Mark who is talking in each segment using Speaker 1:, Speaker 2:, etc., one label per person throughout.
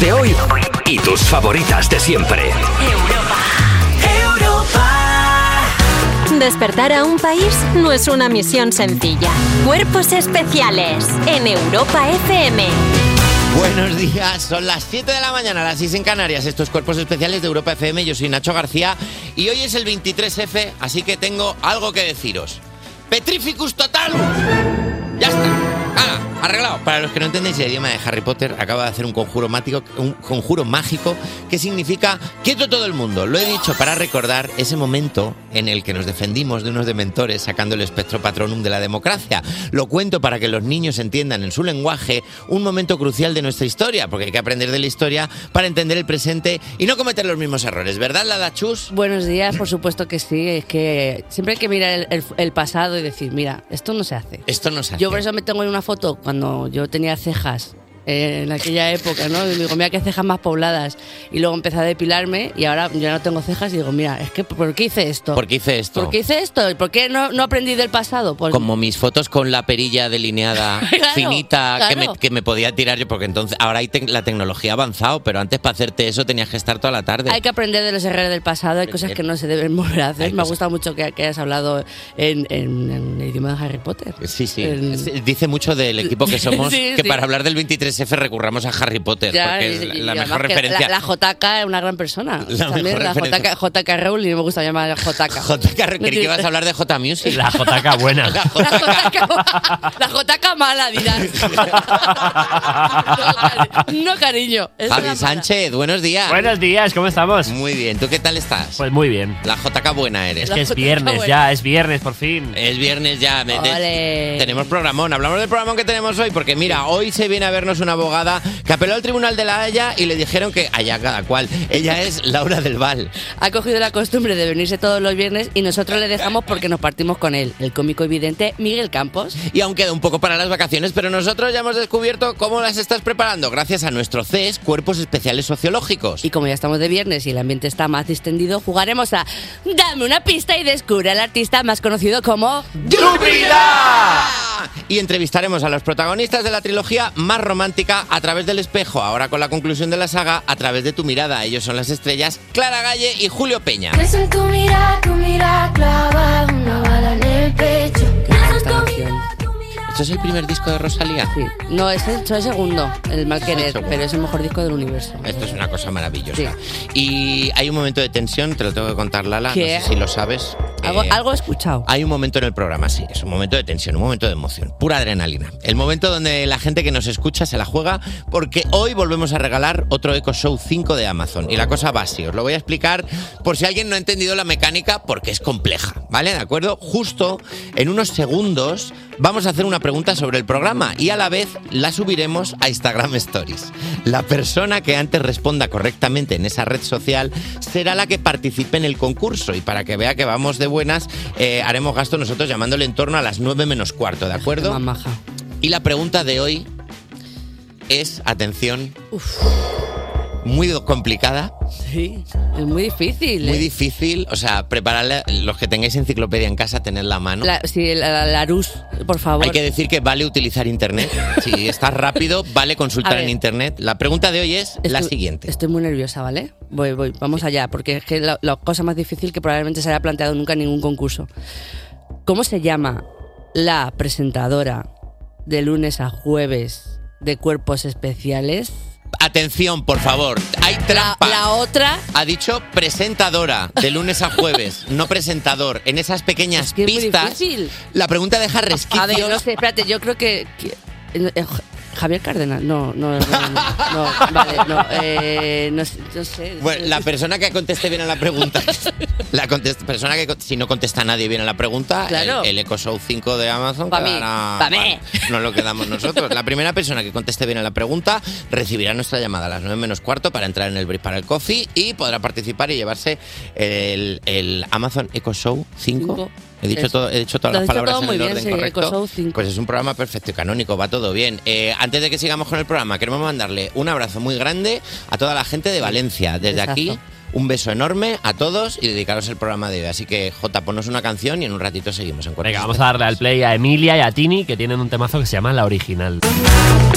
Speaker 1: de hoy y tus favoritas de siempre.
Speaker 2: Despertar a un país no es una misión sencilla. Cuerpos especiales en Europa FM.
Speaker 3: Buenos días, son las 7 de la mañana, las 6 en Canarias, estos cuerpos especiales de Europa FM, yo soy Nacho García y hoy es el 23F, así que tengo algo que deciros. Petrificus totalus. Ya está. Ala, arreglado. Para los que no entendéis el idioma de Harry Potter, acaba de hacer un conjuro mágico, un conjuro mágico que significa quieto todo el mundo. Lo he dicho para recordar ese momento en el que nos defendimos de unos dementores sacando el espectro patronum de la democracia. Lo cuento para que los niños entiendan en su lenguaje un momento crucial de nuestra historia, porque hay que aprender de la historia para entender el presente y no cometer los mismos errores, ¿verdad, Lada Chus?
Speaker 4: Buenos días, por supuesto que sí. Es que siempre hay que mirar el, el- el pasado y decir, mira, esto no se hace.
Speaker 3: Esto no se hace.
Speaker 4: Yo por eso me tengo en una foto cuando yo tenía cejas eh, en aquella época, ¿no? Y digo, mira qué cejas más pobladas. Y luego empecé a depilarme y ahora ya no tengo cejas y digo, mira, es que ¿por qué hice esto?
Speaker 3: ¿Por qué hice esto?
Speaker 4: ¿Por qué hice esto? ¿Y por qué no, no aprendí del pasado? Pues
Speaker 3: Como mis fotos con la perilla delineada
Speaker 4: Claro,
Speaker 3: finita que, me,
Speaker 4: claro.
Speaker 3: que me podía tirar yo, porque entonces ahora hay tec- la tecnología ha avanzado, pero antes para hacerte eso tenías que estar toda la tarde.
Speaker 4: Hay que aprender de los errores del pasado, hay cosas que no se deben volver a hacer.
Speaker 3: Hay
Speaker 4: Me ha gustado mucho que, que hayas hablado en, en- en el idioma de Harry Potter.
Speaker 3: Eh, Sí, sí.
Speaker 4: El-
Speaker 3: Sí, Dice mucho del equipo que somos
Speaker 4: Sí,
Speaker 3: que
Speaker 4: sí.
Speaker 3: para hablar del 23F recurramos a Harry Potter,
Speaker 4: Ya,
Speaker 3: porque es
Speaker 4: y-
Speaker 3: la,
Speaker 4: y
Speaker 3: la
Speaker 4: además
Speaker 3: mejor
Speaker 4: que
Speaker 3: referencia.
Speaker 4: La, la JK es una gran persona.
Speaker 3: La
Speaker 4: También
Speaker 3: mejor
Speaker 4: la
Speaker 3: referencia.
Speaker 4: JK, JK Rowling, me gusta llamarla JK.
Speaker 3: JK, creí que ibas a hablar de J Music. La
Speaker 5: JK buena.
Speaker 4: La JK mala, dirás. No, cariño. es
Speaker 3: Javi
Speaker 4: una-
Speaker 3: Sánchez, buenos días.
Speaker 5: Buenos días, ¿cómo estamos?
Speaker 3: Muy bien, ¿tú qué tal estás?
Speaker 5: Pues muy bien.
Speaker 3: La JK buena eres.
Speaker 5: Es que es viernes ya, es viernes por fin.
Speaker 3: Es viernes ya. me- te-
Speaker 4: Ole.
Speaker 3: tenemos programón. Hablamos del programón que tenemos hoy porque, mira, hoy se viene a vernos una abogada que apeló al Tribunal de la Haya y le dijeron que allá cada cual. Ella es Laura del Val.
Speaker 4: Ha cogido la costumbre de venirse todos los viernes y nosotros le dejamos porque nos partimos con él, el cómico evidente Miguel Campos.
Speaker 3: Y aún queda un poco para las vacaciones, pero nosotros ya hemos descubierto cómo las estás preparando gracias a nuestro CES, Cuerpos Especiales Sociológicos.
Speaker 4: Y como ya estamos de viernes y el ambiente está más distendido, jugaremos a Dame una pista y descubre al artista más conocido como
Speaker 3: Y entrevistaremos a los protagonistas de la trilogía más romántica a través del espejo, ahora con la conclusión de la saga a través de tu mirada. Ellos son las estrellas Clara Galle y Julio Peña.
Speaker 6: Es en tu mirada, tu mirada clava una bala en el pecho.
Speaker 4: esta canción.
Speaker 3: ¿Esto es el primer disco de Rosalía?
Speaker 4: Sí. No, es el, es el segundo, el mal querer, pero es el mejor disco del universo.
Speaker 3: Esto es una cosa maravillosa. Y hay un momento de tensión, te lo tengo que contar, Lala,
Speaker 4: ¿Qué?
Speaker 3: no sé si lo sabes.
Speaker 4: Algo,
Speaker 3: Eh,
Speaker 4: algo he escuchado.
Speaker 3: Hay un momento en el programa, sí, es un momento de tensión, un momento de emoción, pura adrenalina. El momento donde la gente que nos escucha se la juega porque hoy volvemos a regalar otro Echo Show 5 de Amazon. Y la cosa va así, os lo voy a explicar por si alguien no ha entendido la mecánica porque es compleja, ¿vale? ¿De acuerdo? Justo en unos segundos vamos a hacer una pregunta sobre el programa y a la vez la subiremos a Instagram Stories. La persona que antes responda correctamente en esa red social será la que participe en el concurso y para que vea que vamos de buenas eh, haremos gasto nosotros llamándole en torno a las 9 menos cuarto, ¿de acuerdo? Y la pregunta de hoy es, atención, muy complicada,
Speaker 4: Sí, es muy difícil.
Speaker 3: muy
Speaker 4: eh.
Speaker 3: difícil, o sea, prepararla, los que tengáis enciclopedia en casa, tenedla a mano.
Speaker 4: La, sí, la, la- la luz, por favor.
Speaker 3: Hay que decir que vale utilizar internet. Si estás rápido, vale
Speaker 4: A
Speaker 3: consultar
Speaker 4: ver.
Speaker 3: en internet. La pregunta de hoy es la
Speaker 4: Estoy-
Speaker 3: siguiente.
Speaker 4: Estoy muy nerviosa, ¿vale? Voy, voy, vamos allá, porque es que la, la cosa más difícil que probablemente se haya planteado nunca en ningún concurso. ¿Cómo se llama la presentadora de lunes a jueves de cuerpos especiales?
Speaker 3: Atención, por favor. Hay
Speaker 4: La,
Speaker 3: trampa.
Speaker 4: la otra.
Speaker 3: Ha dicho presentadora de lunes a jueves, no presentador. En esas pequeñas
Speaker 4: que es muy
Speaker 3: pistas,
Speaker 4: difícil.
Speaker 3: la pregunta deja
Speaker 4: A ver, no
Speaker 3: resquicios.
Speaker 4: sé, espérate, yo creo que. que- eh, Javier Cárdenas, no, no, no, no, no, vale, no, eh, no, sé, no sé.
Speaker 3: Bueno, la persona que conteste bien a la pregunta, la contest- persona que con- si no contesta nadie bien a la pregunta,
Speaker 4: Claro.
Speaker 3: el, el Echo Show 5 de Amazon
Speaker 4: Pa' mí,
Speaker 3: quedará-
Speaker 4: pa' mí.
Speaker 3: no lo quedamos nosotros. La primera persona que conteste bien a la pregunta recibirá nuestra llamada a las 9 menos cuarto para entrar en el brief para el coffee y podrá participar y llevarse el, el Amazon Echo Show 5.
Speaker 4: Cinco.
Speaker 3: He dicho,
Speaker 4: Eso.
Speaker 3: todo, he dicho todas
Speaker 4: Lo
Speaker 3: las
Speaker 4: has dicho
Speaker 3: palabras
Speaker 4: todo
Speaker 3: en
Speaker 4: muy
Speaker 3: el
Speaker 4: bien,
Speaker 3: orden
Speaker 4: sí, Echo
Speaker 3: correcto.
Speaker 4: Show 5.
Speaker 3: Pues es un programa perfecto y canónico, va todo bien. Eh, antes de que sigamos con el programa, queremos mandarle un abrazo muy grande a toda la gente de Valencia. Desde
Speaker 4: Exacto.
Speaker 3: aquí, un beso enorme a todos y dedicaros el programa de hoy. Así que, Jota, ponos una canción y en un ratito seguimos en Cuerpos
Speaker 5: Venga, vamos a darle al play a Emilia y a Tini, que tienen un temazo que se llama La Original.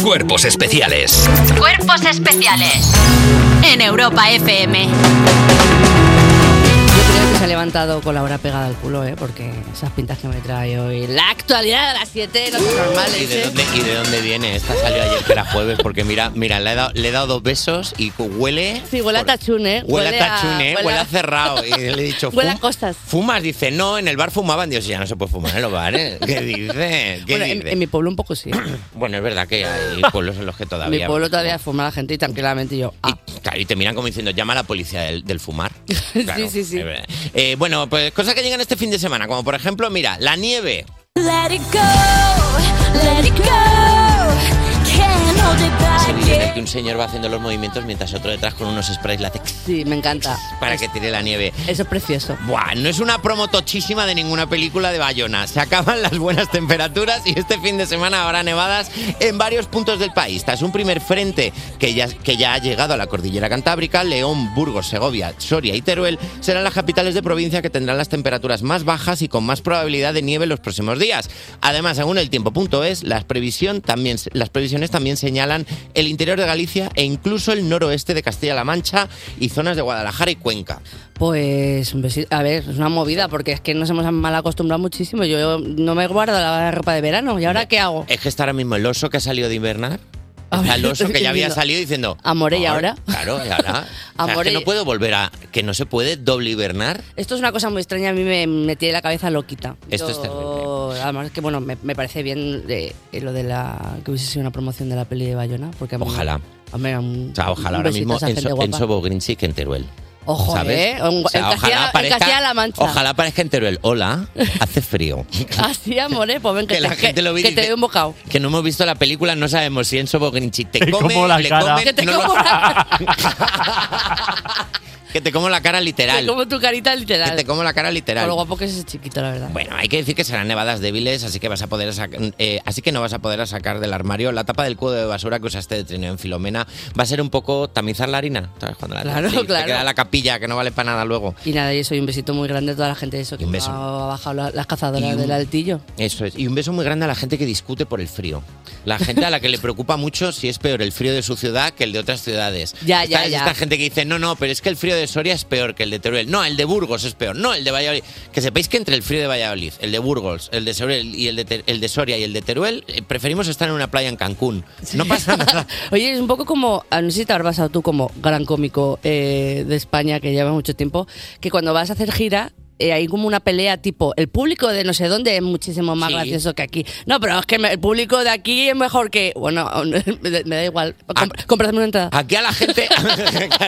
Speaker 1: Cuerpos especiales.
Speaker 2: Cuerpos especiales en Europa FM.
Speaker 4: Yo creo que se ha levantado con la hora pegada al culo, ¿eh? Porque esas pintas que me trae hoy. La actualidad de las 7 no son
Speaker 3: ¿Y
Speaker 4: normales,
Speaker 3: de,
Speaker 4: ¿eh?
Speaker 3: dónde, y de dónde viene? Esta salió ayer que era jueves, porque mira, mira, le he dado, le he dado dos besos y huele.
Speaker 4: Sí, huele a tachún, ¿eh?
Speaker 3: Huele, a tachún, ¿eh?
Speaker 4: huele
Speaker 3: Huele
Speaker 4: a-
Speaker 3: a cerrado. Y le he dicho,
Speaker 4: Huele a
Speaker 3: "Fum-
Speaker 4: cosas.
Speaker 3: ¿fumas? Dice, no, en el bar fumaban. Dios, ya no se puede fumar en los bares. ¿Qué dice? ¿Qué
Speaker 4: Bueno, en,
Speaker 3: dice?
Speaker 4: en mi pueblo un poco sí. ¿eh?
Speaker 3: Bueno, es verdad que hay pueblos en los que
Speaker 4: mi
Speaker 3: todavía.
Speaker 4: pueblo todavía fuma la gente y tranquilamente yo. Ah,
Speaker 3: Y, claro, y te miran como diciendo, llama a la policía del, del fumar. Claro,
Speaker 4: sí, sí, sí.
Speaker 3: es verdad. Eh, bueno, pues cosas que llegan este fin de semana, como por ejemplo, mira, la nieve.
Speaker 6: Let it go, let it go. Can't hold it
Speaker 3: Ese
Speaker 6: back.
Speaker 3: vídeo en el que un señor va haciendo los movimientos mientras otro detrás con unos sprays látex
Speaker 4: Sí, me encanta.
Speaker 3: para que tire la nieve.
Speaker 4: Eso es precioso.
Speaker 3: Buah, no es una promo tochísima de ninguna película de Bayona. Se acaban las buenas temperaturas y este fin de semana habrá nevadas en varios puntos del país. Tras un primer frente que ya, que ya ha llegado a la cordillera cantábrica, León, Burgos, Segovia, Soria y Teruel serán las capitales de provincia que tendrán las temperaturas más bajas y con más probabilidad de nieve en los próximos días. Además, según el tiempo.es, las, previsión también, las previsiones también señalan el interior de Galicia e incluso el noroeste de Castilla-La Mancha y zonas de Guadalajara y Cuenca.
Speaker 4: Pues un besito. A ver, es una movida porque es que nos hemos mal acostumbrado muchísimo. Yo no me guardo la ropa de verano. ¿Y ahora qué hago?
Speaker 3: Es que está ahora mismo el oso que ha salido de invernar.
Speaker 4: A
Speaker 3: Está el
Speaker 4: ver,
Speaker 3: oso que ya había
Speaker 4: diciendo,
Speaker 3: salido diciendo.
Speaker 4: "Amore, ¿y
Speaker 3: "Ay,
Speaker 4: ahora?"
Speaker 3: Claro, y ahora. O sea, es
Speaker 4: Amore,
Speaker 3: que no
Speaker 4: y-
Speaker 3: puedo volver a. Que no se puede doble hibernar.
Speaker 4: Esto es una cosa muy extraña, a mí me, me tiene la cabeza loquita.
Speaker 3: Esto es
Speaker 4: es Además que, bueno, me, me parece bien eh, eh, lo de la... que hubiese sido una promoción de la peli de Bayona. Porque a mí-
Speaker 3: Ojalá.
Speaker 4: a mí, un-
Speaker 3: O sea, ojalá
Speaker 4: un
Speaker 3: ahora
Speaker 4: besito a
Speaker 3: mismo
Speaker 4: esa gente
Speaker 3: Enzo,
Speaker 4: guapa.
Speaker 3: Enzo Bogrin sí que en Teruel.
Speaker 4: Ojo,
Speaker 3: ¿Sabes?
Speaker 4: ¿eh? Un-
Speaker 3: O sea,
Speaker 4: en Castilla- en Castilla-La Mancha.
Speaker 3: Ojalá aparezca en Teruel. Hola, hace frío.
Speaker 4: Así, amor, eh, pues ven que,
Speaker 3: Que la
Speaker 4: te,
Speaker 3: gente
Speaker 4: que-
Speaker 3: lo ve y
Speaker 4: que te
Speaker 3: dice-
Speaker 4: dé un bocado.
Speaker 3: Que no hemos visto la película, no sabemos si Enzo Bogrinchi te
Speaker 5: Te
Speaker 3: come,
Speaker 5: como la
Speaker 3: le
Speaker 5: cara.
Speaker 3: come,
Speaker 4: Que te
Speaker 3: no lo-
Speaker 4: como la-
Speaker 3: que te como la cara
Speaker 4: te
Speaker 3: literal.
Speaker 4: como tu carita
Speaker 3: Que
Speaker 4: literal.
Speaker 3: te como la cara
Speaker 4: Con
Speaker 3: literal.
Speaker 4: lo guapo que es ese chiquito, la verdad.
Speaker 3: Bueno, hay que decir que serán nevadas débiles, así que vas a poder sac- eh, así que no vas a poder sacar del armario la tapa del cubo de basura que usaste de trineo en Filomena. Va a ser un poco tamizar la harina, ¿sabes? Cuando la
Speaker 4: Claro,
Speaker 3: sí, te
Speaker 4: claro.
Speaker 3: queda la capilla que no vale para nada luego.
Speaker 4: Y nada, y eso, y un besito muy grande a toda la gente de eso que
Speaker 3: un beso.
Speaker 4: ha bajado la- las
Speaker 3: Y
Speaker 4: cazadoras
Speaker 3: un-
Speaker 4: del altillo.
Speaker 3: Eso es. Y un beso muy grande a la gente que discute por el frío. La gente a la que le preocupa mucho si es peor el frío de su ciudad que el de otras ciudades.
Speaker 4: Ya, Ah, ya,
Speaker 3: Esta-
Speaker 4: ya.
Speaker 3: Esta gente que dice, no, no, pero es que el frío de Soria es peor que el de Teruel. No, el de Burgos es peor. No, el de Valladolid. Que sepáis que entre el frío de Valladolid, el de Burgos, el de, Teruel y el de, Ter- el de Soria y el de Teruel, eh, preferimos estar en una playa en Cancún. No pasa nada.
Speaker 4: Oye, es un poco como, ah, no sé si te habrás pasado tú como gran cómico eh, de España que lleva mucho tiempo, que cuando vas a hacer gira eh, hay como una pelea tipo, el público de no sé dónde es muchísimo más
Speaker 3: Sí.
Speaker 4: gracioso que aquí. No, pero es que me- el público de aquí es mejor que... Bueno, me da- me da igual. Com-
Speaker 3: Ah.
Speaker 4: Cómprateme una entrada.
Speaker 3: Aquí a la gente.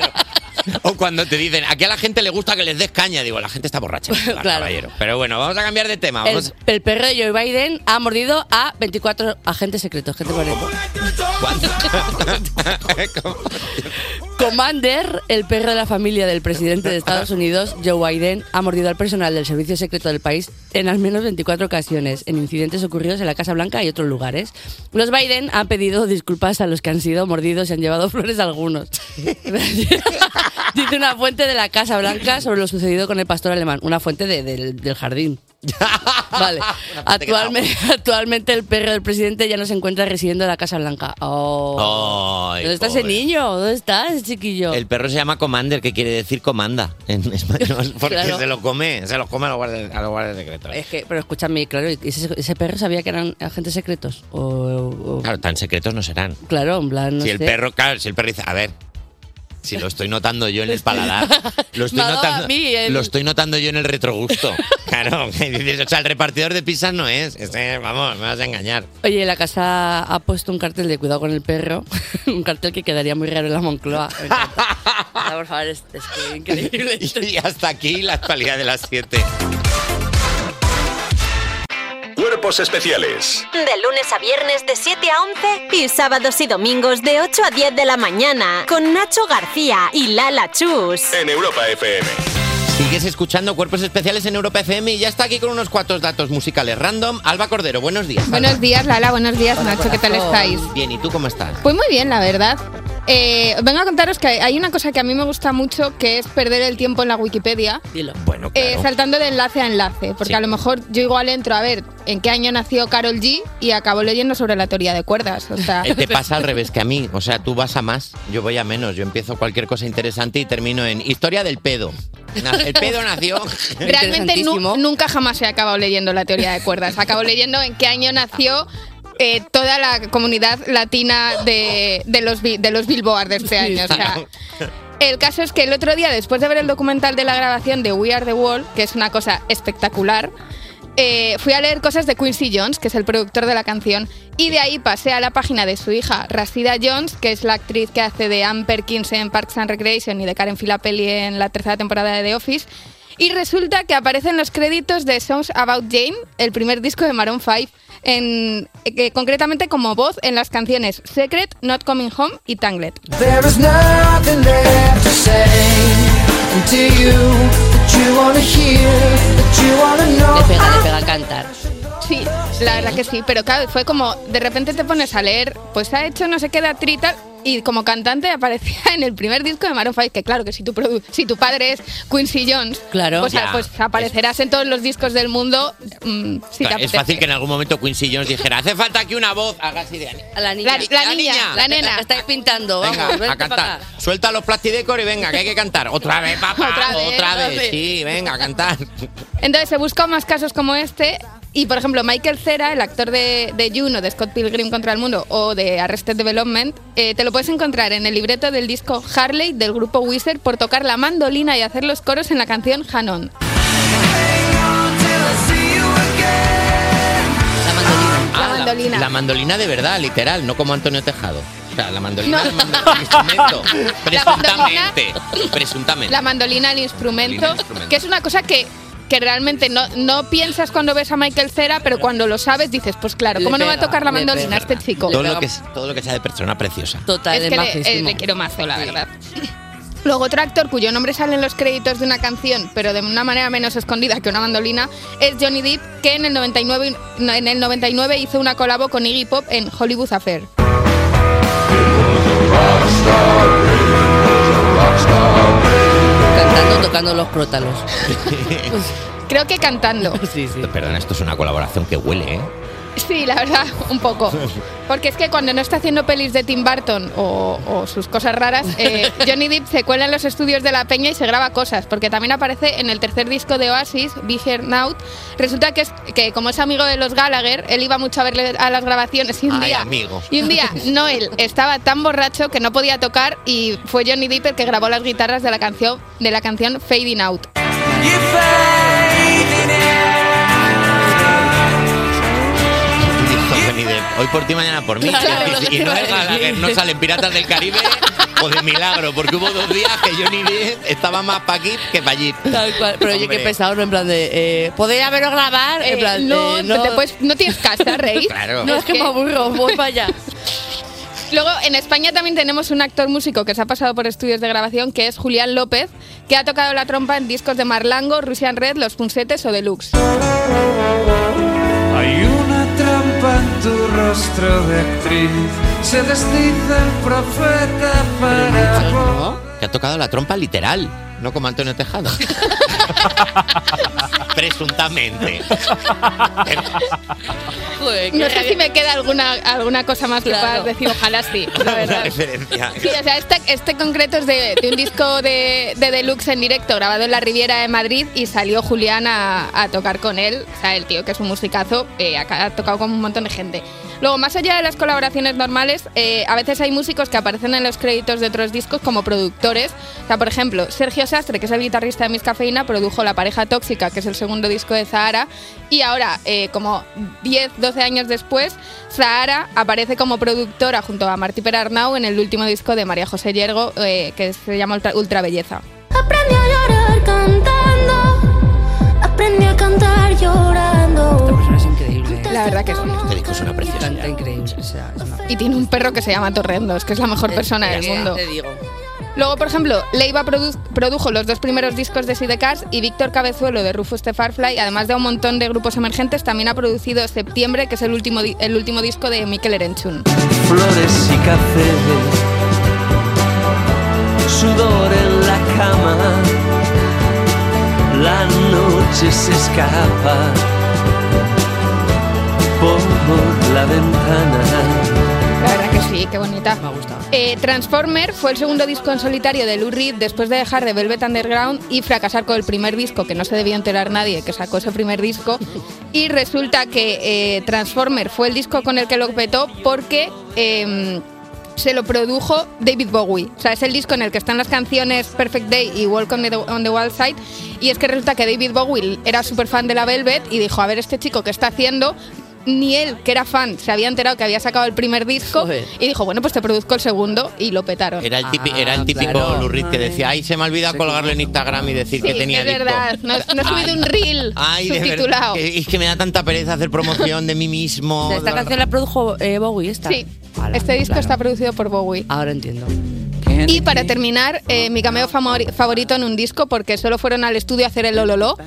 Speaker 3: Claro. O cuando te dicen, aquí a la gente le gusta que les des caña, digo, la gente está borracha,
Speaker 4: Claro.
Speaker 3: caballero. Pero bueno, vamos a cambiar de tema.
Speaker 4: El,
Speaker 3: Vamos.
Speaker 4: el perro de Joe Biden ha mordido a 24 agentes secretos. Gente bonita. Commander, el perro de la familia del presidente de Estados Unidos, Joe Biden, ha mordido al personal del servicio secreto del país en al menos 24 ocasiones, en incidentes ocurridos en la Casa Blanca y otros lugares. Los Biden han pedido disculpas a los que han sido mordidos y han llevado flores a algunos. Dice una fuente de la Casa Blanca sobre lo sucedido con el pastor alemán, una fuente de- del- del jardín. Vale.
Speaker 3: parte que da
Speaker 4: Actualmente, actualmente el perro del presidente ya no se encuentra residiendo en la Casa Blanca. Oh.
Speaker 3: Ay,
Speaker 4: ¿Dónde está ese
Speaker 3: pobre.
Speaker 4: niño? ¿Dónde está ese chiquillo?
Speaker 3: El perro se llama Commander, que quiere decir comanda en español, porque
Speaker 4: Claro. Eh.
Speaker 3: se lo come, se lo come a los guardias, a los guardias secretos.
Speaker 4: Es que, pero escúchame, claro, ese, ese perro sabía que eran agentes secretos. O, o-
Speaker 3: Claro, tan secretos no serán.
Speaker 4: claro, en plan, no
Speaker 3: si el
Speaker 4: sé.
Speaker 3: perro, claro, si el perro dice, a ver, si lo estoy notando yo en el paladar, lo estoy,
Speaker 4: Me ha dado
Speaker 3: notando,
Speaker 4: Este a mí el-
Speaker 3: lo estoy notando yo en el retrogusto. Claro, que dices, o sea, el repartidor de pizzas no es, ese, vamos, me vas a engañar.
Speaker 4: Oye, la casa ha puesto un cartel de cuidado con el perro. un cartel que quedaría muy raro en la Moncloa. Me encanta. Ah, por favor, es, es que increíble.
Speaker 3: Y hasta aquí la actualidad de las 7.
Speaker 7: Cuerpos especiales
Speaker 2: De lunes a viernes de 7 a 11 y sábados y domingos de 8 a 10 de la mañana con Nacho García y Lala Chus.
Speaker 7: en Europa FM.
Speaker 3: Sigues escuchando Cuerpos Especiales en Europa FM y ya está aquí con unos cuantos datos musicales random. Alba Cordero, buenos días. Alba.
Speaker 8: Buenos días, Lala. Buenos días, Nacho. ¿Qué tal
Speaker 4: corazón.
Speaker 8: estáis?
Speaker 3: Bien, ¿y tú cómo estás?
Speaker 8: Pues muy bien, la verdad. Eh, vengo a contaros que hay una cosa que a mí me gusta mucho, que es perder el tiempo en la Wikipedia.
Speaker 3: Bueno, claro.
Speaker 8: Eh, saltando de enlace a enlace, porque a lo mejor yo igual entro a ver en qué año nació Carol G y acabo leyendo sobre la teoría de cuerdas. O sea,
Speaker 3: Eh, Te pasa al revés que a mí. O sea, tú vas a más, yo voy a menos. Yo empiezo cualquier cosa interesante y termino en historia del pedo. Na- El pedo nació.
Speaker 8: realmente nu- nunca jamás he acabado leyendo la teoría de cuerdas. Acabo leyendo en qué año nació eh, toda la comunidad latina de, de los, bi- de los Billboard de este año. O sea, El caso es que el otro día, después de ver el documental de la grabación de We Are the Wall, que es una cosa espectacular, eh, fui a leer cosas de Quincy Jones, que es el productor de la canción, y de ahí pasé a la página de su hija, Rasida Jones, que es la actriz que hace de Anne Perkins en Parks and Recreation y de Karen Filapelli en la tercera temporada de The Office. Y resulta que aparecen los créditos de Songs About Jane, el primer disco de Maroon 5, en, eh, concretamente como voz en las canciones Secret, Not Coming Home y Tangled.
Speaker 9: There is nothing left to say to you that you wanna hear, that you wanna know.
Speaker 4: Le pega, le pega cantar.
Speaker 8: Sí, la verdad que sí, pero claro, fue como de repente te pones a leer, pues ha hecho no sé qué de actriz y tal, y como cantante aparecía en el primer disco de Maroon 5, que claro, que si tu, produ- si tu padre es Quincy Jones,
Speaker 4: Claro.
Speaker 8: pues,
Speaker 3: Ya.
Speaker 8: pues aparecerás en todos los discos del mundo mm, si te
Speaker 3: Claro, es
Speaker 8: apetece.
Speaker 3: fácil que en algún momento Quincy Jones dijera: hace falta que una voz haga así de.
Speaker 4: A la niña.
Speaker 8: La, la niña, la nena.
Speaker 4: Estáis pintando, vamos.
Speaker 3: Venga,
Speaker 4: vente
Speaker 3: a
Speaker 4: para
Speaker 3: cantar.
Speaker 4: acá.
Speaker 3: Suelta los plastidecor y venga, que hay que cantar. Otra vez, papá.
Speaker 8: Otra
Speaker 3: Otra
Speaker 8: vez,
Speaker 3: vez.
Speaker 8: otra vez.
Speaker 3: Sí, venga, a cantar.
Speaker 8: Entonces he buscado más casos como este. Y por ejemplo, Michael Cera, el actor de, de Juno, de Scott Pilgrim contra el Mundo o de Arrested Development, eh, te lo puedes encontrar en el libreto del disco Harley del grupo Wizard por tocar la mandolina y hacer los coros en la canción Hanon.
Speaker 4: La mandolina.
Speaker 3: Ah,
Speaker 8: mandolina.
Speaker 3: La, mandolina de verdad, literal, no como Antonio Tejado. O sea, la mandolina es un instrumento. Presuntamente. Presuntamente.
Speaker 8: La mandolina, el instrumento,
Speaker 3: Mandolina, el instrumento.
Speaker 8: que es una cosa que, que realmente no, no piensas cuando ves a Michael Cera, pero cuando lo sabes dices, pues claro,
Speaker 4: Le
Speaker 8: ¿cómo no va a
Speaker 4: pega,
Speaker 8: tocar la
Speaker 4: le
Speaker 8: mandolina
Speaker 4: pega.
Speaker 8: este chico?
Speaker 3: todo, lo que, es- todo lo que sea de persona preciosa.
Speaker 4: Total,
Speaker 8: es
Speaker 4: es
Speaker 8: que le- eh,
Speaker 4: majísimo.
Speaker 8: le, quiero mazo, la verdad. Luego otro actor cuyo nombre sale en los créditos de una canción, pero de una manera menos escondida que una mandolina, es Johnny Depp, que en el 99, no, en el 99 hizo una colabo con Iggy Pop en Hollywood Affair.
Speaker 4: Cantando, tocando los crótalos. Pues
Speaker 8: Creo que cantando.
Speaker 4: Sí, sí.
Speaker 3: Perdona, esto es una colaboración que huele, ¿eh?
Speaker 8: Sí, la verdad, un poco. Porque es que cuando no está haciendo pelis de Tim Burton o, o sus cosas raras, eh, Johnny Depp se cuela en los estudios de La Peña y se graba cosas, porque también aparece en el tercer disco de Oasis, Be Here Now. Resulta que, es, que como es amigo de los Gallagher, él iba mucho a verle a las grabaciones y un
Speaker 3: Ay,
Speaker 8: día...
Speaker 3: amigo.
Speaker 8: Y un día Noel estaba tan borracho que no podía tocar y fue Johnny Depp el que grabó las guitarras de la canción, de la canción Fading Out.
Speaker 3: Dijo Johnny Depp, hoy por ti, mañana por mí.
Speaker 8: Claro,
Speaker 3: y
Speaker 8: lo
Speaker 3: si- y
Speaker 8: que
Speaker 3: no,
Speaker 8: iba a
Speaker 3: es nada, que
Speaker 8: decir.
Speaker 3: no salen Piratas del Caribe o de milagro, porque hubo dos días que Johnny Depp estaba más para aquí que para allí.
Speaker 4: Tal cual. Pero oye,
Speaker 3: Hombre.
Speaker 4: qué pesado, ¿no? En plan de. Eh, ¿Podéis haberlo grabar? En
Speaker 8: Eh,
Speaker 4: plan,
Speaker 8: no,
Speaker 4: eh,
Speaker 8: no, te puedes- no tienes casa, Rey.
Speaker 3: Claro.
Speaker 4: No, es que me aburro, voy para allá.
Speaker 8: Luego, en España también tenemos un actor músico que se ha pasado por estudios de grabación, que es Julián López, que ha tocado la trompa en discos de Marlango, Russian Red, Los Punsetes o Deluxe.
Speaker 9: Hay una trampa en tu rostro de actriz. Se desdice el profeta para vos.
Speaker 3: Que ha tocado la trompa literal, no como Antonio Tejado. Presuntamente.
Speaker 4: Joder, qué
Speaker 8: No sé
Speaker 4: rabia.
Speaker 8: si me queda alguna, alguna cosa más que
Speaker 4: Eh, Claro.
Speaker 8: puedas decir, ojalá sí. la
Speaker 3: Una
Speaker 8: verdad.
Speaker 3: referencia.
Speaker 8: Sí, o sea, este, este concreto es de, de un disco de, de deluxe en directo grabado en la Riviera de Madrid y salió Julián a, a tocar con él. O sea, el tío que es un musicazo, eh, ha, ha tocado con un montón de gente. Luego, más allá de las colaboraciones normales, eh, a veces hay músicos que aparecen en los créditos de otros discos como productores. O sea, por ejemplo, Sergio Sastre, que es el guitarrista de Miss Cafeína, produjo La Pareja Tóxica, que es el segundo disco de Zahara. Y ahora, eh, como 10, 12 años después, Zahara aparece como productora junto a Martí Perarnau en el último disco de María José Yergo, eh, que se llama Ultra, Ultra Belleza.
Speaker 6: Aprendí a llorar cantando. Aprendí a cantar
Speaker 4: Esta
Speaker 6: llorando.
Speaker 4: persona es increíble. ¿eh?
Speaker 8: La verdad que es un-
Speaker 3: Este disco es una preciosidad.
Speaker 4: Canta increíble. O sea, es una.
Speaker 8: Y tiene un perro que se llama Torrendos, que es la mejor persona del
Speaker 4: Ya
Speaker 3: Este
Speaker 8: mundo.
Speaker 4: Te digo.
Speaker 8: Luego, por ejemplo, Leiva produ- produjo los dos primeros discos de Sidecars y Víctor Cabezuelo de Rufus the Firefly, además de un montón de grupos emergentes, también ha producido Septiembre, que es el último, di- el último disco de Mikel Erenchun.
Speaker 9: Flores y cafés.
Speaker 10: sudor en la cama. La noche se escapa por la ventana.
Speaker 8: La verdad que sí, qué bonita. Me ha gustado. Transformer fue el segundo disco en solitario de Lou Reed después de dejar de Velvet Underground y fracasar con el primer disco, que no se debía enterar nadie que sacó ese primer disco. Y resulta que eh, Transformer fue el disco con el que lo petó porque em, se lo produjo David Bowie. O sea, es el disco en el que están las canciones Perfect Day y Welcome to the- on the Wild Side. Y es que resulta que David Bowie era súper fan de la Velvet y dijo, a ver, este chico que está haciendo... Ni él, que era fan, se había enterado que había sacado el primer disco y dijo, bueno, pues te produzco el segundo y lo petaron. Ah.
Speaker 3: Era el, tipi- era el típico Lou Reed que decía, ay, se me ha olvidado colgarlo en Instagram y decir
Speaker 8: Sí,
Speaker 3: que tenía
Speaker 8: es
Speaker 3: disco".
Speaker 8: verdad. No, no he subido un reel
Speaker 3: Ay, de verdad,
Speaker 8: subtitulado.
Speaker 3: que- es que me da tanta pereza hacer promoción de mí mismo.
Speaker 4: Esta canción la produjo eh, Bowie, esta.
Speaker 8: Sí, este disco está producido por Bowie.
Speaker 4: Ahora entiendo.
Speaker 8: Y para terminar, eh, mi cameo famori- favorito en un disco, porque solo fueron al estudio a hacer el Ololó.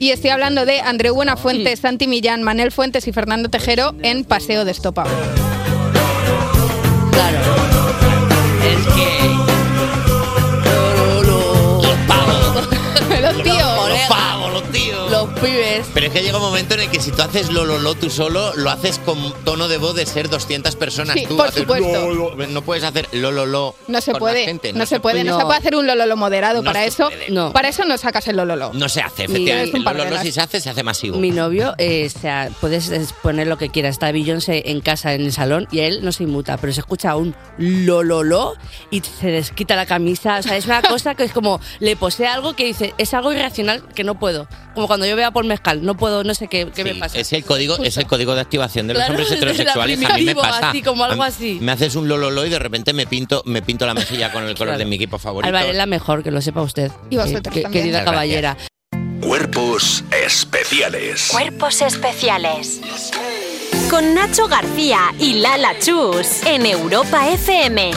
Speaker 8: Y estoy hablando de Andreu Buenafuente, Santi Millán, Manel Fuentes y Fernando Tejero en Paseo de Estopa.
Speaker 4: Es que. Los
Speaker 3: pavos.
Speaker 8: Los tíos.
Speaker 3: Los pavos, los tíos.
Speaker 4: Los pibes.
Speaker 3: Pero es que llega un momento en el que si tú haces lo, lo, lo tú solo, lo haces con tono de voz de ser 200 personas.
Speaker 8: Sí,
Speaker 3: tú
Speaker 8: por
Speaker 3: haces
Speaker 8: supuesto.
Speaker 3: lo, lo. no puedes hacer lo, lo, lo
Speaker 8: No se
Speaker 3: con la
Speaker 8: puede,
Speaker 3: gente,
Speaker 8: no, se, puede, no se puede hacer un Lololo moderado.
Speaker 3: No
Speaker 8: para
Speaker 3: se
Speaker 8: eso,
Speaker 3: puede. No.
Speaker 8: para eso no sacas el Lololo.
Speaker 3: No se hace,
Speaker 4: Ni-
Speaker 3: efectivamente.
Speaker 4: Es un
Speaker 3: Lo,
Speaker 4: par
Speaker 3: lo,
Speaker 4: de
Speaker 3: lo,
Speaker 4: las-
Speaker 3: si se hace, se hace masivo.
Speaker 4: Mi novio, eh, o sea, puedes es- poner lo que quieras. Está Beyoncé en casa, en el salón, y él no se inmuta, pero se escucha un lo, lo, lo, y se desquita la camisa. O sea, es una cosa que es como, le posee algo que dice, es algo irracional que no puedo. Como cuando yo veo a Paul Mezcal, no puedo, no sé qué, qué me
Speaker 3: Sí,
Speaker 4: pasa.
Speaker 3: Es el código, es el código de activación de los
Speaker 4: Claro,
Speaker 3: hombres
Speaker 4: desde la
Speaker 3: heterosexuales. A mí me
Speaker 4: primitivo,
Speaker 3: pasa.
Speaker 4: así, como algo
Speaker 3: A mí-
Speaker 4: así.
Speaker 3: Me haces un lololo y de repente me pinto, me pinto la mejilla con el color de mi equipo favorito.
Speaker 4: Álvaro, es la mejor, que lo sepa usted.
Speaker 7: Y vosotros
Speaker 4: Que-
Speaker 7: también.
Speaker 4: Querida
Speaker 7: Muchas
Speaker 4: caballera.
Speaker 7: gracias. Cuerpos especiales.
Speaker 2: Cuerpos especiales. Con Nacho García y Lala Chus en Europa FM.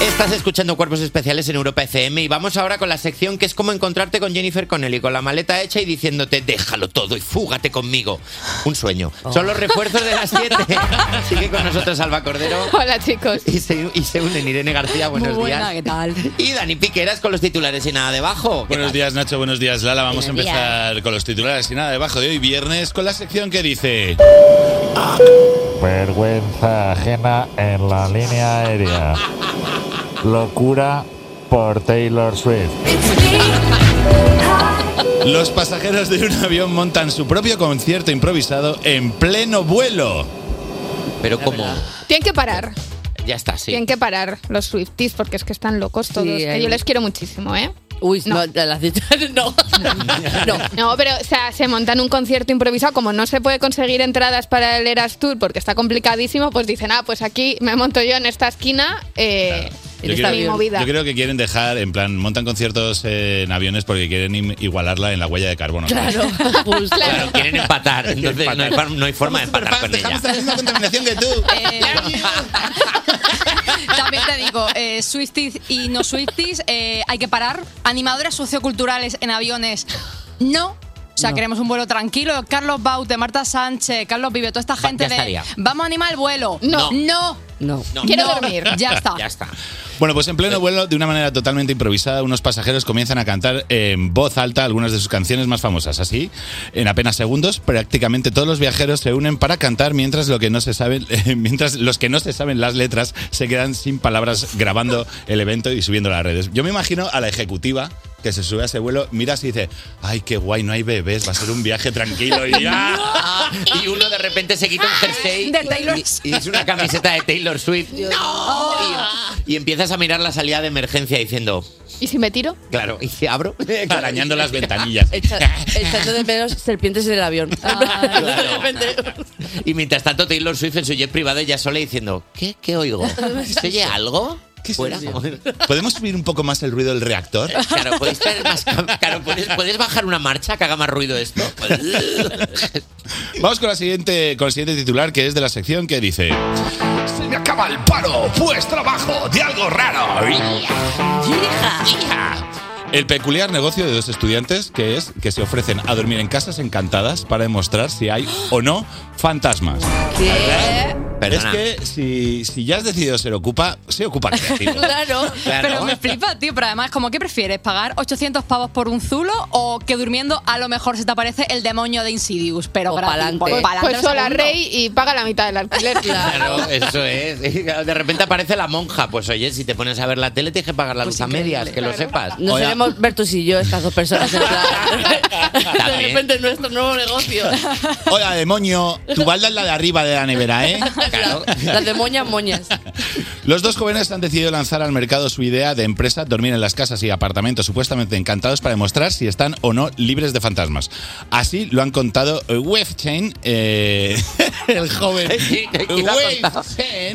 Speaker 3: Estás escuchando Cuerpos Especiales en Europa FM y vamos ahora con la sección que es como encontrarte con Jennifer Connelly con la maleta hecha y diciéndote déjalo todo y fúgate conmigo. Un sueño.
Speaker 11: Oh.
Speaker 3: Son los refuerzos de las 7. Sigue con nosotros Alba Cordero
Speaker 8: Hola chicos.
Speaker 3: y se, y se unen Irene García. Buenos días.
Speaker 4: tal?
Speaker 3: Y Dani Piqueras con los titulares y nada debajo.
Speaker 12: Buenos días Nacho, buenos días Lala. Vamos a
Speaker 3: Buenos días.
Speaker 12: empezar con los titulares y nada debajo de hoy viernes con la sección que dice
Speaker 13: Vergüenza ajena en la línea aérea. Locura por Taylor Swift.
Speaker 12: Los pasajeros de un avión montan su propio concierto improvisado en pleno vuelo.
Speaker 3: Pero cómo
Speaker 8: Tienen que parar,
Speaker 3: ya está, sí.
Speaker 8: tienen que parar los Swifties porque es que están locos todos. que
Speaker 4: hay-
Speaker 8: yo les quiero muchísimo, ¿eh?
Speaker 4: Uy, no, las no. No.
Speaker 8: pero o sea, se montan un concierto improvisado, como no se puede conseguir entradas para el Eras Tour porque está complicadísimo, pues dicen, ah, pues aquí me monto yo en esta esquina, eh,
Speaker 12: Yo
Speaker 8: esta mi
Speaker 12: creo,
Speaker 8: movida.
Speaker 12: yo creo que quieren dejar, en plan, montan conciertos eh, en aviones porque quieren im- igualarla en la huella de carbono.
Speaker 8: Claro,
Speaker 4: justo.
Speaker 3: Claro, quieren empatar. Entonces no hay far- No, hay, forma de empatar con ella.
Speaker 12: contaminación que tú.
Speaker 3: Eh,
Speaker 11: También te digo, eh, Swifties y no Swifties, eh, hay que parar. Animadoras socioculturales en aviones, no. O sea,
Speaker 14: No.
Speaker 11: queremos un vuelo tranquilo. Carlos Baute, Marta Sánchez, Carlos Vive, toda esta gente
Speaker 12: ya
Speaker 11: de.
Speaker 12: estaría.
Speaker 11: Vamos a animar el vuelo.
Speaker 12: No.
Speaker 11: No, no.
Speaker 4: No.
Speaker 11: Quiero dormir. Ya está.
Speaker 12: Bueno, pues en pleno vuelo, de una manera totalmente improvisada, unos pasajeros comienzan a cantar en voz alta algunas de sus canciones más famosas. Así, en apenas segundos, prácticamente todos los viajeros se unen para cantar mientras lo que no se saben, mientras los que no se saben las letras se quedan sin palabras grabando el evento y subiendo a las redes. Yo me imagino a la ejecutiva que se sube a ese vuelo, mira y dice, ay, qué guay, no hay bebés, va a ser un viaje tranquilo y ya.
Speaker 3: Y uno de repente se quita un jersey
Speaker 11: Ah. De Taylor
Speaker 3: y, y es una camiseta de Taylor Swift.
Speaker 8: ¡No!
Speaker 3: Y empiezas a mirar la salida de emergencia diciendo,
Speaker 8: ¿Y si me tiro?
Speaker 3: claro, y si abro, arañando
Speaker 12: las ventanillas.
Speaker 4: Echa- Echando de menos serpientes en el avión.
Speaker 3: Y mientras tanto Taylor Swift en su jet privado ella sola diciendo, ¿qué, qué oigo? ¿Se oye algo? ¿Fuera?
Speaker 12: ¿Podemos subir un poco más el ruido del reactor?
Speaker 3: Claro, ¿podéis, traer más cam- claro, ¿puedes, puedes bajar una marcha que haga más ruido esto?
Speaker 12: Vamos con, la siguiente, con el siguiente titular, que es de la sección que dice...
Speaker 7: Se me acaba el paro, pues trabajo de algo raro.
Speaker 12: El peculiar negocio de dos estudiantes que es que se ofrecen a dormir en casas encantadas para demostrar si hay o no fantasmas.
Speaker 3: Perdona.
Speaker 12: Es que si, si ya has decidido ser ocupa, sé ocupa creativo.
Speaker 11: Claro,
Speaker 12: Claro.
Speaker 11: pero me flipa, tío. Pero además, como, ¿qué prefieres? ¿Pagar 800 pavos por un zulo o que durmiendo a lo mejor se te aparece el demonio de Insidious? Pero gratis.
Speaker 4: pa'lante.
Speaker 11: Pues pa'lante
Speaker 8: Pues sola
Speaker 11: segundo.
Speaker 8: rey y paga la mitad del alquiler.
Speaker 3: Claro, eso es. De repente aparece la monja. Pues oye, si te pones a ver la tele, tienes que pagar la luz a medias, que lo sepas.
Speaker 4: No
Speaker 3: Oye,
Speaker 4: seremos Bertus y yo, estas dos personas. en plan, de
Speaker 3: También.
Speaker 4: repente nuestro nuevo negocio.
Speaker 12: Hola, demonio. Tu balda es la de arriba de la nevera, ¿eh?
Speaker 4: Las de moñas, moñas.
Speaker 12: Los dos jóvenes han decidido lanzar al mercado su idea de empresa dormir en las casas y apartamentos supuestamente encantados para demostrar si están o no libres de fantasmas. Así lo han contado eh, Webchain, eh, el joven.
Speaker 3: ¿Quién lo ha contado?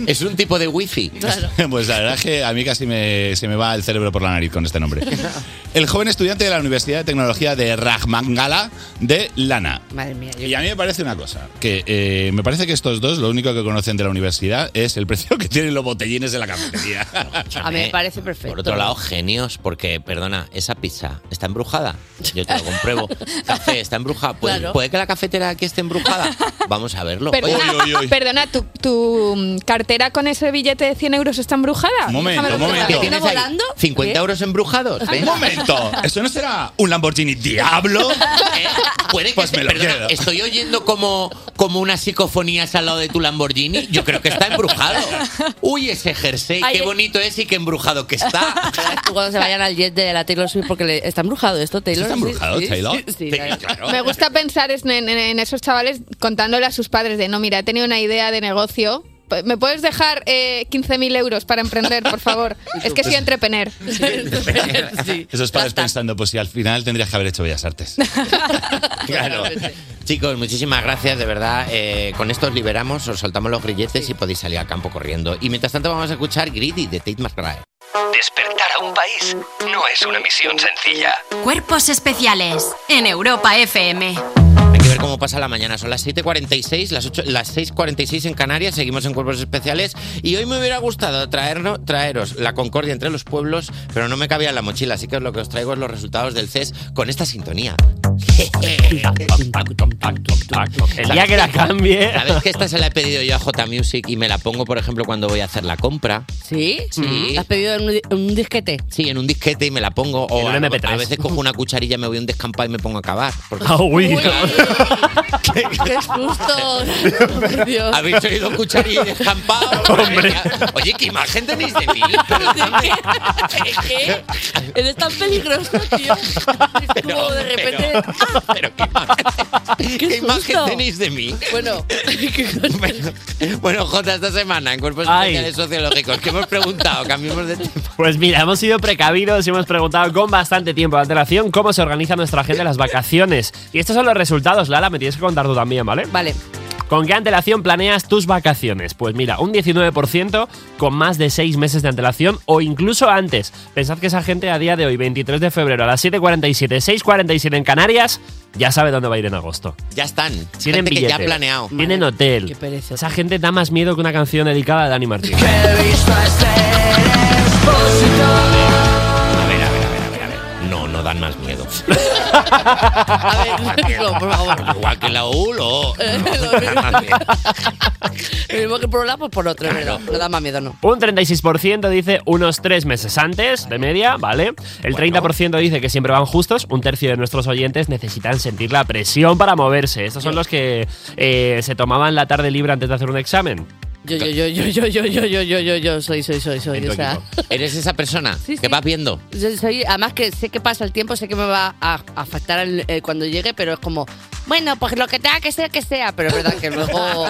Speaker 3: Es un tipo de wifi.
Speaker 12: Pues la verdad es que a mí casi me- se me va el cerebro por la nariz con este nombre. El joven estudiante de la Universidad de Tecnología de Rajmangala de Lana.
Speaker 4: Madre mía.
Speaker 12: Y a mí me parece una cosa, que eh, me parece que estos dos lo único que conocen de la universidad es el precio que tienen los botellines de la cafetería.
Speaker 4: A mí me parece perfecto.
Speaker 3: Por otro lado, genios, porque, perdona, esa pizza está embrujada. Yo te lo compruebo. Café está embrujada. Pues,
Speaker 8: Claro.
Speaker 3: Puede que la cafetera aquí esté embrujada. Vamos a verlo.
Speaker 8: Perdona,
Speaker 3: Oye,
Speaker 8: perdona, ¿tu, tu, mm, cartera con ese billete de 100 euros está embrujada?
Speaker 12: Un momento,
Speaker 8: Déjame
Speaker 12: un
Speaker 8: verla.
Speaker 12: momento. ¿Qué tienes ahí? ¿50 euros
Speaker 3: embrujados?
Speaker 12: Un momento, ¿eso no será un Lamborghini Diablo?
Speaker 3: Eh, ¿Puede que
Speaker 12: Pues
Speaker 3: esté-
Speaker 12: me lo
Speaker 3: perdona,
Speaker 12: quedo.
Speaker 3: Estoy oyendo como, como unas psicofonías al lado de tu Lamborghini. Yo creo que está embrujado. Uy, ese jersey,
Speaker 4: Ay,
Speaker 3: qué
Speaker 4: eh.
Speaker 3: bonito es y qué embrujado que está.
Speaker 4: Cuando se vayan al jet de la Taylor Swift, porque le- está embrujado esto, Taylor.
Speaker 3: ¿Está
Speaker 4: Sí,
Speaker 3: embrujado,
Speaker 4: sí,
Speaker 3: Taylor?
Speaker 4: sí, sí,
Speaker 3: Sí,
Speaker 4: claro.
Speaker 3: claro.
Speaker 8: Me gusta pensar es- en, en- en esos chavales contándole a sus padres de, no, mira, he tenido una idea de negocio. P- ¿Me puedes dejar eh, 15.000 euros para emprender, por favor? Es que soy entrepener.
Speaker 12: Esos padres pensando, pues si al final tendrías que haber hecho Bellas Artes.
Speaker 3: Claro. Chicos, muchísimas gracias, de verdad. Eh, con esto os liberamos, os soltamos los grilletes y podéis salir al campo corriendo. Y mientras tanto vamos a escuchar Greedy de Tate McRae.
Speaker 1: Despertar a un país no es una misión sencilla.
Speaker 2: Cuerpos especiales en Europa FM.
Speaker 3: Hay que ver cómo pasa la mañana. Son las 7.46, las, 8 las 6.46 en Canarias. Seguimos en Cuerpos Especiales. Y hoy me hubiera gustado traernos, traeros la concordia entre los pueblos, pero no me cabía en la mochila. Así que lo que os traigo es los resultados del CES con esta sintonía.
Speaker 5: El día que la cambie.
Speaker 3: Sabes que esta se la he pedido yo a J Music y me la pongo, por ejemplo, cuando voy a hacer la compra.
Speaker 4: ¿Sí?
Speaker 3: Sí.
Speaker 4: ¿Te has pedido en un, en un disquete?
Speaker 3: Sí, en un disquete y me la pongo.
Speaker 4: En
Speaker 3: O
Speaker 4: un
Speaker 3: a,
Speaker 4: MP3.
Speaker 3: a veces cojo una cucharilla, me voy a un descampado y me pongo a acabar. Porque...
Speaker 5: Ah, uy.
Speaker 4: ¡Qué susto! Por Dios.
Speaker 3: ¿Habéis oído cucharilla y descampado? Hombre. Oye, qué imagen tenéis de mí.
Speaker 4: ¿Qué? Eres tan peligroso, tío. Es como de repente.
Speaker 3: ¿Qué, imagen
Speaker 4: susto!
Speaker 3: tenéis de mí?
Speaker 4: Bueno,
Speaker 3: Bueno, Jota, esta semana en Cuerpos
Speaker 5: Ay.
Speaker 3: Especiales Sociológicos, ¿qué hemos preguntado? Cambiemos de tema.
Speaker 5: Pues mira, hemos sido precavidos y hemos preguntado con bastante tiempo de antelación cómo se organiza nuestra gente en las vacaciones. Y estos son los resultados, Lala, me tienes que contar tú también, ¿vale?
Speaker 4: Vale.
Speaker 5: ¿Con qué antelación planeas tus vacaciones? Pues mira, un 19% con más de 6 meses de antelación o incluso antes. Pensad que esa gente a día de hoy, 23 de febrero a las 7.47, 6.47 en Canarias, ya sabe dónde va a ir en agosto.
Speaker 3: Ya están.
Speaker 5: Tienen
Speaker 3: Gente que ya ha
Speaker 5: billete,
Speaker 3: planeado.
Speaker 5: Tienen hotel. Esa gente da más miedo que una canción dedicada a Dani Martín.
Speaker 3: A ver, a ver, a ver, a ver, a ver. No, no dan más miedo.
Speaker 4: a ver, no, por favor.
Speaker 3: Igual que la ULO.
Speaker 4: Lo mismo que por un lado, pues por otro, es ¿verdad? No da más miedo, no.
Speaker 5: Un 36% dice unos tres meses antes, de media, ¿vale? El 30% dice que siempre van justos. Un tercio de nuestros oyentes necesitan sentir la presión para moverse. Estos son los que eh, se tomaban la tarde libre antes de hacer un examen.
Speaker 4: Yo, yo, yo, yo, yo, yo, yo, yo, yo, yo, yo, soy, soy, soy, soy. O sea,
Speaker 3: ¿Eres esa persona que vas viendo?
Speaker 4: yo soy, además que sé que pasa el tiempo, sé que me va a a afectar el- eh, cuando llegue, pero es como, bueno, pues lo que tenga que ser, que sea. Pero es verdad que luego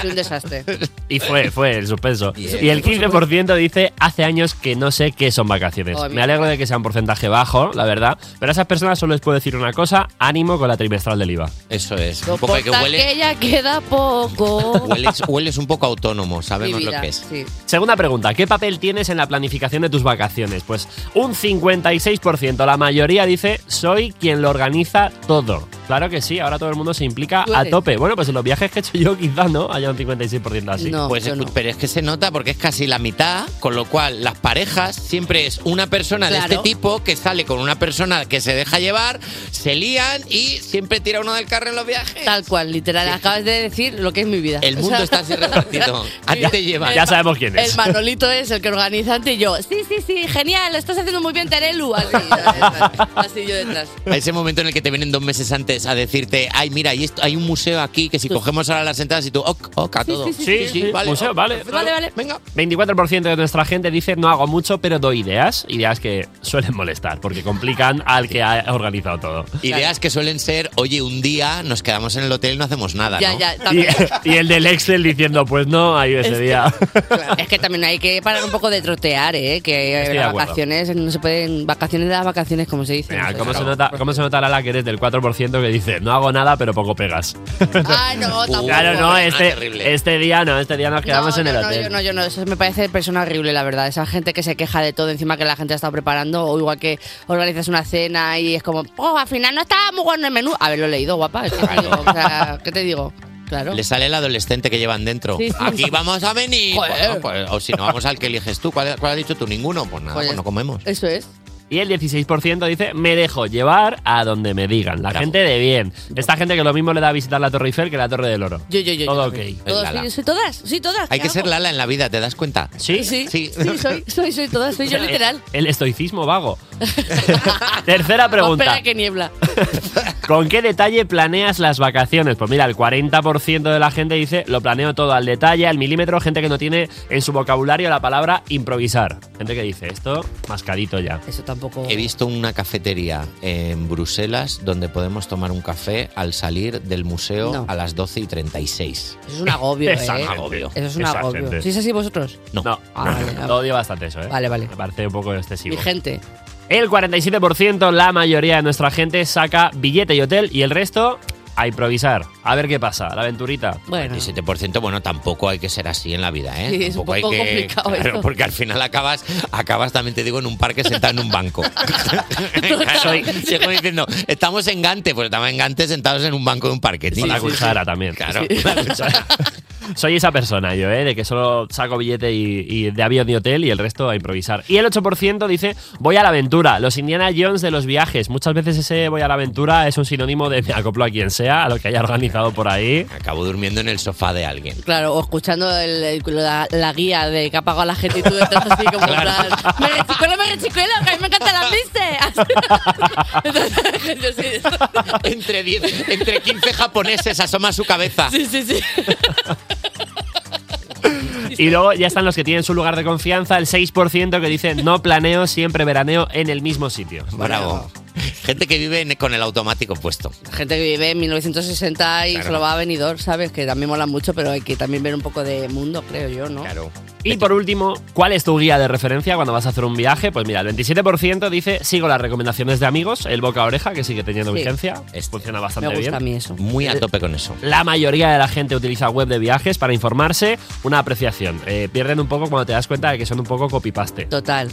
Speaker 4: soy un desastre.
Speaker 5: Y
Speaker 3: Eh.
Speaker 5: fue, fue el suspenso. Y el 15% dice hace años que no sé qué son vacaciones.
Speaker 4: Oh, a mí
Speaker 5: Me alegro de que sea un porcentaje bajo, la verdad. Pero a esas personas solo les puedo decir una cosa, ánimo con la trimestral del IVA.
Speaker 3: Eso es. Un poco de que
Speaker 4: Hasta
Speaker 3: huele,
Speaker 4: que ya queda poco.
Speaker 3: hueles, hueles un poco autónomo, sabemos
Speaker 4: Mi vida,
Speaker 3: lo que es.
Speaker 4: sí.
Speaker 5: Segunda pregunta, ¿qué papel tienes en la planificación de tus vacaciones? Pues un 56%, la mayoría dice, soy quien lo organiza todo. Claro que sí, ahora todo el mundo se implica a
Speaker 3: Duele.
Speaker 5: tope. Bueno, pues en los viajes que he hecho yo quizás no haya un 56% así.
Speaker 3: Pues escu- Pero es que se nota porque es casi la mitad, con lo cual las parejas siempre es una persona de
Speaker 5: Claro.
Speaker 3: este tipo que sale con una persona que se deja llevar, se lían y siempre tira uno del carro en los viajes.
Speaker 4: Tal cual, literal. Acabas de decir lo que es mi vida.
Speaker 3: El
Speaker 4: O
Speaker 3: mundo
Speaker 4: sea,
Speaker 3: está así repartido. A ti te llevan.
Speaker 5: Ya sabemos quién es.
Speaker 4: El Manolito es el que organiza ante y yo. Sí, sí, sí, genial, lo estás haciendo muy bien, Terelu. Así, así yo detrás.
Speaker 3: A ese momento en el que te vienen dos meses antes a decirte, ay, mira, hay, esto- hay un museo aquí que si cogemos ahora las entradas y tú, ok, ok, a todo.
Speaker 5: Sí, sí, vale. Museo, vale.
Speaker 3: Vale, vale, venga.
Speaker 5: 24% de nuestra gente dice no hago mucho, pero doy ideas. Ideas que suelen molestar porque complican al que ha organizado todo.
Speaker 3: Ideas que suelen ser, oye, un día nos quedamos en el hotel y no hacemos nada,
Speaker 4: Ya,
Speaker 3: ¿no?
Speaker 4: ya, también.
Speaker 5: Y, y el del Excel diciendo, pues no, ahí ese día.
Speaker 4: Es que también hay que parar un poco de trotear, ¿eh? Que
Speaker 5: Estoy de
Speaker 4: las
Speaker 5: acuerdo.
Speaker 4: vacaciones no se pueden. Vacaciones de las vacaciones, como se dice.
Speaker 5: Mira,
Speaker 4: no sé.
Speaker 5: ¿cómo, se nota, ¿Cómo se nota Lala que eres del 4% que dice no hago nada, pero pongo pegas?
Speaker 4: Ah, no, tampoco.
Speaker 5: claro, no,
Speaker 4: Ah,
Speaker 5: este, este día no, este día nos quedamos en el
Speaker 4: no,
Speaker 5: hotel.
Speaker 4: yo no, yo no. Eso me parece persona horrible, la verdad. Esa gente que se queja de todo encima que la gente ha estado preparando, o igual que organizas una cena y es como, oh, al final no estaba muy bueno el menú. Haberlo leído, guapa. es que te digo, o sea, ¿Qué te digo? Claro.
Speaker 3: Le sale el adolescente que llevan dentro.
Speaker 4: Sí, sí.
Speaker 3: Aquí vamos a venir.
Speaker 4: Joder.
Speaker 3: Bueno, pues, o si no, vamos al que eliges tú. ¿Cuál, cuál has dicho tú? Ninguno. Pues nada,
Speaker 5: Joder.
Speaker 3: pues no comemos.
Speaker 4: Eso es.
Speaker 5: Y el 16% dice, me dejo llevar a donde me digan. La gente de bien. Esta gente que lo mismo le da a visitar la Torre Eiffel que la Torre del Oro.
Speaker 4: Yo, yo, yo.
Speaker 5: Todo ok.
Speaker 4: Todos, sí, soy todas, sí, todas.
Speaker 3: Hay
Speaker 4: ¿qué
Speaker 3: que
Speaker 4: hago?
Speaker 3: ser Lala en la vida, ¿te das cuenta?
Speaker 5: Sí,
Speaker 4: sí.
Speaker 3: Sí.
Speaker 4: Sí, soy, soy, soy todas, soy yo literal. Pues
Speaker 5: El estoicismo vago. Tercera pregunta.
Speaker 4: Espera que niebla.
Speaker 5: ¿Con qué detalle planeas las vacaciones? Pues mira, el 40% de la gente dice, lo planeo todo al detalle, al milímetro, gente que no tiene en su vocabulario la palabra improvisar. Gente que dice, esto mascadito ya.
Speaker 4: Eso tampoco...
Speaker 3: He visto una cafetería en Bruselas donde podemos tomar un café al salir del museo
Speaker 4: No.
Speaker 3: a las 12 y 36.
Speaker 4: Eso es un agobio,
Speaker 3: Es
Speaker 4: ¿eh?
Speaker 3: un agobio.
Speaker 4: Eso es un
Speaker 3: Esa
Speaker 4: agobio.
Speaker 3: gente.
Speaker 4: ¿Sí es así vosotros?
Speaker 3: No.
Speaker 5: Lo odio bastante eso, ¿eh?
Speaker 4: Vale, vale.
Speaker 5: Me parece un poco excesivo.
Speaker 4: Mi gente.
Speaker 5: El 47%, la mayoría de nuestra gente saca billete y hotel y el resto a improvisar. A ver qué pasa, la aventurita.
Speaker 4: Bueno.
Speaker 3: 27%, bueno, tampoco hay que ser así en la vida, ¿eh?
Speaker 5: Sí, es un
Speaker 3: Tampoco hay
Speaker 5: poco
Speaker 3: que-
Speaker 5: complicado
Speaker 3: Claro,
Speaker 5: esto.
Speaker 3: porque al final acabas, acabas, también te digo, en un parque sentado en un banco. Soy- sigo diciendo, estamos en Gante, pues estamos en Gante sentados en un banco de un parque. tío.
Speaker 5: Con la cuchara también.
Speaker 3: Claro.
Speaker 5: Soy esa persona yo, ¿eh? De que solo saco billete y, y de avión y hotel y el resto a improvisar. Y el 8% dice, voy a la aventura. Los Indiana Jones de los viajes. Muchas veces ese voy a la aventura es un sinónimo de me acoplo a quien sea, a lo que haya organizado por ahí.
Speaker 3: Acabo durmiendo en el sofá de alguien.
Speaker 4: Claro, o escuchando el- el- la, la guía de que ha pagado la gente y tú detrás pues, así como en plan, Me rechicuelo, me rechicuelo, que a mí me encantan las bices.
Speaker 3: Entre, 10, entre 15 japoneses asoma su cabeza.
Speaker 4: Sí, sí, sí.
Speaker 5: Y luego ya están los que tienen su lugar de confianza, el 6% que dice, no planeo, siempre veraneo en el mismo sitio.
Speaker 3: Bravo. Gente que vive en- con el automático puesto.
Speaker 4: Gente que vive en 1960 y
Speaker 3: Claro.
Speaker 4: se lo va a venidor, ¿sabes? Que también mola mucho, pero hay que también ver un poco de mundo, creo yo, ¿no?
Speaker 3: Claro.
Speaker 5: Y por último, ¿cuál es tu guía de referencia cuando vas a hacer un viaje? Pues mira, el 27% dice sigo las recomendaciones de amigos, el boca a oreja, que sigue teniendo
Speaker 4: Sí.
Speaker 5: vigencia. Funciona bastante
Speaker 4: Me gusta
Speaker 5: bien.
Speaker 4: a mí eso.
Speaker 3: Muy a tope con eso.
Speaker 5: La mayoría de la gente utiliza web de viajes para informarse, una apreciación. Eh, pierden un poco cuando te das cuenta de que son un poco copypaste.
Speaker 4: Total.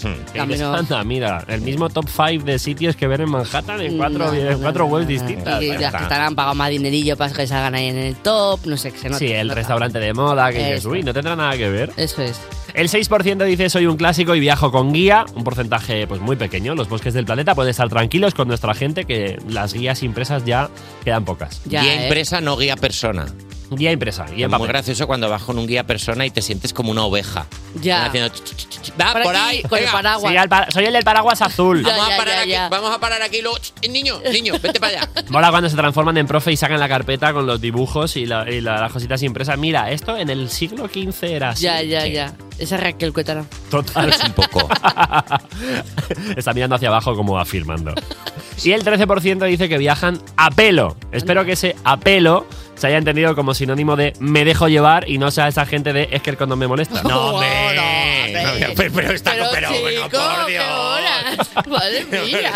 Speaker 5: Y dices,
Speaker 4: Camino.
Speaker 5: Anda, mira, el mismo top 5 de sitios que ven en Manhattan en cuatro,
Speaker 4: No,
Speaker 5: en
Speaker 4: no,
Speaker 5: cuatro
Speaker 4: no,
Speaker 5: webs
Speaker 4: no, no.
Speaker 5: distintas.
Speaker 4: Y
Speaker 5: Ya
Speaker 4: las que
Speaker 5: está.
Speaker 4: te han pagado más dinerillo para que salgan ahí en el top, no sé, que se nota.
Speaker 5: Sí,
Speaker 4: se
Speaker 5: el
Speaker 4: nota.
Speaker 5: restaurante de moda, que dices,
Speaker 4: Eso.
Speaker 5: uy, no tendrá nada que ver.
Speaker 4: Eso es.
Speaker 5: El 6% dice, soy un clásico y viajo con guía, un porcentaje pues muy pequeño. Los bosques del planeta pueden estar tranquilos con nuestra gente, que las guías impresas ya quedan pocas.
Speaker 3: guía
Speaker 4: ¿eh?
Speaker 3: impresa, no guía persona.
Speaker 5: Guía impresa, guía
Speaker 3: es
Speaker 5: en
Speaker 3: muy
Speaker 5: papel.
Speaker 3: gracioso cuando vas con un guía persona y te sientes como una oveja.
Speaker 4: Ya.
Speaker 3: Haciendo ch, ch, ch, ch, Va por,
Speaker 4: Por aquí,
Speaker 3: ahí.
Speaker 4: con el
Speaker 3: venga.
Speaker 4: paraguas.
Speaker 5: Soy el, pa- soy el del paraguas azul.
Speaker 3: Vamos, a parar aquí, vamos a parar aquí. Luego, ch, ch, niño, niño, vete para allá.
Speaker 5: Mola cuando se transforman en profe y sacan la carpeta con los dibujos y, la- y la- las cositas impresas. Mira, esto en el siglo XV era así.
Speaker 4: Ya, ya, ya. Esa es Raquel Cuétara.
Speaker 5: Total.
Speaker 3: un poco.
Speaker 5: Está mirando hacia abajo como afirmando. Y el 13% dice que viajan a pelo. Espero que ese apelo se haya entendido como sinónimo de me dejo llevar y no sea esa gente de es que el condón me molesta. No, hombre.
Speaker 3: Oh, no, novia, pero, pero está
Speaker 14: Pero,
Speaker 3: pero,
Speaker 14: chico,
Speaker 3: bueno,
Speaker 14: ¿qué
Speaker 3: por Dios.
Speaker 14: horas? Madre mía.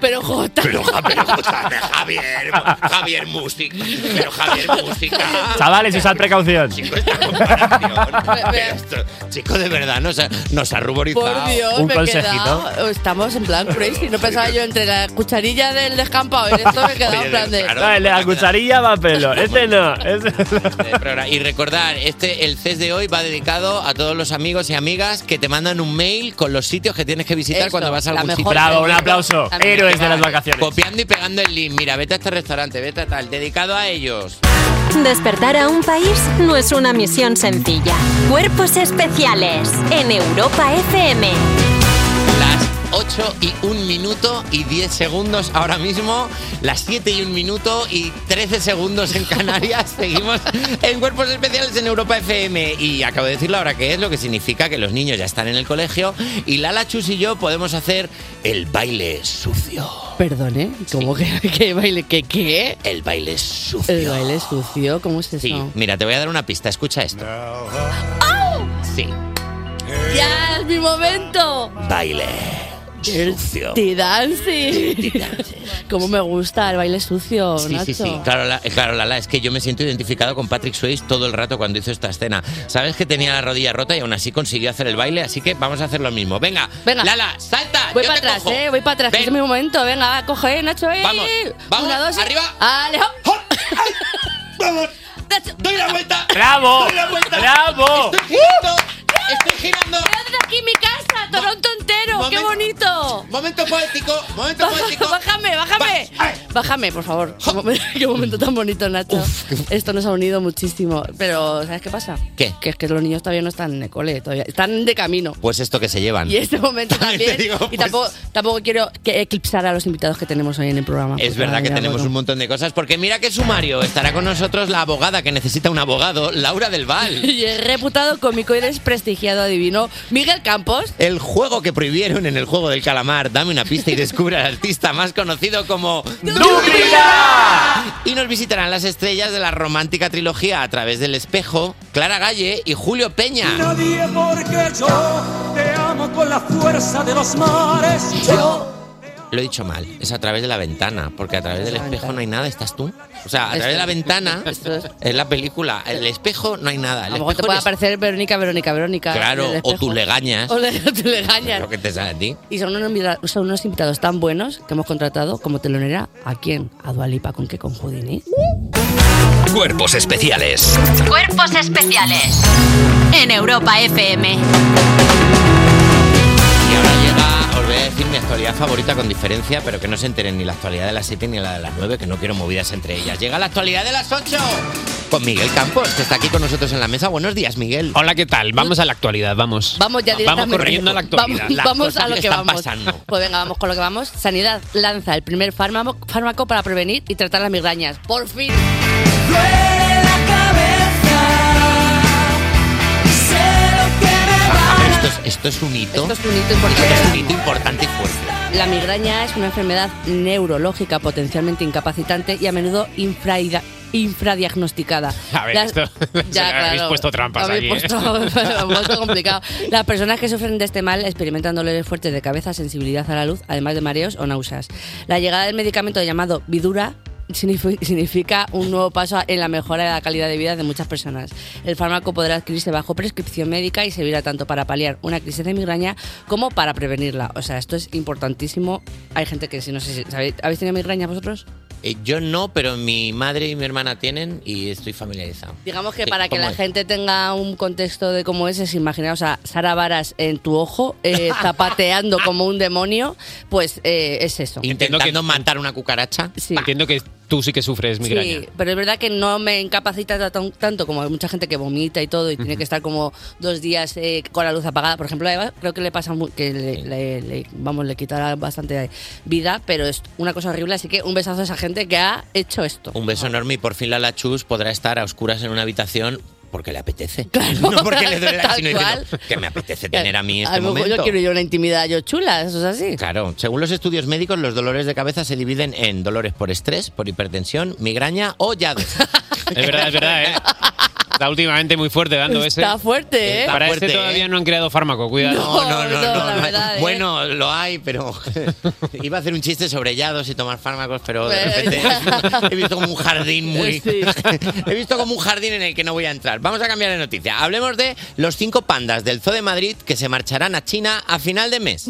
Speaker 14: Pero Jota.
Speaker 3: Pero, Ja- pero, escúchame, Javier, Javier Music, pero Javier Música.
Speaker 5: Chavales, usad precaución.
Speaker 3: Chico, de verdad, nos ha, nos ha ruborizado.
Speaker 4: Por Dios, me he quedado. Estamos en plan crazy. No pensaba yo entre la cucharilla del descampado y esto me he quedado en plan de.
Speaker 5: No, el de la cucharilla va a pelo. Este no. este-
Speaker 3: pues. Este programa. Y recordar, este, el CES de hoy va dedicado a todos los amigos y amigas que te mandan un mail con los sitios que tienes que visitar
Speaker 5: Eso,
Speaker 3: cuando vas a
Speaker 5: la
Speaker 3: algún
Speaker 5: mejor
Speaker 3: sitio.
Speaker 5: Bravo, un aplauso. También. Héroes de las vacaciones.
Speaker 3: Copiando y pegando el link. Mira, vete a este restaurante, vete a tal. Dedicado a ellos.
Speaker 2: Despertar a un país no es una misión sencilla. Cuerpos especiales en Europa FM.
Speaker 3: Las 8 y 1 minuto y 10 segundos ahora mismo. Las 7 y 1 minuto y 13 segundos en Canarias. Seguimos en Cuerpos Especiales en Europa FM. Y acabo de decir la hora que es, lo que significa que los niños ya están en el colegio. Y Lala Chus y yo podemos hacer el baile sucio.
Speaker 4: Perdone, ¿cómo que, que baile? ¿Qué qué?
Speaker 3: El baile sucio.
Speaker 4: El baile sucio, ¿cómo es eso?
Speaker 3: Mira, te voy a dar una pista. Escucha esto. Sí.
Speaker 4: ¡Ya es mi momento!
Speaker 3: Baile sucio.
Speaker 4: Dirty dancing. ¿Cómo me gusta el baile sucio,
Speaker 3: Sí,
Speaker 4: Nacho?
Speaker 3: sí, sí. Claro, la, claro, Lala, es que yo me siento identificado con Patrick Swayze todo el rato cuando hizo esta escena. Sabes que tenía la rodilla rota y aún así consiguió hacer el baile, así que vamos a hacer lo mismo. Venga,
Speaker 4: Venga.
Speaker 3: Lala, salta.
Speaker 4: Voy
Speaker 3: yo
Speaker 4: para
Speaker 3: te
Speaker 4: atrás,
Speaker 3: cojo.
Speaker 4: eh. Voy para atrás. que Es mi momento. Venga, va, coge, Nacho. eh.
Speaker 3: Vamos, vamos,
Speaker 4: Una, dos, y-
Speaker 3: arriba.
Speaker 4: Alejo.
Speaker 3: Doy la vuelta.
Speaker 5: ¡Bravo!
Speaker 3: Doy la vuelta.
Speaker 5: ¡Bravo! ¡Uh!
Speaker 3: Estoy girando. Estoy girando.
Speaker 4: aquí mi casa, Toronto entero. ¡Qué bonito!
Speaker 3: Momento poético. Momento poético.
Speaker 4: Bájame, bájame. Bájame, por favor. Qué momen- Qué momento tan bonito, Nacho. Esto nos ha unido muchísimo. Pero, ¿sabes qué pasa?
Speaker 3: ¿Qué?
Speaker 4: Que es que los niños todavía no están en el cole. Todavía están de camino.
Speaker 3: Pues esto que se llevan.
Speaker 4: Y este momento también.
Speaker 3: digo, pues.
Speaker 4: y tampoco, tampoco quiero que eclipsar a los invitados que tenemos hoy en el programa.
Speaker 3: Es verdad que tenemos un montón de cosas, porque mira que sumario. Estará con nosotros la abogada que necesita un abogado, Laura del Val.
Speaker 4: Y el reputado cómico y desprestigiado adivino Miguel Campos.
Speaker 3: El juego que prohibieron en el juego del calamar. Dame una pista y descubre al artista más conocido como ¡Dúbrila! Y nos visitarán las estrellas de la romántica trilogía a través del espejo, Clara Galle y Julio Peña.
Speaker 9: Nadie porque yo te amo con la fuerza de los mares. Yo.
Speaker 3: Lo he dicho mal, es a través de la ventana, porque a través del espejo no hay nada, ¿estás tú? O sea, a través de la ventana es la película, el espejo no hay nada.
Speaker 4: A
Speaker 3: el
Speaker 4: lo mejor te
Speaker 3: espejo
Speaker 4: puede
Speaker 3: es-
Speaker 4: aparecer Verónica, Verónica, Verónica.
Speaker 3: Claro,
Speaker 4: en el
Speaker 3: o
Speaker 4: espejo.
Speaker 3: tú le gañas,
Speaker 4: O le- tú le engañas.
Speaker 3: lo que te sale a ti.
Speaker 4: Y son unos, invita- son unos invitados tan buenos que hemos contratado como telonera a quién? A Dualipa, ¿con qué? Con Houdini.
Speaker 1: Cuerpos especiales.
Speaker 2: Cuerpos especiales en Europa FM.
Speaker 3: Y ahora llega, os voy a decir mi actualidad favorita con diferencia, pero que no se enteren ni la actualidad de las 7 ni la de las 9, que no quiero movidas entre ellas. Llega la actualidad de las 8 con Miguel Campos, que está aquí con nosotros en la mesa. Buenos días, Miguel.
Speaker 15: Hola, ¿qué tal? Vamos a la actualidad, vamos.
Speaker 4: Vamos ya directamente.
Speaker 15: Vamos corriendo a la actualidad.
Speaker 4: Vamos,
Speaker 15: Las
Speaker 4: vamos
Speaker 15: cosas
Speaker 4: a lo que
Speaker 15: están
Speaker 4: vamos.
Speaker 15: pasando.
Speaker 4: Pues venga, vamos con lo que vamos. Sanidad lanza el primer fármaco, fármaco para prevenir y tratar las migrañas. Por fin.
Speaker 3: Pero esto, es, esto es un hito. Esto
Speaker 4: es un hito importante.
Speaker 3: Es un hito importante y fuerte.
Speaker 4: La migraña es una enfermedad neurológica potencialmente incapacitante y a menudo infraida- infradiagnosticada.
Speaker 15: A ver,
Speaker 4: Las-
Speaker 15: esto,
Speaker 4: Ya,
Speaker 15: habéis
Speaker 4: claro.
Speaker 15: puesto trampas
Speaker 4: Habéis
Speaker 15: aquí. ¿eh?
Speaker 4: puesto- habéis puesto complicado. Las personas que sufren de este mal experimentan dolores fuertes de cabeza, sensibilidad a la luz, además de mareos o náuseas. La llegada del medicamento llamado Vidura signifi- significa un nuevo paso en la mejora de la calidad de vida de muchas personas. El fármaco podrá adquirirse bajo prescripción médica y servirá tanto para paliar una crisis de migraña como para prevenirla. O sea, esto es importantísimo. Hay gente que, si no sé si... ¿sabéis- ¿Habéis tenido migraña vosotros?
Speaker 3: Eh, yo no, pero mi madre y mi hermana tienen y estoy familiarizado.
Speaker 4: Digamos que
Speaker 3: Sí,
Speaker 4: para que
Speaker 3: ¿cómo
Speaker 4: la
Speaker 3: es?
Speaker 4: gente tenga un contexto de cómo es, es imaginar, o sea, Sara Varas en tu ojo, eh, zapateando como un demonio, pues eh, es eso.
Speaker 15: Entiendo que,
Speaker 3: matar una cucaracha.
Speaker 15: Entiendo que tú sí que sufres migraña.
Speaker 4: Sí, pero es verdad que no me incapacita ta- tan- tanto como hay mucha gente que vomita y todo y tiene que estar como dos días eh, con la luz apagada. Por ejemplo, a Eva creo que le pasa mu- que le, le- le- vamos, le quitará bastante vida, pero es una cosa horrible, así que un besazo a esa gente que ha hecho esto.
Speaker 3: Un beso enorme y por fin la Lachus podrá estar a oscuras en una habitación porque le apetece. No porque le duele la
Speaker 4: Tal
Speaker 3: sino diciendo,
Speaker 4: cual.
Speaker 3: que me apetece tener a mí
Speaker 4: A
Speaker 3: este
Speaker 4: lo mejor
Speaker 3: momento.
Speaker 4: yo quiero yo una intimidad yo chula, eso es así.
Speaker 3: Claro, según los estudios médicos, los dolores de cabeza se dividen en dolores por estrés, por hipertensión, migraña o llagas.
Speaker 15: Es verdad, es verdad, ¿eh? Está últimamente muy fuerte dando ese.
Speaker 14: Está fuerte, ¿eh?
Speaker 15: Para este
Speaker 14: Fuerte,
Speaker 15: todavía no han creado fármaco, cuidado.
Speaker 3: No, no, no, no, no, no.
Speaker 14: verdad, ¿eh?
Speaker 3: Bueno, lo hay, pero iba a hacer un chiste sobre yados y tomar fármacos, pero de
Speaker 14: Pero
Speaker 3: repente he visto como un jardín muy
Speaker 14: Sí.
Speaker 3: he visto como un jardín en el que no voy a entrar. Vamos a cambiar de noticia. Hablemos de los cinco pandas del Zoo de Madrid que se marcharán a China a final de mes.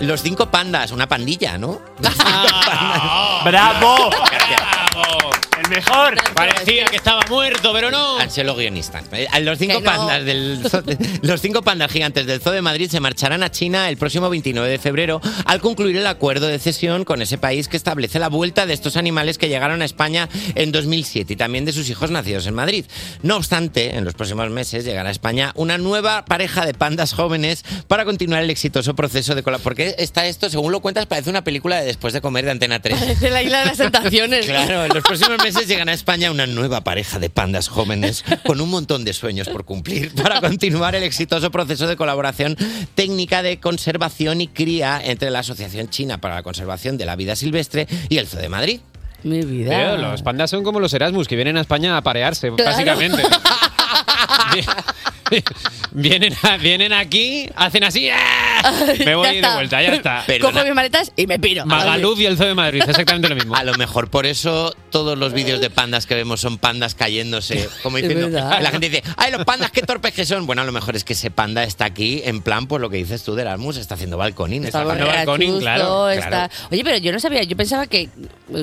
Speaker 3: Los cinco pandas, una pandilla, ¿no?
Speaker 5: ¡Bravo! ¡El mejor!
Speaker 15: Parecía que estaba muerto, pero no.
Speaker 3: Han sido los guionistas. Eh, Los cinco,
Speaker 15: Que no.
Speaker 3: pandas del zoo de- los cinco pandas gigantes del Zoo de Madrid se marcharán a China el próximo 29 de febrero al concluir el acuerdo de cesión con ese país que establece la vuelta de estos animales que llegaron a España en 2007 y también de sus hijos nacidos en Madrid. No obstante, en los próximos meses llegará a España una nueva pareja de pandas jóvenes para continuar el exitoso proceso de colaboración. Porque está esto, según lo cuentas, parece una película de Después de Comer de Antena 3.
Speaker 14: Parece la isla de las tentaciones.
Speaker 3: Claro, en los próximos meses llegan a España una nueva pareja de pandas jóvenes con un montón de sueños por cumplir para continuar el exitoso proceso de colaboración técnica de conservación y cría entre la Asociación China para la Conservación de la Vida Silvestre y el Zoo de Madrid.
Speaker 4: Mi vida.
Speaker 15: Pero los pandas son como los Erasmus, que vienen a España a parearse, básicamente. Vi- vienen, a- vienen aquí, hacen así. ¡ah! Me voy
Speaker 14: Ya
Speaker 15: de
Speaker 14: está.
Speaker 15: vuelta, ya está.
Speaker 14: Cojo mis maletas y me piro.
Speaker 3: y el Zoo de Madrid, exactamente lo mismo. A lo mejor por eso todos los vídeos de pandas que vemos son pandas cayéndose. Como
Speaker 14: Es
Speaker 3: diciendo,
Speaker 14: verdad.
Speaker 3: la gente dice, ¡ay, los pandas, qué torpes que son! Bueno, a lo mejor es que ese panda está aquí, en plan, pues lo que dices tú de Erasmus, está haciendo balconín.
Speaker 4: Está borrachuzo, está- Oye, pero yo no sabía, yo pensaba que, eh,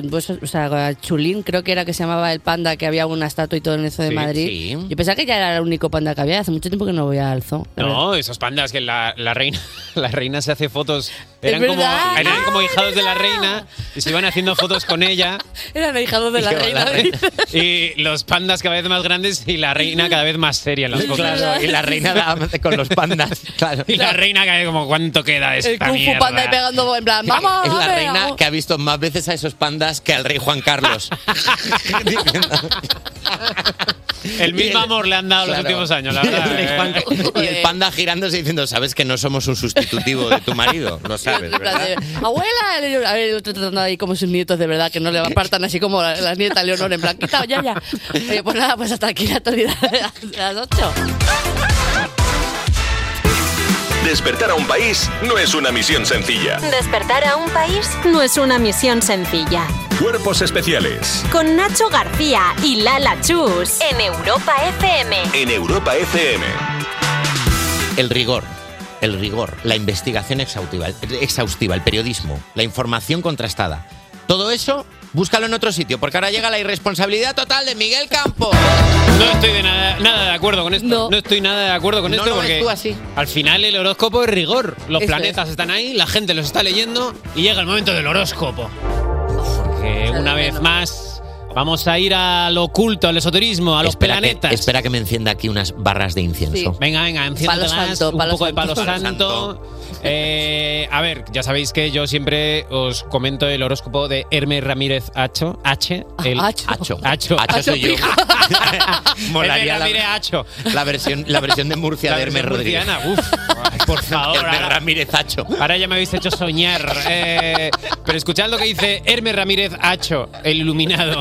Speaker 4: pues, o sea, Chulín creo que era que se llamaba el panda, que había una estatua y todo en el zoo de
Speaker 15: Sí,
Speaker 4: Madrid.
Speaker 15: sí.
Speaker 4: Yo pensaba que ya era el único panda que había, hace mucho tiempo que no voy al zoo. la verdad.
Speaker 15: No, esos pandas que la, la reina la reina se hace fotos. Eran, como,
Speaker 4: verdad.
Speaker 15: eran
Speaker 14: Ah,
Speaker 15: como hijados de la reina y se iban haciendo fotos con ella.
Speaker 4: Eran ahijados de la reina.
Speaker 15: Y los pandas cada vez más grandes y la reina cada vez más seria en las fotos.
Speaker 3: Claro, y la reina da- con los pandas. Claro.
Speaker 15: Y la reina cae como, ¿cuánto queda esta
Speaker 14: El Kung Fu
Speaker 15: mierda?
Speaker 14: Panda ahí pegando en plan, vamos,
Speaker 3: Es la
Speaker 14: vamos,
Speaker 3: reina
Speaker 14: vamos.
Speaker 3: que ha visto más veces a esos pandas que al rey Juan Carlos.
Speaker 15: El mismo amor le han dado los
Speaker 3: Claro.
Speaker 15: últimos años, la verdad.
Speaker 3: El rey Juan-
Speaker 15: eh.
Speaker 3: y el panda girándose diciendo, sabes que no somos un sustitutivo de tu marido, lo sabes,
Speaker 4: En plan
Speaker 3: ¿verdad?
Speaker 4: de, Abuela, le- a ver, yo tratando ahí como sus nietos de verdad que no le apartan así como la, la nieta Leonor en plan, quitado ya, ya. Oye, pues nada, pues hasta aquí la actualidad de las 8.
Speaker 16: Despertar a un país no es una misión sencilla.
Speaker 2: Despertar a un país no es una misión sencilla.
Speaker 16: Cuerpos especiales
Speaker 2: Con Nacho García y Lala Chus en Europa FM.
Speaker 16: en Europa FM.
Speaker 3: El rigor. El rigor, la investigación exhaustiva, exhaustiva, el periodismo, la información contrastada. Todo eso, búscalo en otro sitio, porque ahora llega la irresponsabilidad total de Miguel Campo.
Speaker 15: No estoy de nada, nada de acuerdo con esto. No. estoy nada de acuerdo con
Speaker 3: No
Speaker 15: esto
Speaker 3: lo ves
Speaker 15: porque
Speaker 3: tú así.
Speaker 15: al final el horóscopo es rigor. Los
Speaker 3: Eso
Speaker 15: planetas están ahí, la gente los está leyendo y llega el momento del horóscopo. Porque una vez más vamos a ir al oculto, al esoterismo, a los
Speaker 3: Espera que,
Speaker 15: planetas.
Speaker 3: espera que me encienda aquí unas barras de incienso.
Speaker 15: Sí. Venga, venga, enciéndolas,
Speaker 3: Palo santo,
Speaker 15: un
Speaker 3: palo
Speaker 15: poco de palo
Speaker 3: santo. Palo
Speaker 15: santo. Eh, a ver, ya sabéis que yo siempre os comento el horóscopo de Hermes Ramírez Hacho. H. El
Speaker 3: Ah, Hacho. Hacho.
Speaker 15: Hacho.
Speaker 3: Hacho soy yo.
Speaker 15: Hermes
Speaker 3: Molaría la,
Speaker 15: Ramírez Hacho.
Speaker 3: la versión, la versión de Murcia
Speaker 15: La
Speaker 3: de Hermes
Speaker 15: versión
Speaker 3: Rodríguez.
Speaker 15: murciana, uf. Ay, por favor. ahora-
Speaker 3: Ramírez Hacho.
Speaker 15: Ahora ya me habéis hecho soñar. Eh, pero escuchad lo que dice Hermes Ramírez Hacho, el iluminado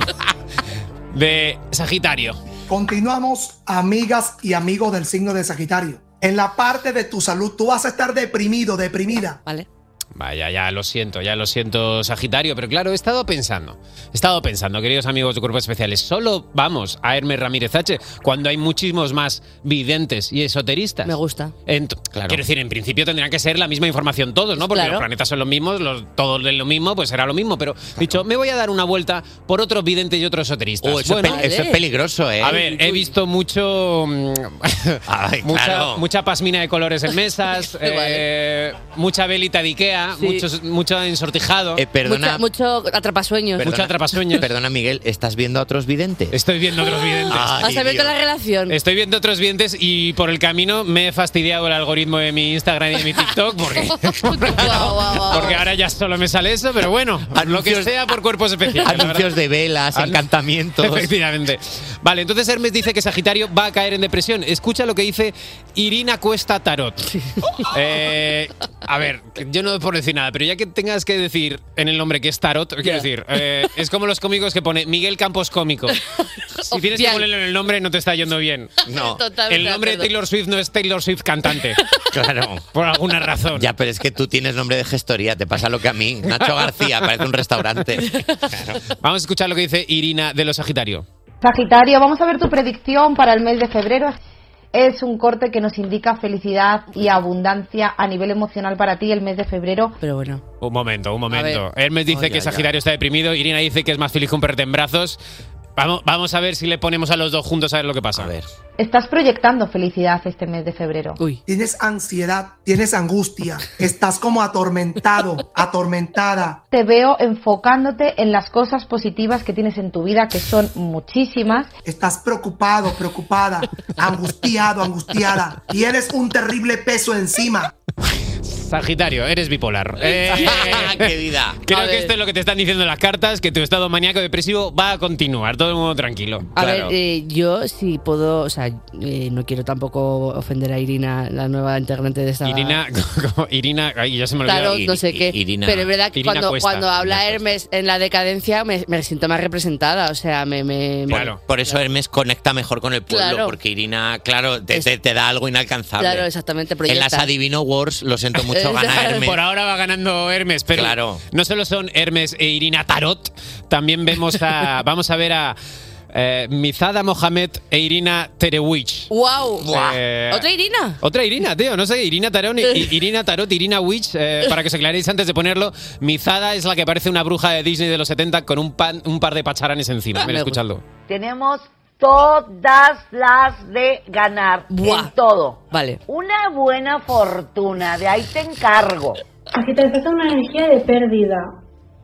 Speaker 15: de Sagitario.
Speaker 17: Continuamos, amigas y amigos del signo de Sagitario. En la parte de tu salud, tú vas a estar deprimido, deprimida.
Speaker 4: Vale.
Speaker 15: Vaya, ya lo siento, ya lo siento, Sagitario, pero claro, he estado pensando, he estado pensando, queridos amigos de Cuerpos Especiales, solo vamos a Hermes Ramírez H cuando hay muchísimos más videntes y esoteristas. Me
Speaker 4: gusta.
Speaker 15: Quiero decir, en principio tendrían que ser la misma información todos, ¿no? Porque
Speaker 4: Claro.
Speaker 15: los planetas son los mismos, los, todos es lo mismo, pues será lo mismo, pero dicho, me voy a dar una vuelta por otros videntes y otros esoteristas.
Speaker 3: Oh, eso es
Speaker 15: Bueno,
Speaker 3: pe- eso es peligroso, ¿eh?
Speaker 15: A ver, he visto mucho... mm, mucha,
Speaker 3: claro.
Speaker 15: mucha pasmina de colores en mesas, eh, mucha velita de Ikea,
Speaker 4: Sí.
Speaker 15: muchos- mucho ensortijado.
Speaker 3: Eh, perdona.
Speaker 4: Mucho, mucho atrapasueños.
Speaker 3: Perdona- Perdona, Miguel, ¿estás viendo a otros videntes?
Speaker 15: Estoy viendo a otros videntes.
Speaker 4: Has abierto la relación.
Speaker 15: Estoy viendo otros dientes y por el camino me he fastidiado el algoritmo de mi Instagram y de mi TikTok porque, porque ahora ya solo me sale eso, pero bueno, lo que sea por cuerpos especiales. la verdad.
Speaker 3: Anuncios de velas,
Speaker 15: An-
Speaker 3: encantamientos.
Speaker 15: Efectivamente. Vale, entonces Hermes dice que Sagitario va a caer en depresión. Escucha lo que dice Irina Cuesta Tarot. Eh, a ver, yo no puedo decir nada, pero ya que tengas que decir en el nombre que es Tarot, quiero decir, eh, es como los cómicos que pone Miguel Campos Cómico. Si tienes que
Speaker 14: Oficial.
Speaker 15: ponerle en el nombre, no te está yendo bien.
Speaker 14: No. Totalmente
Speaker 15: El nombre de
Speaker 14: de acuerdo.
Speaker 15: Taylor Swift no es Taylor Swift cantante.
Speaker 3: Claro.
Speaker 15: Por alguna razón.
Speaker 3: Ya, pero es que tú tienes nombre de gestoría, te pasa lo que a mí. Nacho García, parece un restaurante.
Speaker 15: Vamos a escuchar lo que dice Irina de los Sagitario.
Speaker 18: Sagitario, vamos a ver tu predicción para el mes de febrero. Es un corte que nos indica felicidad y abundancia a nivel emocional para ti el mes de febrero.
Speaker 4: Pero bueno.
Speaker 15: Un momento, un momento.
Speaker 18: A ver.
Speaker 15: Hermes dice
Speaker 18: Ay,
Speaker 15: que
Speaker 18: ay,
Speaker 15: Sagitario está deprimido, Irina dice que es más feliz que un perrete en brazos. Vamos, vamos a ver si le ponemos a los dos juntos a ver lo que pasa. A ver.
Speaker 18: Estás proyectando felicidad este mes de febrero.
Speaker 17: Tienes ansiedad, tienes angustia, estás como atormentado, atormentada.
Speaker 18: Te veo enfocándote en las cosas positivas que tienes en tu vida, que son muchísimas.
Speaker 17: Estás preocupado, preocupada, angustiado, angustiada. Tienes un terrible peso encima.
Speaker 15: Sagitario, eres bipolar. Eh,
Speaker 3: ¡Qué vida!
Speaker 15: Creo
Speaker 17: A
Speaker 15: que
Speaker 17: ver.
Speaker 15: esto es lo que te están diciendo las cartas, que tu estado maníaco depresivo va a continuar, todo el mundo tranquilo.
Speaker 4: A
Speaker 15: Claro.
Speaker 4: ver, eh, yo si puedo, o sea, eh, no quiero tampoco ofender a Irina, la nueva integrante de esta...
Speaker 15: Irina, como- Irina, ay, ya se me olvidó.
Speaker 4: Tarot, no sé qué. pero es verdad que
Speaker 15: Irina
Speaker 4: cuando,
Speaker 15: Cuesta.
Speaker 4: cuando habla Hermes en la decadencia me, me siento más representada, o sea, me... me- me-
Speaker 3: Por, por eso Hermes conecta mejor con el pueblo,
Speaker 4: Claro.
Speaker 3: porque Irina, claro, te, te- te da algo inalcanzable.
Speaker 4: Claro, exactamente,
Speaker 3: en las
Speaker 4: proyecta.
Speaker 3: Adivino Wars lo siento mucho, gana Hermes.
Speaker 15: Por ahora va ganando Hermes, pero no solo son Hermes e Irina Tarot, también vemos a, vamos a ver a eh, Mizada Mohamed e Irina Terewich.
Speaker 4: ¡Wow!
Speaker 15: Buah.
Speaker 4: Eh, ¿Otra Irina?
Speaker 15: Otra Irina, tío, no sé, Irina Tarot, Irina Tarot, Irina Witch, eh, para que os aclaréis antes de ponerlo, Mizada es la que parece una bruja de Disney de los 70 con un, pan- un par de pacharanes encima. Mira, escuchadlo.
Speaker 19: Tenemos todas las de ganar en todo.
Speaker 4: Vale.
Speaker 19: Una buena fortuna, de ahí te encargo.
Speaker 20: Aquí te empieza una energía de pérdida.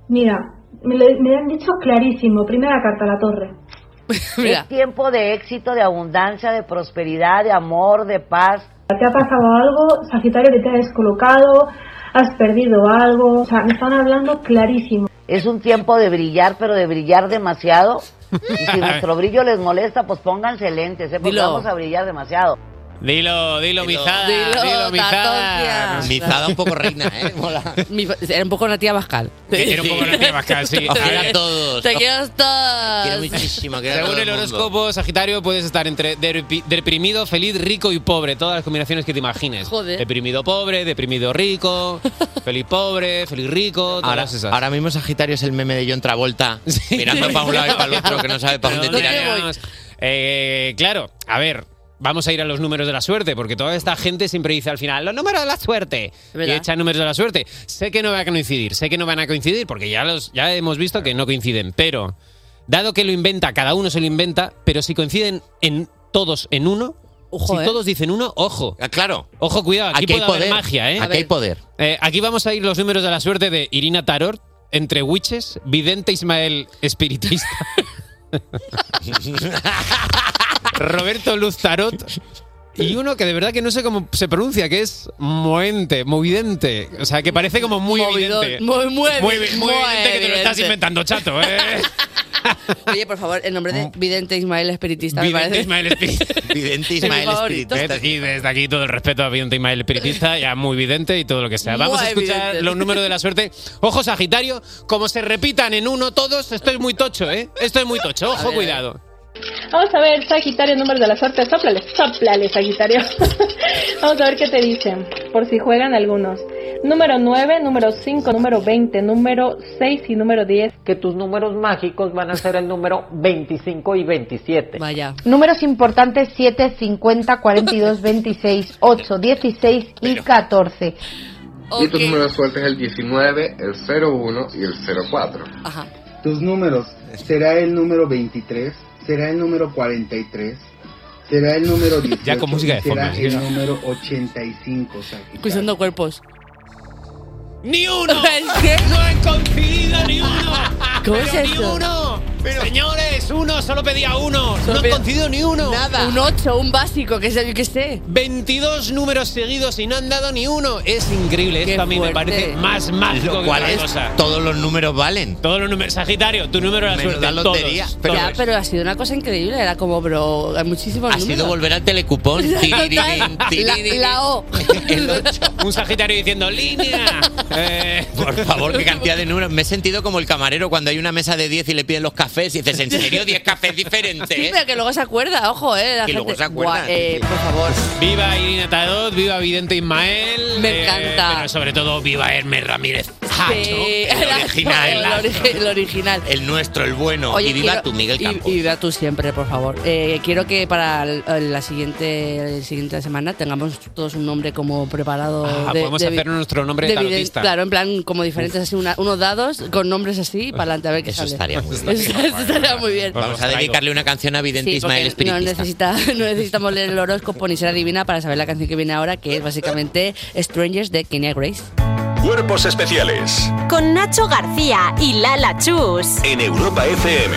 Speaker 20: Mira, me lo, me lo han dicho clarísimo. Primera carta, la torre.
Speaker 19: Es tiempo de éxito, de abundancia, de prosperidad, de amor, de paz.
Speaker 20: ¿Te ha pasado algo, Sagitario, que te ha descolocado? ¿Has perdido algo? O sea, me están hablando clarísimo.
Speaker 19: Es un tiempo de brillar, pero de brillar demasiado. Y si nuestro brillo les molesta, pues pónganse lentes, ¿eh? porque
Speaker 15: Dilo.
Speaker 19: vamos a brillar demasiado.
Speaker 15: Dilo, dilo, Mizada,
Speaker 4: Dilo,
Speaker 15: dilo, Mizada.
Speaker 4: Tartoncia. Mizada un poco
Speaker 3: reina, ¿eh?
Speaker 4: Mi- era un poco una tía Bascal.
Speaker 15: Era un poco la que más casi.
Speaker 4: Te-
Speaker 15: A ver.
Speaker 4: Te quiero todas.
Speaker 15: Según el horóscopo, Sagitario, puedes estar entre derpi- deprimido, feliz, rico y pobre. Todas las combinaciones que te imagines.
Speaker 4: Joder.
Speaker 15: Deprimido, pobre, deprimido, rico, feliz, pobre, feliz, rico. Todas
Speaker 3: Ahora,
Speaker 15: esas.
Speaker 3: ahora mismo Sagitario es el meme de John Travolta, mirando para un lado y para el otro, que no sabe para dónde tirar.
Speaker 15: Eh, claro, a ver. Vamos a ir a los números de la suerte, porque toda esta gente siempre dice al final, los números de la suerte. Y
Speaker 4: verdad.
Speaker 15: echa números de la suerte. Sé que no va a coincidir, sé que no van a coincidir, porque ya, los, ya hemos visto que no coinciden. Pero, dado que lo inventa, cada uno se lo inventa, pero si coinciden en todos en uno, si
Speaker 3: ¿eh?
Speaker 15: todos dicen uno, ojo.
Speaker 3: Ah, Claro.
Speaker 15: Ojo, cuidado, aquí,
Speaker 3: Aquí hay
Speaker 15: puede haber
Speaker 3: poder.
Speaker 15: magia, ¿eh?
Speaker 3: Aquí hay poder.
Speaker 15: Eh, aquí vamos a ir los números de la suerte de Irina Tarot, entre witches, vidente Ismael espiritista. Roberto Luz Tarot. Y uno que de verdad que no sé cómo se pronuncia, que es moente, movidente. O sea, que parece como muy
Speaker 4: Movidor,
Speaker 15: evidente.
Speaker 4: muy- muy evi-
Speaker 15: evi- muy
Speaker 4: muy
Speaker 15: evidente que te lo estás
Speaker 4: evidente.
Speaker 15: inventando, chato, ¿eh?
Speaker 4: Oye, por favor, el nombre de Vidente Ismael Espiritista me
Speaker 15: Vidente
Speaker 4: parece.
Speaker 15: Ismael Espiritista.
Speaker 3: Vidente
Speaker 4: Ismael Mi favorito. Espiritista.
Speaker 15: Y desde aquí todo el respeto a Vidente Ismael Espiritista, ya muy vidente y todo lo que sea. Vamos
Speaker 4: Muy
Speaker 15: a escuchar
Speaker 4: evidente.
Speaker 15: los números de la suerte. Ojo, Sagitario, como se repitan en uno todos, esto es muy tocho, ¿eh? Esto es muy tocho,
Speaker 20: A
Speaker 15: ojo,
Speaker 20: ver, a
Speaker 15: cuidado.
Speaker 20: Vamos a ver, Sagitario, número de la suerte. Sóplale, sóplale, Sagitario. Vamos a ver qué te dicen, por si juegan algunos. Número 9, número 5, número 20, número 6 y número 10.
Speaker 21: que tus números mágicos van a ser el número 25 y 27.
Speaker 4: Vaya.
Speaker 18: Números importantes 7, 50, 42, 26, 8, 16 y 14.
Speaker 22: Y tus números de suerte es el 19, el 01 y el 04.
Speaker 23: Tus números. Será el número 23, será el número 43, será el número 18
Speaker 15: Ya con música de
Speaker 23: y será
Speaker 15: fondo, sí.
Speaker 23: el número 85, Sagitario.
Speaker 4: Cruzando cuerpos.
Speaker 15: ¡Ni uno! ¡No han coincidido ni uno! Pero
Speaker 4: ¿Cómo es
Speaker 15: ¡Ni
Speaker 4: eso?
Speaker 15: uno! Señores, uno, solo pedía uno.
Speaker 14: Solo
Speaker 15: no han
Speaker 14: pedía-
Speaker 15: concedido ni uno.
Speaker 14: Nada. Un
Speaker 15: 8, un básico, que sé yo que sé. 22 números seguidos y no han dado ni uno. Es increíble. Esto a mí me
Speaker 3: fuerte.
Speaker 15: parece más mágico
Speaker 3: Lo
Speaker 15: que
Speaker 3: cual
Speaker 15: otra
Speaker 3: es,
Speaker 15: cosa.
Speaker 3: todos los números valen.
Speaker 15: Todos los números. Sagitario, tu número era la
Speaker 3: Menuda
Speaker 15: suerte.
Speaker 3: lotería.
Speaker 15: Todos,
Speaker 4: ya,
Speaker 15: todos.
Speaker 4: pero ha sido una cosa increíble. Era como, bro, hay muchísimos
Speaker 3: Ha
Speaker 4: números.
Speaker 3: sido volver al telecupón. Tirirín, tirirín.
Speaker 4: O.
Speaker 15: Un Sagitario diciendo línea. Eh,
Speaker 3: Por favor, qué cantidad de números. Me he sentido como el camarero cuando hay una mesa de 10 y le piden los cafés y dices, ¿en serio 10 cafés diferentes?
Speaker 4: Sí, pero que luego se acuerda, ojo, eh. La
Speaker 3: Que luego
Speaker 4: gente-
Speaker 3: se acuerda.
Speaker 4: Buah, eh, por favor.
Speaker 15: Viva Irina Tadot, viva Vidente Ismael.
Speaker 4: Me
Speaker 15: eh,
Speaker 4: encanta.
Speaker 15: pero sobre todo, viva Hermes Ramírez.
Speaker 4: Sí.
Speaker 3: El original.
Speaker 4: El
Speaker 15: Ah,
Speaker 4: origi- el original.
Speaker 3: El nuestro, el bueno.
Speaker 4: Oye,
Speaker 3: y viva
Speaker 4: quiero-
Speaker 3: tú, Miguel
Speaker 4: y-
Speaker 3: Campos.
Speaker 4: Y, viva tú siempre, por favor. Eh, quiero que para el- el- la siguiente, el siguiente semana tengamos todos un nombre como preparado.
Speaker 15: Ah,
Speaker 4: de-
Speaker 15: podemos
Speaker 4: de-
Speaker 15: hacer nuestro nombre
Speaker 4: viden-
Speaker 15: tarotista.
Speaker 4: Claro, en plan como diferentes, así una- unos dados con nombres así para adelante a ver qué
Speaker 3: Eso
Speaker 4: sale.
Speaker 3: estaría muy bien.
Speaker 4: Eso estaría muy bien.
Speaker 3: Vamos a dedicarle una canción a Vidente
Speaker 4: Sí,
Speaker 3: Ismael
Speaker 4: porque no,
Speaker 3: Espiritista.
Speaker 4: necesita, no necesitamos leer el horóscopo ni ser adivina para saber la canción que viene ahora, que es básicamente Strangers de Kenya Grace.
Speaker 16: Cuerpos especiales
Speaker 2: Con Nacho García y Lala Chus.
Speaker 16: en Europa FM.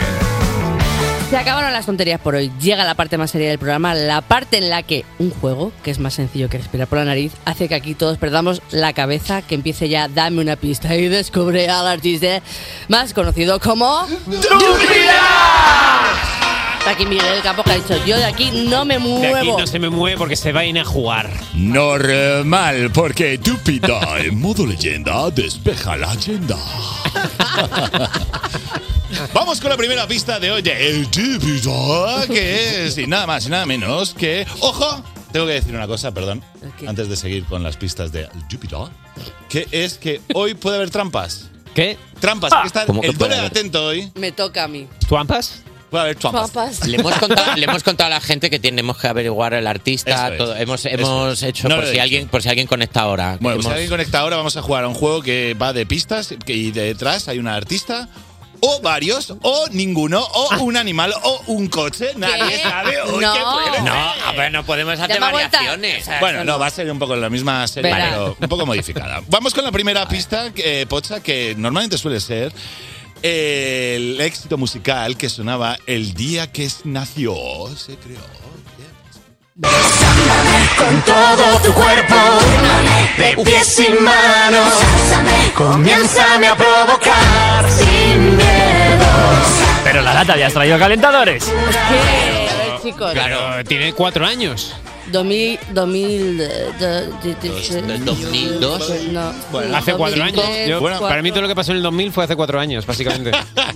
Speaker 4: Se acabaron las tonterías por hoy. Llega la parte más seria del programa, la parte en la que un juego, que es más sencillo que respirar por la nariz, hace que aquí todos perdamos la cabeza, que empiece ya Dame una pista y descubre al artista más conocido como... ¡Ah! Está aquí Miguel Campo que ha dicho, yo de aquí no me
Speaker 15: De aquí
Speaker 4: muevo.
Speaker 15: no se me mueve porque se va a ir a jugar.
Speaker 12: Normal, porque Dúpida en modo leyenda despeja la agenda. Vamos con la primera pista de hoy. de El Dúpida, que es, y nada más y nada menos que. ¡Ojo! Tengo que decir una cosa, perdón, antes de seguir con las pistas de El Dúpida, que es que hoy puede haber trampas.
Speaker 15: ¿Qué?
Speaker 12: Trampas.
Speaker 15: Ah.
Speaker 12: que está
Speaker 15: ¿Cómo que
Speaker 12: el
Speaker 15: puede
Speaker 12: doble
Speaker 15: haber?
Speaker 12: atento hoy.
Speaker 4: Me toca a mí.
Speaker 15: ¿Tuampas?
Speaker 12: Puede haber trampas.
Speaker 4: Papas.
Speaker 3: Le hemos, contado, le hemos contado a la gente que tenemos que averiguar el artista.
Speaker 12: Eso es.
Speaker 3: todo. Hemos,
Speaker 12: Eso
Speaker 3: hemos
Speaker 12: es.
Speaker 3: hecho,
Speaker 12: No lo
Speaker 3: por,
Speaker 12: he
Speaker 3: si
Speaker 12: dicho.
Speaker 3: alguien, por si alguien conecta ahora.
Speaker 12: Bueno, pues
Speaker 3: Hemos-
Speaker 12: si alguien conecta ahora, vamos a jugar a un juego que va de pistas que- y detrás hay una artista. O varios, o ninguno,
Speaker 3: Ah.
Speaker 12: o un animal, o un coche. Nadie
Speaker 3: ¿Qué?
Speaker 12: sabe hoy
Speaker 3: No.
Speaker 12: qué
Speaker 9: pues, ¿eh?
Speaker 12: puede
Speaker 3: No,
Speaker 12: ser.
Speaker 3: a ver, no podemos hacer
Speaker 12: Llama a vuelta.
Speaker 3: variaciones.
Speaker 12: Bueno, no, va a ser un poco la misma serie,
Speaker 3: Verá.
Speaker 12: pero un poco modificada. Vamos con la primera pista, eh, Pocha, que normalmente suele ser el éxito musical que sonaba el día que nació, se creó.
Speaker 9: Con todo tu cuerpo, de pies y manos, comiénzame a provocar sin miedo.
Speaker 5: Pero la lata, habías traído calentadores.
Speaker 4: Eh, a ver, chicos.
Speaker 15: Claro, tiene cuatro años.
Speaker 4: 2000, 2000, eh, de- de- de- de-
Speaker 3: 2002.
Speaker 4: No.
Speaker 15: hace cuatro años.
Speaker 4: 2003,
Speaker 15: Yo- bueno,
Speaker 4: cuatro.
Speaker 15: para mí todo lo que pasó en el 2000 fue hace cuatro años, básicamente.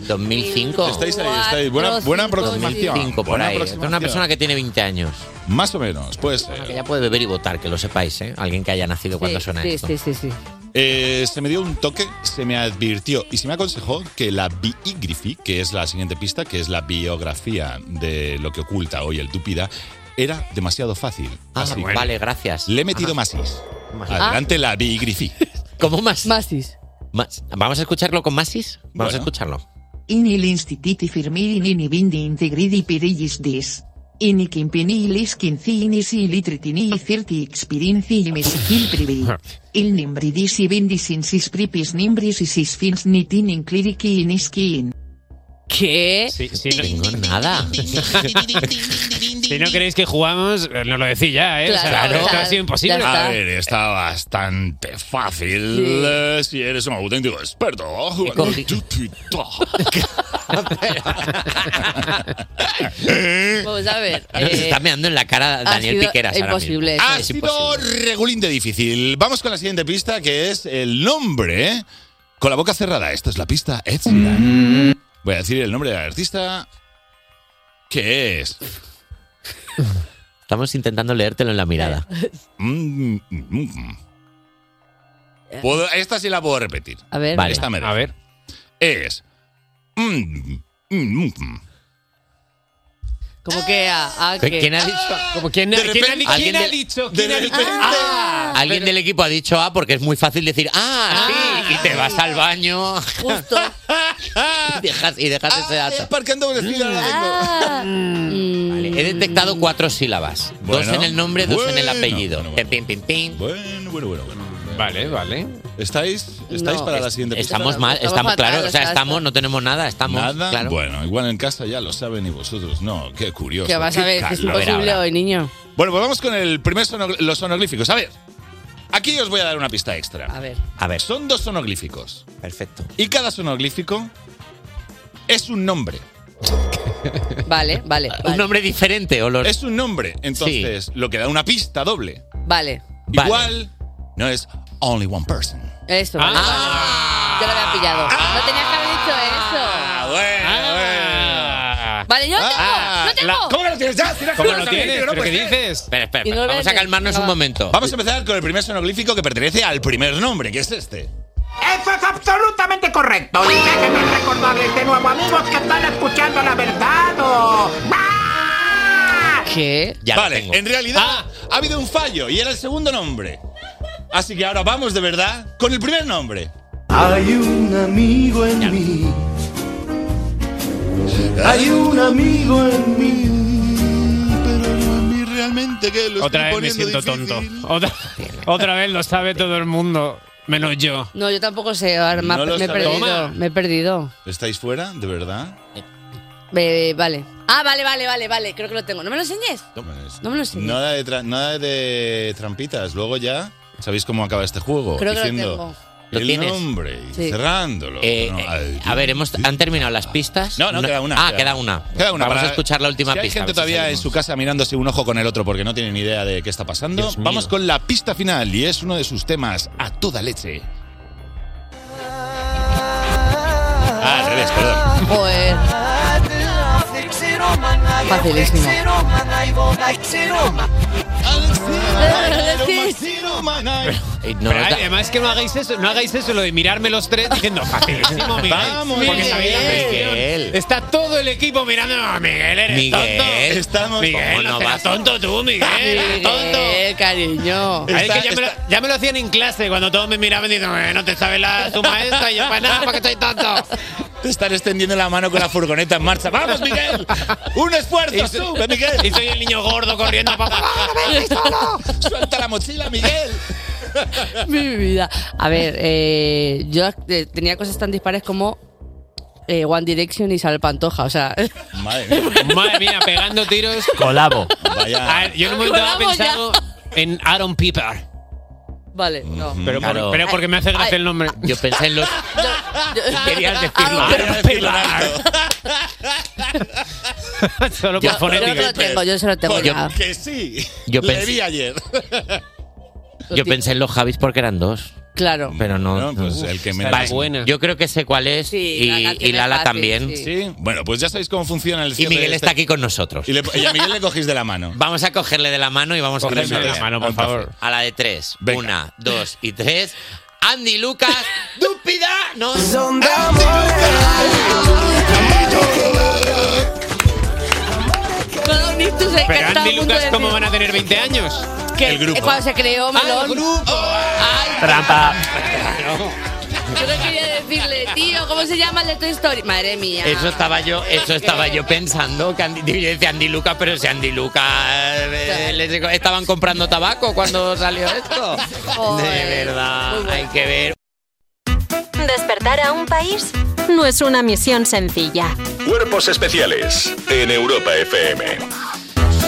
Speaker 3: 2005.
Speaker 12: Estáis ahí, estáis. Buena, buena aproximación.
Speaker 3: 2005, por
Speaker 12: Buena
Speaker 3: ahí. Es una
Speaker 12: aproximación.
Speaker 3: persona que tiene 20 años.
Speaker 12: Más o menos, pues.
Speaker 3: Que ya puede beber y votar, que lo sepáis, ¿eh? Alguien que haya nacido cuando suena
Speaker 4: Sí,
Speaker 3: esto.
Speaker 4: sí, sí, sí.
Speaker 12: Eh, se me dio un toque, se me advirtió y se me aconsejó que la biígrafi, que es la siguiente pista, que es la biografía de lo que oculta hoy el Dúpida, era demasiado fácil.
Speaker 3: Ah, bueno. vale, gracias.
Speaker 12: Le he metido
Speaker 3: Ah.
Speaker 12: masis.
Speaker 3: Masis.
Speaker 12: Adelante la biígrafi.
Speaker 3: ¿Cómo más?
Speaker 4: Masis.
Speaker 3: Mas- ¿Vamos a escucharlo con Masis? Vamos a escucharlo.
Speaker 6: Ini l'instititi firmiri nini bindi integridi pirillis dis. Ini quimpini ilis quincinis ili tritini cirti expirinci y mesicil privi. Il nimbridis y bindis insis pripis nimbris y sis fins nitin inclirici inisquin.
Speaker 4: ¿Qué?
Speaker 15: no
Speaker 3: tengo nada.
Speaker 15: si no queréis que jugamos, eh, nos lo decís ya, ¿eh? O sea,
Speaker 12: Claro.
Speaker 15: esto ha sido imposible.
Speaker 12: A ver, está bastante fácil
Speaker 15: Sí.
Speaker 12: eh, si eres un auténtico experto. jugando al Dúpida.
Speaker 4: Vamos a ver.
Speaker 12: Ah,
Speaker 3: Nos
Speaker 4: eh,
Speaker 3: Ah, está meando en la cara
Speaker 4: ha
Speaker 3: Daniel
Speaker 4: sido
Speaker 3: Piqueras. ahora mismo.
Speaker 4: imposible, eso
Speaker 12: Ha
Speaker 4: es
Speaker 12: sido regulín de difícil. Vamos con la siguiente pista, que es el nombre. Con la boca cerrada, esta es la pista Ed Sheeran. Voy a decir el nombre del artista. ¿Qué es?
Speaker 3: Estamos intentando leértelo en la mirada.
Speaker 12: Mm, mm, mm. Puedo- esta sí la puedo repetir.
Speaker 4: A ver.
Speaker 3: Vale.
Speaker 12: Esta a ver. Es. mm, mm, mm, mm.
Speaker 4: Como que a, a Ah, que-
Speaker 3: ¿Quién ha dicho?
Speaker 15: ¿Quién, ha- quién
Speaker 3: De
Speaker 15: ha-
Speaker 3: repente-
Speaker 15: quién
Speaker 3: alguien
Speaker 15: ha
Speaker 3: del-
Speaker 15: dicho?
Speaker 3: de
Speaker 15: ¿Quién ha dicho?
Speaker 3: repente-
Speaker 15: Ah,
Speaker 3: Alguien del equipo ha dicho ah porque es muy fácil decir ah, sí, y te vas al baño.
Speaker 4: Justo.
Speaker 3: y dejas, y dejas ese dato.
Speaker 12: Aparcando Ah.
Speaker 3: Vale, He detectado cuatro sílabas. dos
Speaker 12: Bueno.
Speaker 3: en el nombre, dos en el
Speaker 12: Bueno,
Speaker 3: apellido. Pim, pim, pim, pim.
Speaker 12: Bueno, bueno, bueno. bueno.
Speaker 15: Vale, vale.
Speaker 12: ¿Estáis, estáis para la siguiente pista?
Speaker 3: Estamos mal, estamos, claro, o sea, estamos, no tenemos nada, estamos.
Speaker 12: Nada.
Speaker 3: claro.
Speaker 12: Bueno, igual en casa ya lo saben y vosotros no. Qué curioso.
Speaker 4: Que vas a
Speaker 12: qué
Speaker 4: ver, que es
Speaker 12: calor.
Speaker 4: imposible hoy, niño.
Speaker 12: Bueno, pues vamos con el primer sono- los sonoglíficos. A ver, aquí os voy a dar una pista extra. A
Speaker 4: ver.
Speaker 3: A ver.
Speaker 12: Son dos sonoglíficos.
Speaker 3: Perfecto.
Speaker 12: Y cada sonoglífico es un nombre.
Speaker 4: Vale, vale,
Speaker 3: Un nombre diferente, olor.
Speaker 12: Es un nombre. Entonces, lo que da una pista doble.
Speaker 4: vale.
Speaker 12: Igual no es only one person.
Speaker 4: Eso, vale, vale. Yo lo había pillado. No tenías que haber dicho eso.
Speaker 12: Ah, bueno,
Speaker 3: Ah.
Speaker 12: bueno.
Speaker 4: Vale, yo lo tengo, lo tengo.
Speaker 12: ¿Cómo que lo tienes ya? Si no has
Speaker 3: ¿Cómo
Speaker 12: jugado al
Speaker 3: lo tienes?
Speaker 12: vídeo, no
Speaker 3: ¿Pero qué
Speaker 12: puede ser.
Speaker 3: dices? Espera, espera, espera. Vamos a calmarnos un momento.
Speaker 12: pues Vamos a empezar con el primer sonoglífico que pertenece al primer nombre, que es este.
Speaker 7: Eso es absolutamente correcto. Y déjenme recordarles de este nuevo, amigos, que están escuchando la verdad o...
Speaker 4: ¿Qué?
Speaker 12: vale, en realidad
Speaker 3: Ah.
Speaker 12: ha habido un fallo y era el segundo nombre. Así que ahora vamos de verdad con el primer nombre.
Speaker 9: Hay un amigo en mí. Hay un amigo en mí.
Speaker 12: Realmente que lo
Speaker 15: Otra vez me siento tonto. Otra, otra vez lo sabe todo el mundo, menos yo.
Speaker 4: No, yo tampoco sé. ahora me, ha-
Speaker 12: No lo
Speaker 4: me he
Speaker 12: sabes.
Speaker 4: perdido.
Speaker 12: Toma.
Speaker 4: Me he perdido.
Speaker 12: ¿Estáis fuera? ¿De verdad?
Speaker 4: Ve- vale. Ah, vale, vale, vale, vale. Creo que lo tengo. ¿No me lo enseñes? No me lo enseñes.
Speaker 12: Nada de, tra- nada de trampitas. Luego ya sabéis cómo acaba este juego.
Speaker 4: Creo que lo
Speaker 12: diciendo
Speaker 4: tengo.
Speaker 3: ¿Lo
Speaker 12: el
Speaker 3: tienes?
Speaker 12: nombre y
Speaker 3: Sí.
Speaker 12: cerrándolo.
Speaker 3: Eh,
Speaker 12: No,
Speaker 3: eh,
Speaker 12: al-
Speaker 3: a ver, hemos, ¿han terminado las pistas?
Speaker 12: No, no, queda una.
Speaker 3: Ah, queda una.
Speaker 12: Queda una
Speaker 3: Vamos
Speaker 12: para-
Speaker 3: a escuchar la última
Speaker 12: si
Speaker 3: pista.
Speaker 12: Hay gente
Speaker 3: a ver si
Speaker 12: todavía en
Speaker 3: salimos.
Speaker 12: su casa mirándose un ojo con el otro porque no tienen idea de qué está pasando.
Speaker 3: Dios mío.
Speaker 12: Vamos con la pista final y es uno de sus temas a toda leche. Ah, al revés, perdón.
Speaker 4: Joder.
Speaker 9: Facilísimo.
Speaker 3: Eh,
Speaker 15: Pero,
Speaker 3: no,
Speaker 15: además que no hagáis eso, no hagáis eso, lo de mirarme los tres diciendo facilísimo, Miguel.
Speaker 12: Vamos,
Speaker 15: porque
Speaker 12: Miguel.
Speaker 15: sabéis la presión.
Speaker 12: Miguel.
Speaker 15: Está todo el equipo mirando a Miguel, eres
Speaker 12: Miguel,
Speaker 15: tonto.
Speaker 12: estamos- ¿Cómo
Speaker 15: Miguel,
Speaker 12: no
Speaker 15: no
Speaker 12: vas?
Speaker 15: serás tonto tú, Miguel. tonto.
Speaker 4: Miguel, cariño.
Speaker 15: Ay,
Speaker 4: Está-
Speaker 15: que ya, me lo, ya me lo hacían en clase cuando todos me miraban diciendo, "Eh, no te sabes la suma esta y yo, para nada, porque estoy tonto.
Speaker 12: Te están extendiendo la mano con la furgoneta en marcha. ¡Vamos, Miguel! ¡Un esfuerzo! ¡Sube, Miguel!
Speaker 15: Y soy el niño gordo corriendo para papá.
Speaker 12: ¡Suelta la mochila, Miguel!
Speaker 4: Mi vida. A ver, eh, yo eh, tenía cosas tan dispares como eh, One Direction y Sal Pantoja. O sea,
Speaker 12: Madre
Speaker 15: mía. Madre mía, pegando tiros.
Speaker 5: Colabo.
Speaker 12: Vaya.
Speaker 15: A ver, yo en un momento dado he
Speaker 4: Colabo ya.
Speaker 15: pensado en Aaron Piper.
Speaker 4: vale, no.
Speaker 15: Pero, por-
Speaker 3: Claro.
Speaker 15: pero porque me hace gracia
Speaker 4: Ay.
Speaker 15: el nombre.
Speaker 3: Yo pensé en los. Querías decirlo.
Speaker 15: Solo
Speaker 4: Yo- yo se lo
Speaker 15: pues.
Speaker 4: tengo, yo se lo tengo
Speaker 3: Yo,
Speaker 4: ya.
Speaker 12: Que sí.
Speaker 3: Yo
Speaker 12: Le
Speaker 3: pensé-
Speaker 12: vi ayer.
Speaker 3: yo pensé en los Javis porque eran dos.
Speaker 4: Claro.
Speaker 3: Pero no.
Speaker 12: No, pues el que me
Speaker 3: Vale, Yo creo que sé cuál es. y, y Lala también.
Speaker 12: Sí. Bueno, pues ya sabéis cómo funciona el
Speaker 3: Y
Speaker 12: cierre
Speaker 3: Miguel
Speaker 12: de este-
Speaker 3: está aquí con nosotros.
Speaker 12: Y, le- y a Miguel le cogís de la mano.
Speaker 3: Vamos a cogerle de la mano y vamos
Speaker 12: Cogerme
Speaker 3: a hacer
Speaker 12: de la
Speaker 3: una-
Speaker 12: mano, por
Speaker 3: un café.
Speaker 12: favor.
Speaker 3: A la de tres. Una, dos y tres. Andy Lucas, dúpida, no. Ah, Son
Speaker 4: Con un ictus ahí que
Speaker 15: Pero
Speaker 4: estaba a
Speaker 15: Andy y
Speaker 4: punto de
Speaker 15: Lucas, ¿cómo
Speaker 4: decir-
Speaker 15: van a tener 20 años?
Speaker 4: que Cuando se
Speaker 15: Ah,
Speaker 4: creó Melón.
Speaker 5: Trampa.
Speaker 4: Yo le quería decirle, tío, ¿cómo se llama el de Toy Story? Madre mía.
Speaker 3: Eso estaba yo, eso estaba yo pensando que Andy, yo decía Andy Lucas, pero si Andy Lucas eh, les digo, estaban comprando tabaco cuando salió esto. De verdad, hay que ver.
Speaker 2: Despertar a un país no es una misión sencilla.
Speaker 16: Cuerpos especiales en Europa FM.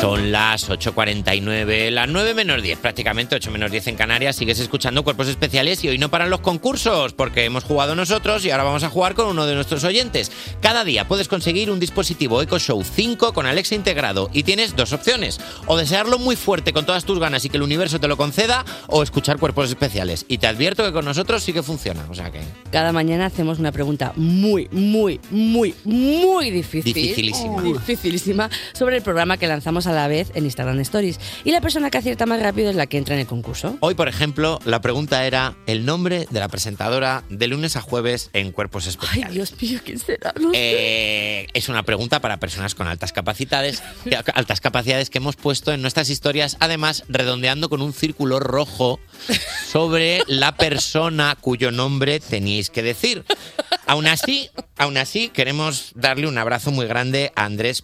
Speaker 3: Son las 8.49, las 9 menos 10, prácticamente 8 menos 10 en Canarias. Sigues escuchando Cuerpos Especiales y hoy no paran los concursos porque hemos jugado nosotros y ahora vamos a jugar con uno de nuestros oyentes. Cada día puedes conseguir un dispositivo Echo Show 5 con Alexa integrado y tienes dos opciones. O desearlo muy fuerte con todas tus ganas y que el universo te lo conceda o escuchar Cuerpos Especiales. Y te advierto que con nosotros sí que funciona, o sea que...
Speaker 4: Cada mañana hacemos una pregunta muy, muy, muy, muy difícil.
Speaker 3: Dificilísima.
Speaker 4: Dificilísima. Sobre el programa que lanzamos a la vez en Instagram Stories. Y la persona que acierta más rápido es la que entra en el concurso.
Speaker 3: Hoy, por ejemplo, la pregunta era el nombre de la presentadora de lunes a jueves en Cuerpos Especiales.
Speaker 4: Ay, Dios mío, ¿quién será? No sé.
Speaker 3: Eh, es una pregunta para personas con altas capacidades, que- altas capacidades que hemos puesto en nuestras historias, además redondeando con un círculo rojo sobre la persona cuyo nombre teníais que decir. Aún así, Aún así, queremos darle un abrazo muy grande a Andrés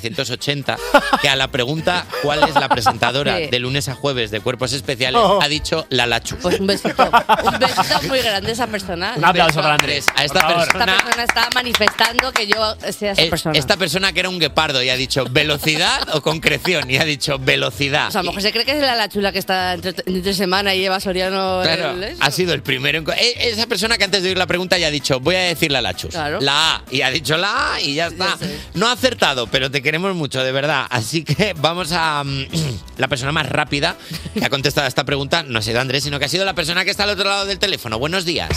Speaker 3: P780, que a la pregunta cuál es la presentadora
Speaker 4: Sí.
Speaker 3: de lunes a jueves de Cuerpos Especiales ha dicho la Lachu.
Speaker 4: Pues un besito. Un besito muy grande a esa persona.
Speaker 3: Un aplauso para Andrés, a esta
Speaker 4: Esta
Speaker 3: persona.
Speaker 4: persona está manifestando que yo sea esa
Speaker 3: Eh,
Speaker 4: persona.
Speaker 3: Esta persona que era un guepardo y ha dicho velocidad o concreción y ha dicho velocidad.
Speaker 4: O sea, a lo mejor se cree que es la, la chula que está entre, entre semana y lleva Soriano.
Speaker 3: Claro,
Speaker 4: el-
Speaker 3: ha sido el primero. en co- Eh, Esa persona que antes de oír la pregunta ya ha dicho, voy a decir la Lachus.
Speaker 4: Claro.
Speaker 3: La A. Y ha dicho la A y ya está. No ha acertado, pero te queremos mucho, de verdad. Así que vamos a mm, la persona más rápida que ha contestado a esta pregunta. No ha sido Andrés, sino que ha sido la persona que está al otro lado del teléfono. Buenos días.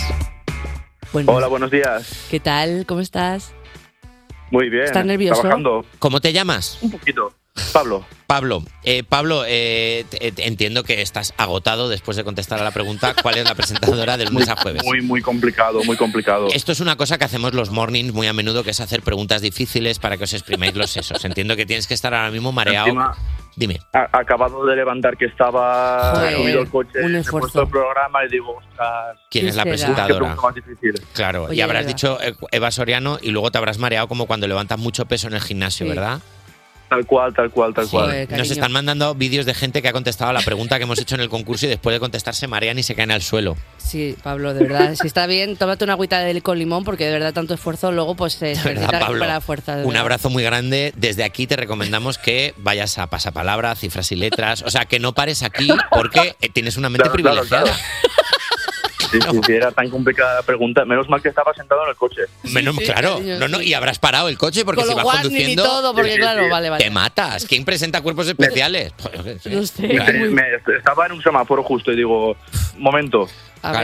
Speaker 10: Hola, buenos días.
Speaker 4: ¿Qué tal? ¿Cómo estás?
Speaker 10: Muy bien.
Speaker 4: ¿Estás nervioso?
Speaker 10: Trabajando
Speaker 3: ¿Cómo te llamas?
Speaker 10: un poquito. Pablo.
Speaker 3: Pablo, eh, Pablo, eh, te- te- entiendo que estás agotado después de contestar a la pregunta cuál es la presentadora del lunes a jueves.
Speaker 10: Muy, muy complicado, muy complicado.
Speaker 3: Esto es una cosa que hacemos los mornings muy a menudo, que es hacer preguntas difíciles para que os exprimáis los sesos. Entiendo que tienes que estar ahora mismo mareado.
Speaker 10: Encima-
Speaker 3: Dime.
Speaker 10: A- acabado de levantar que estaba
Speaker 3: Joder,
Speaker 10: subido el coche,
Speaker 3: un
Speaker 10: me he
Speaker 3: esfuerzo.
Speaker 10: puesto el programa y digo, ostras.
Speaker 3: ¿Quién es la
Speaker 10: qué
Speaker 3: presentadora?
Speaker 10: pregunta más difícil.
Speaker 3: Claro, y
Speaker 10: Oye,
Speaker 3: habrás
Speaker 10: Eva.
Speaker 3: dicho eh, Eva Soriano y luego te habrás mareado como cuando levantas mucho peso en el gimnasio,
Speaker 10: Sí. eh,
Speaker 3: ¿verdad?
Speaker 10: Tal cual, tal cual, tal cual.
Speaker 3: Nos están mandando vídeos de gente que ha contestado a la pregunta que hemos hecho en el concurso y después de contestar se marean y se caen al suelo.
Speaker 4: Sí, Pablo, de verdad. Si está bien, tómate una agüita de con limón porque de verdad tanto esfuerzo luego pues se
Speaker 3: verdad,
Speaker 4: ejercita
Speaker 3: Pablo.
Speaker 4: para la fuerza. de
Speaker 3: Un
Speaker 4: verdad.
Speaker 3: abrazo muy grande. Desde aquí te recomendamos que vayas a pasapalabra, cifras y letras. O sea, que no pares aquí porque eh, tienes una mente
Speaker 10: Claro,
Speaker 3: privilegiada.
Speaker 10: claro. Sí, sí, sí, era tan complicada la pregunta. Menos mal que estaba sentado en el coche.
Speaker 3: Menos, claro, no, no, y habrás parado el coche porque
Speaker 10: Con
Speaker 3: si
Speaker 10: los
Speaker 3: vas
Speaker 10: warning y
Speaker 3: conduciendo. eh,
Speaker 10: todo, porque, Sí, sí, claro, sí. vale, vale.
Speaker 3: Te matas. ¿Quién presenta cuerpos especiales? Pues,
Speaker 10: No
Speaker 4: sé.
Speaker 10: eh, Me- me- estaba en un semáforo justo y digo, momento.
Speaker 4: A ver,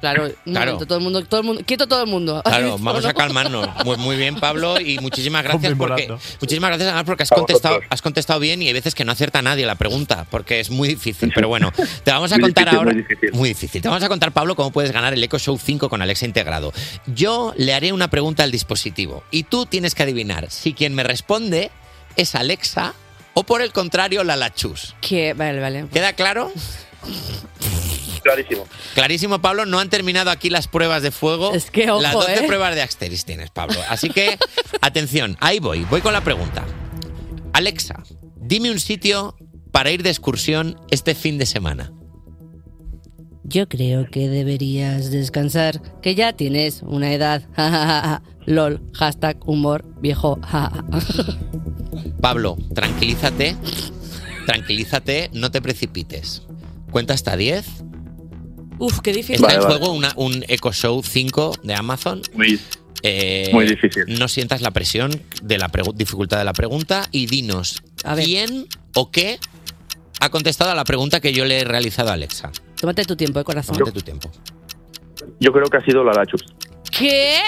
Speaker 4: Claro, un
Speaker 10: Claro.
Speaker 4: momento, todo el mundo, todo el mundo, quieto todo el mundo.
Speaker 3: Claro,
Speaker 4: ¿O
Speaker 3: vamos
Speaker 4: no?
Speaker 3: a calmarnos. Muy, muy bien, Pablo, y muchísimas gracias porque muchísimas gracias además porque has contestado, has contestado bien y hay veces que no acierta nadie la pregunta, porque es muy difícil. Pero bueno, te vamos a
Speaker 10: Muy
Speaker 3: contar
Speaker 10: difícil,
Speaker 3: ahora.
Speaker 10: muy difícil.
Speaker 3: Muy difícil. Te vamos a contar, Pablo, cómo puedes ganar el Echo Show 5 con Alexa integrado. Yo le haré una pregunta al dispositivo y tú tienes que adivinar si quien me responde es Alexa o por el contrario la Lachus.
Speaker 4: Que, vale, vale.
Speaker 3: ¿Queda claro?
Speaker 10: Clarísimo.
Speaker 3: Clarísimo, Pablo, no han terminado aquí las pruebas de fuego. Es
Speaker 4: que, ojo,
Speaker 3: Las 12
Speaker 4: ¿eh?
Speaker 3: pruebas de Asteris tienes, Pablo. Así que, atención, ahí voy, voy con la pregunta. Alexa, dime un sitio para ir de excursión este fin de semana.
Speaker 4: Yo creo que deberías descansar, que ya tienes una edad. LOL, hashtag humor viejo.
Speaker 3: Pablo, tranquilízate, tranquilízate, no te precipites. Cuenta hasta 10.
Speaker 4: Uf, qué difícil.
Speaker 3: Está en juego una- un Echo Show 5 de Amazon. Eh,
Speaker 10: muy difícil.
Speaker 3: No sientas la presión de la pregu- dificultad de la pregunta y dinos quién o qué ha contestado a la pregunta que yo le he realizado a Alexa.
Speaker 4: Tómate tu tiempo, eh, corazón.
Speaker 3: Tómate tu tiempo.
Speaker 10: Yo creo que ha sido la Lachus.
Speaker 4: ¿Qué?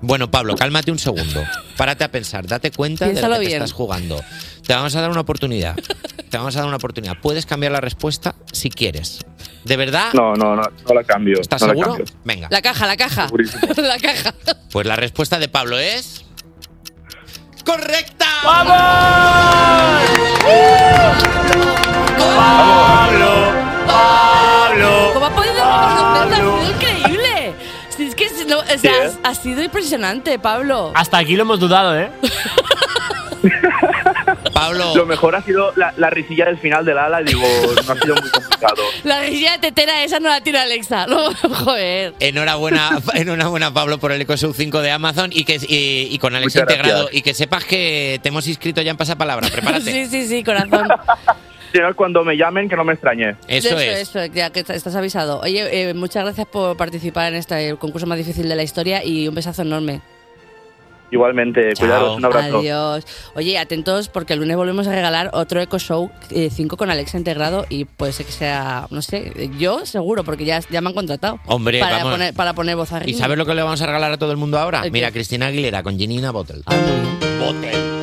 Speaker 3: Bueno, Pablo, cálmate un segundo. Párate a pensar, date cuenta de
Speaker 4: Piénsalo
Speaker 3: lo que te
Speaker 4: bien.
Speaker 3: estás jugando. Te vamos a dar una oportunidad. Te vamos a dar una oportunidad. Puedes cambiar la respuesta si quieres. ¿De verdad?
Speaker 10: No, no, no, no la cambio.
Speaker 3: ¿Estás
Speaker 10: no la
Speaker 3: seguro?
Speaker 10: cambio.
Speaker 3: Venga.
Speaker 4: La caja, la caja. la caja.
Speaker 3: Pues la respuesta de Pablo es. ¡Correcta!
Speaker 9: ¡Vamos!
Speaker 4: ¡Pablo! ¡Pablo! ¿Cómo ha podido reconocerlo? Ha sido increíble. Si es que si no, o sea,
Speaker 5: Sí, ¿eh?
Speaker 4: has- ha sido impresionante, Pablo.
Speaker 5: Hasta aquí lo hemos dudado, ¿eh?
Speaker 3: Pablo.
Speaker 10: Lo mejor ha sido la, la risilla del final del ala y digo, Pues no ha sido muy complicado.
Speaker 4: La rejilla de tetera esa no la tira Alexa. No, joder.
Speaker 3: Enhorabuena, enhorabuena Pablo por el EcoShow 5 de Amazon y que y, y con Alexa
Speaker 10: Muchas gracias.
Speaker 3: integrado y que sepas que te hemos inscrito ya en pasapalabra, prepárate.
Speaker 4: Sí, sí, sí, corazón.
Speaker 10: Sino cuando me llamen, que no me extrañe.
Speaker 3: Eso
Speaker 4: De
Speaker 3: es.
Speaker 4: Eso, ya que est- estás avisado. Oye, eh, muchas gracias por participar en este el concurso más difícil de la historia y un besazo enorme.
Speaker 10: Igualmente, cuidados, un abrazo.
Speaker 4: Adiós. Oye, atentos porque el lunes volvemos a regalar otro Eco Show
Speaker 14: eh,
Speaker 4: 5 con Alexa integrado y puede ser que sea, no sé, eh, yo seguro porque ya, ya me han contratado.
Speaker 3: Hombre,
Speaker 4: para
Speaker 3: vamos.
Speaker 4: poner para poner voz
Speaker 3: ¿Y
Speaker 4: arriba.
Speaker 3: sabes lo que le vamos a regalar a todo el mundo ahora?
Speaker 4: ¿El
Speaker 3: Mira, Cristina Aguilera con Ginina Bottle.
Speaker 4: Ah,
Speaker 3: Bottle.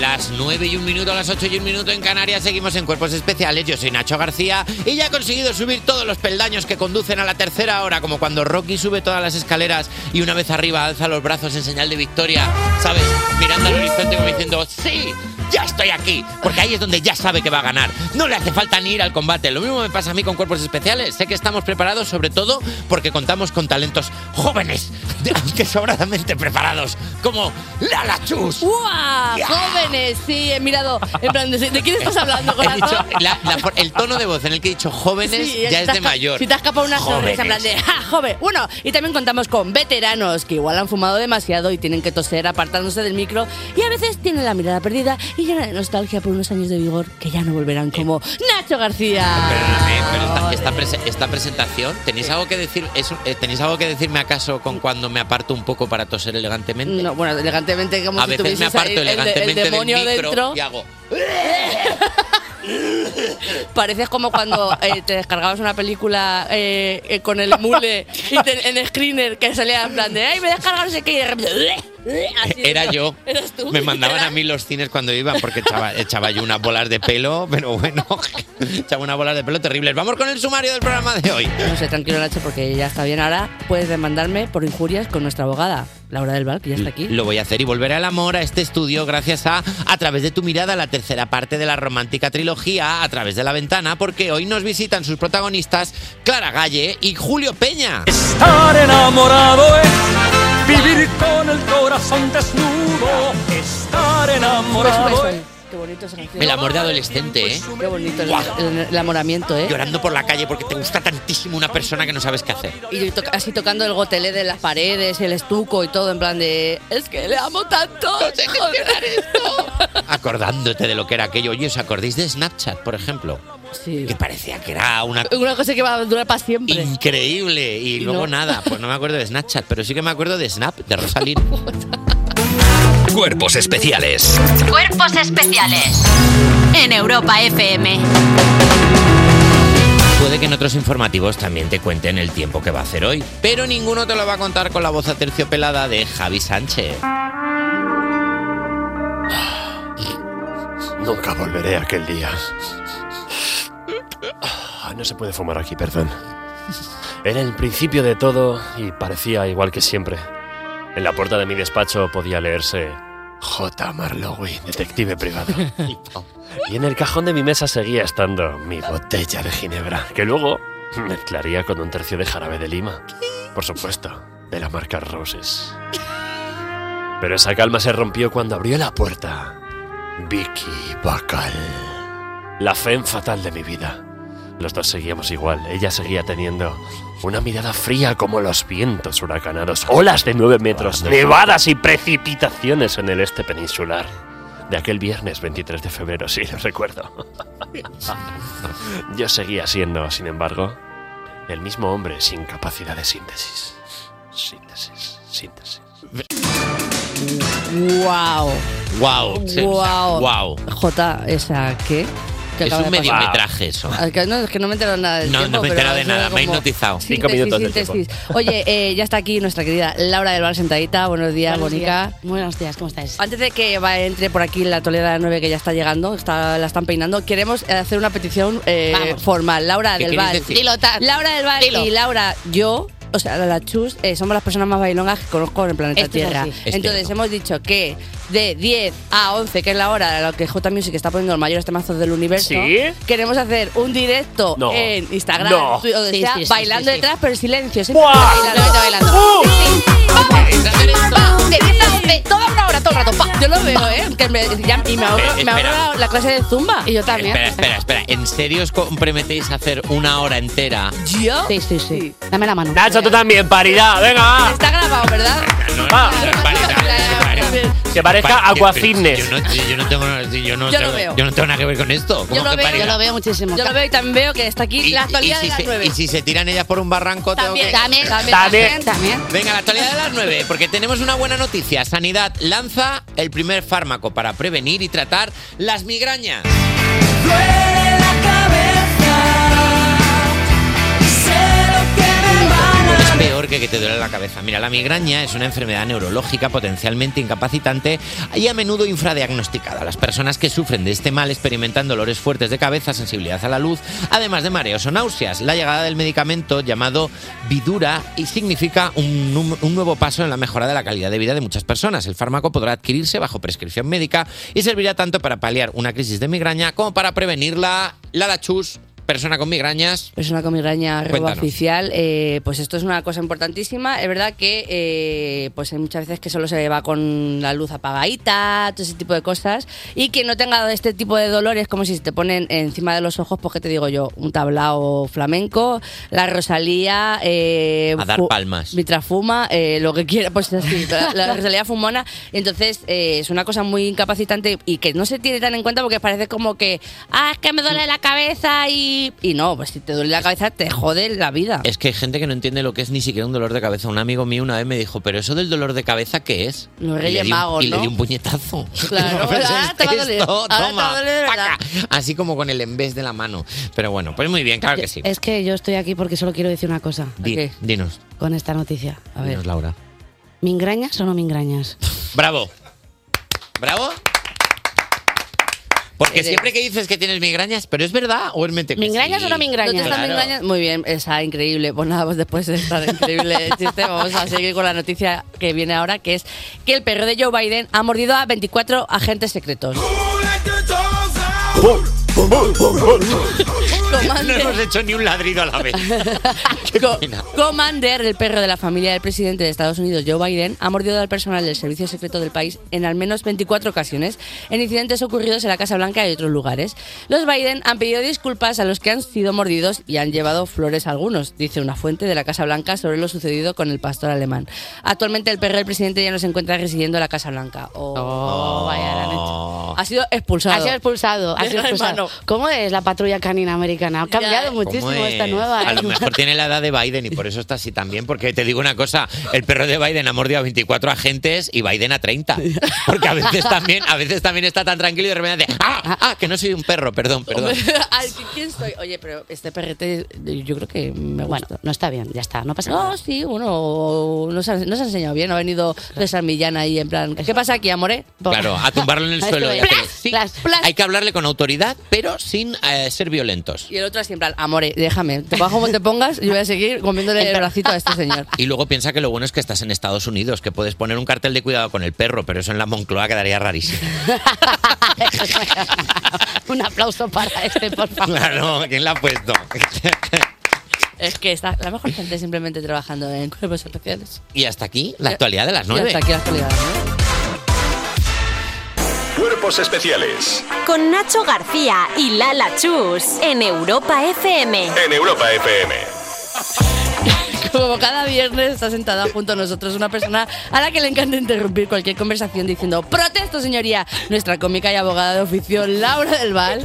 Speaker 3: Las 9 y un minuto, las 8 y un minuto en Canarias, seguimos en Cuerpos Especiales. Yo soy Nacho García y ya he conseguido subir todos los peldaños que conducen a la tercera hora, como cuando Rocky sube todas las escaleras y una vez arriba alza los brazos en señal de victoria, ¿sabes? Mirando al horizonte como diciendo, ¡sí! ¡Ya estoy aquí! Porque ahí es donde ya sabe que va a ganar. No le hace falta ni ir al combate. Lo mismo me pasa a mí con Cuerpos Especiales. Sé que estamos preparados, sobre todo porque contamos con talentos jóvenes, de- que sobradamente preparados, como Lala Chus.
Speaker 14: ¡Uah! Jóvenes, sí, he mirado. En plan, ¿de de quién estás hablando,
Speaker 3: He dicho,
Speaker 14: corazón?
Speaker 3: la- la for- el tono de voz en el que he dicho jóvenes
Speaker 14: Sí,
Speaker 3: ya
Speaker 14: si te
Speaker 3: es de
Speaker 14: has-
Speaker 3: mayor.
Speaker 14: Si te has capado una sonrisa en plan de
Speaker 3: Jóvenes.
Speaker 14: ¡ja, joven! Bueno, y también contamos con veteranos que igual han fumado demasiado y tienen que toser apartándose del micro y a veces tienen la mirada perdida y llena de nostalgia por unos años de vigor que ya no volverán como Nacho García.
Speaker 3: Perdóname, Eh, pero esta, esta prese- esta presentación, ¿tenéis algo que decir? es- eh, ¿Tenéis algo que decirme acaso con cuando me aparto un poco para toser elegantemente?
Speaker 14: No, bueno, elegantemente como
Speaker 3: A
Speaker 14: si
Speaker 3: veces me
Speaker 14: tuvieses
Speaker 3: aparto
Speaker 14: ahí el de- el,
Speaker 3: elegantemente del
Speaker 14: demonio
Speaker 3: micro
Speaker 14: dentro.
Speaker 3: y hago.
Speaker 14: Pareces como cuando eh, te descargabas una película eh, eh, con el mule y te- en el screener que salía en plan de ¡ay, me he descargado no sé qué! Y de repente Mm, así.
Speaker 3: Era yo.
Speaker 14: Eras tú.
Speaker 3: Me mandaban a mí los cines cuando iban porque echaba, echaba yo unas bolas de pelo, pero bueno, echaba unas bolas de pelo terribles. Vamos con el sumario del programa de hoy.
Speaker 4: No sé, tranquilo Nacho, porque ya está bien. Ahora puedes demandarme por injurias con nuestra abogada, Laura del Val, que ya está aquí.
Speaker 3: Lo voy a hacer y volver al amor a este estudio gracias a A través de tu mirada, la tercera parte de la romántica trilogía A través de la ventana, porque hoy nos visitan sus protagonistas Clara Galle y Julio Peña.
Speaker 8: Estar enamorado es vivir con el corazón desnudo. Estar
Speaker 4: Sube,
Speaker 8: enamorado
Speaker 4: sube,
Speaker 8: es.
Speaker 4: sube. Qué bonito ese ejercicio.
Speaker 3: El amor de adolescente, ¿eh?
Speaker 4: Qué bonito el,
Speaker 3: Guau.
Speaker 4: el- el amoramiento, ¿eh?
Speaker 3: Llorando por la calle porque te gusta tantísimo una persona que no sabes qué hacer.
Speaker 4: Y to- así tocando el gotelé de las paredes, el estuco y todo, en plan de.
Speaker 14: Es que le amo tanto. joder.
Speaker 3: Acordándote de lo que era aquello. Oye, ¿os acordáis de Snapchat, por ejemplo?
Speaker 4: Sí.
Speaker 3: Que parecía que era una
Speaker 14: Una cosa que va a durar para siempre.
Speaker 3: increíble. Y, luego
Speaker 14: no.
Speaker 3: nada, pues no me acuerdo de Snapchat, pero sí que me acuerdo de Snap, de Rosalind.
Speaker 1: Cuerpos especiales.
Speaker 2: Cuerpos especiales en Europa FM.
Speaker 3: Puede que en otros informativos también te cuenten el tiempo que va a hacer hoy, pero ninguno te lo va a contar con la voz aterciopelada de Javi Sánchez.
Speaker 13: Nunca volveré a aquel día. Ah, No se puede fumar aquí, perdón. Era el principio de todo y parecía igual que siempre. En la puerta de mi despacho podía leerse J. Marlowe, detective privado. Y en el cajón de mi mesa seguía estando mi botella de ginebra, que luego mezclaría con un tercio de jarabe de lima. Por supuesto, de la marca Roses. Pero esa calma se rompió cuando abrió la puerta Vicky Bacal. La fe fatal de mi vida. Los dos seguíamos igual. Ella seguía teniendo una mirada fría como los vientos huracanados, olas de nueve metros, nevadas y precipitaciones en el este peninsular. De aquel viernes 23 de febrero, sí, lo recuerdo. Yo seguía siendo, sin embargo, el mismo hombre sin capacidad de síntesis. Síntesis, síntesis.
Speaker 4: ¡Wow!
Speaker 3: Wow, sí.
Speaker 4: ¡Wow!
Speaker 3: Wow.
Speaker 4: J, esa, ¿qué? ¿Qué
Speaker 3: Es
Speaker 4: acaba
Speaker 3: un
Speaker 4: de pasar?
Speaker 3: mediometraje eso.
Speaker 4: Ah, que No, es que no me he enterado nada del
Speaker 3: No,
Speaker 4: tiempo,
Speaker 3: no me he
Speaker 4: pero
Speaker 3: enterado de
Speaker 4: suena
Speaker 3: nada, me ha
Speaker 4: como
Speaker 3: hipnotizado. Cinco
Speaker 4: síntesis,
Speaker 3: minutos del
Speaker 4: síntesis. Oye, eh, ya está aquí nuestra querida Laura del Val sentadita. Buenos días,
Speaker 11: Buenos
Speaker 4: Mónica.
Speaker 11: días. Buenos días, ¿cómo estáis?
Speaker 4: Antes de que va- entre por aquí la Toledo 9 que ya está llegando, está, la están peinando, queremos hacer una petición eh,
Speaker 11: Vamos.
Speaker 4: formal. Laura
Speaker 11: ¿Qué
Speaker 4: del
Speaker 11: queréis
Speaker 4: Val.
Speaker 11: decir? Dilo, Tat.
Speaker 4: Laura del Val
Speaker 11: Dilo.
Speaker 4: y Laura, yo. O sea, la- la Chus, eh, somos las personas más bailongas que conozco en el planeta
Speaker 11: Esto es
Speaker 4: Tierra.
Speaker 11: así. Es
Speaker 4: Entonces,
Speaker 11: cierto.
Speaker 4: hemos dicho que de 10 a 11, que es la hora a la que J Music está poniendo los mayores temazos del universo,
Speaker 11: ¿Sí?
Speaker 4: queremos hacer un directo
Speaker 11: No.
Speaker 4: en Instagram,
Speaker 11: No.
Speaker 4: Twitter, donde
Speaker 11: Sí,
Speaker 4: sea,
Speaker 11: sí, sí,
Speaker 4: bailando
Speaker 11: sí, sí.
Speaker 4: detrás, pero en silencio. siempre bailando.
Speaker 11: Uh.
Speaker 4: De 10 a 11, toda una hora, todo el rato. pa. Yo lo veo, ¿eh? Que me- ya- y me ahorro,
Speaker 3: Eh,
Speaker 4: me ahorro
Speaker 3: espera.
Speaker 4: la, la clase de zumba. Y yo también.
Speaker 3: Espera, espera, espera. ¿En serio os comprometéis a hacer una hora entera?
Speaker 4: ¿Yo?
Speaker 11: Sí, sí, sí. Dame la mano.
Speaker 3: Nacho, tú también, paridad, venga, va.
Speaker 4: Está grabado, ¿verdad? Ah.
Speaker 3: No, no, no, es paridad, es paridad.
Speaker 11: Que parezca
Speaker 3: Pa-
Speaker 11: Aqua
Speaker 3: pero
Speaker 11: Fitness.
Speaker 3: Yo no, yo no tengo, yo no
Speaker 4: Yo lo
Speaker 3: tengo-
Speaker 4: veo.
Speaker 3: yo no tengo nada que ver con esto. ¿Cómo
Speaker 4: Yo lo,
Speaker 3: que
Speaker 4: veo,
Speaker 3: paridad?
Speaker 11: muchísimo.
Speaker 4: Yo lo veo y también veo que está aquí la
Speaker 3: ¿Y
Speaker 4: actualidad
Speaker 3: si,
Speaker 4: de las
Speaker 3: se,
Speaker 4: 9.
Speaker 3: y si se tiran ellas por un barranco, tengo que-
Speaker 4: también,
Speaker 11: También.
Speaker 3: Venga, la actualidad de las 9, porque tenemos una buena noticia. Sanidad lanza el primer fármaco para prevenir y tratar las migrañas.
Speaker 9: cabeza. Sé lo que me van a
Speaker 3: peor que que te duele la cabeza. Mira, la migraña es una enfermedad neurológica potencialmente incapacitante y a menudo infradiagnosticada. Las personas que sufren de este mal experimentan dolores fuertes de cabeza, sensibilidad a la luz, además de mareos o náuseas. La llegada del medicamento llamado Vidura y significa un, num- un nuevo paso en la mejora de la calidad de vida de muchas personas. El fármaco podrá adquirirse bajo prescripción médica y servirá tanto para paliar una crisis de migraña como para prevenirla. Lala Chus, persona con migrañas.
Speaker 4: Persona con migraña arroba
Speaker 3: Cuéntanos.
Speaker 4: oficial, eh, pues esto es una cosa importantísima. Es verdad que eh, pues hay muchas veces que solo se va con la luz apagadita, todo ese tipo de cosas. Y que no tenga este tipo de dolores, como si se te ponen encima de los ojos, pues que te digo yo, un tablao flamenco, la Rosalía, eh,
Speaker 3: A dar
Speaker 4: fu-
Speaker 3: palmas.
Speaker 4: Mientras fuma, eh, lo que quiera, pues así, la, la realidad fumona. Y entonces eh, es una cosa muy incapacitante y que no se tiene tan en cuenta porque parece como que, ah, es que me duele la cabeza y... Y no, pues si te duele la cabeza te jode la vida.
Speaker 3: Es que hay gente que no entiende lo que es ni siquiera un dolor de cabeza. Un amigo mío una vez me dijo, pero eso del dolor de cabeza, ¿qué es?
Speaker 4: Los
Speaker 3: Y le
Speaker 4: Reyes
Speaker 3: di un-
Speaker 4: Magos,
Speaker 3: Y le
Speaker 4: ¿no?
Speaker 3: di un puñetazo.
Speaker 4: Claro, ahora te va a doler.
Speaker 3: Esto,
Speaker 4: ahora te va
Speaker 3: toma,
Speaker 4: a doler de verdad.
Speaker 3: Así como con el en vez de la mano. Pero bueno, pues muy bien, claro que sí.
Speaker 11: Es que yo estoy aquí porque solo quiero decir una cosa
Speaker 3: Di- Dinos,
Speaker 11: con esta noticia. A ver,
Speaker 3: dinos, Laura.
Speaker 11: ¿mingrañas o no mingrañas?
Speaker 3: Bravo. ¿Bravo? Porque siempre que dices que tienes migrañas, pero es verdad o es mente que sí?
Speaker 4: ¿No te están
Speaker 3: Claro.
Speaker 4: migrañas? Muy bien, esa increíble. Pues nada, pues después de esta increíble chiste, vamos a seguir con la noticia que viene ahora, que es que el perro de Joe Biden ha mordido a 24 agentes secretos.
Speaker 3: No hemos hecho ni un ladrido a la vez. Qué pena.
Speaker 4: Commander, el perro de la familia del presidente de Estados Unidos, Joe Biden, ha mordido al personal del servicio secreto del país en al menos 24 ocasiones en incidentes ocurridos en la Casa Blanca y otros lugares. Los Biden han pedido disculpas a los que han sido mordidos y han llevado flores a algunos, dice una fuente de la Casa Blanca sobre lo sucedido con el pastor alemán. Actualmente el perro del presidente ya no se encuentra residiendo en la Casa Blanca. Oh, vaya, la han
Speaker 3: Oh,
Speaker 4: hecho. Ha sido expulsado.
Speaker 11: Ha sido expulsado, ha sido
Speaker 4: Deja en
Speaker 11: expulsado. ¿Cómo es la patrulla canina americana? Ha cambiado muchísimo
Speaker 3: ¿Cómo es?
Speaker 11: esta nueva.
Speaker 3: A
Speaker 11: ¿eh?
Speaker 3: lo mejor tiene la edad de Biden y por eso está así también, porque te digo una cosa, el perro de Biden ha mordido a 24 agentes y Biden a 30. Porque a veces también, a veces también está tan tranquilo y de repente hace, ah, ah, que no soy un perro, perdón, perdón.
Speaker 4: Ay, ¿Quién soy? Oye, pero este perrete yo creo que me
Speaker 11: Bueno, no está bien, ya está, no pasa nada.
Speaker 4: No, Oh, sí, uno no se, ha, no se ha enseñado bien. Ha venido de San Millán ahí en plan. ¿Qué pasa aquí, amore?
Speaker 3: Claro, a tumbarlo en el
Speaker 4: Eso
Speaker 3: suelo. y
Speaker 4: es.
Speaker 3: hacerle, sí. Hay que hablarle con autoridad, pero sin eh, ser violentos.
Speaker 4: Y el otro así en plan, amore, déjame, te bajo como te pongas, yo voy a seguir comiéndole el bracito a este señor.
Speaker 3: Y luego piensa que lo bueno es que estás en Estados Unidos, que puedes poner un cartel de cuidado con el perro, pero eso en la Moncloa quedaría rarísimo.
Speaker 11: Un aplauso para este, por favor.
Speaker 3: Claro, ¿quién la ha puesto?
Speaker 4: Es que está la mejor gente simplemente trabajando en cuerpos especiales.
Speaker 3: Y hasta aquí la actualidad de las
Speaker 4: Y
Speaker 3: nueve.
Speaker 4: hasta aquí la actualidad.
Speaker 16: Cuerpos especiales
Speaker 2: Con Nacho García y Lala Chus en Europa FM.
Speaker 16: en Europa FM.
Speaker 4: Como cada viernes está sentada junto a nosotros una persona a la que le encanta interrumpir cualquier conversación diciendo ¡Protesto, señoría! Nuestra cómica y abogada de oficio, Laura del Val.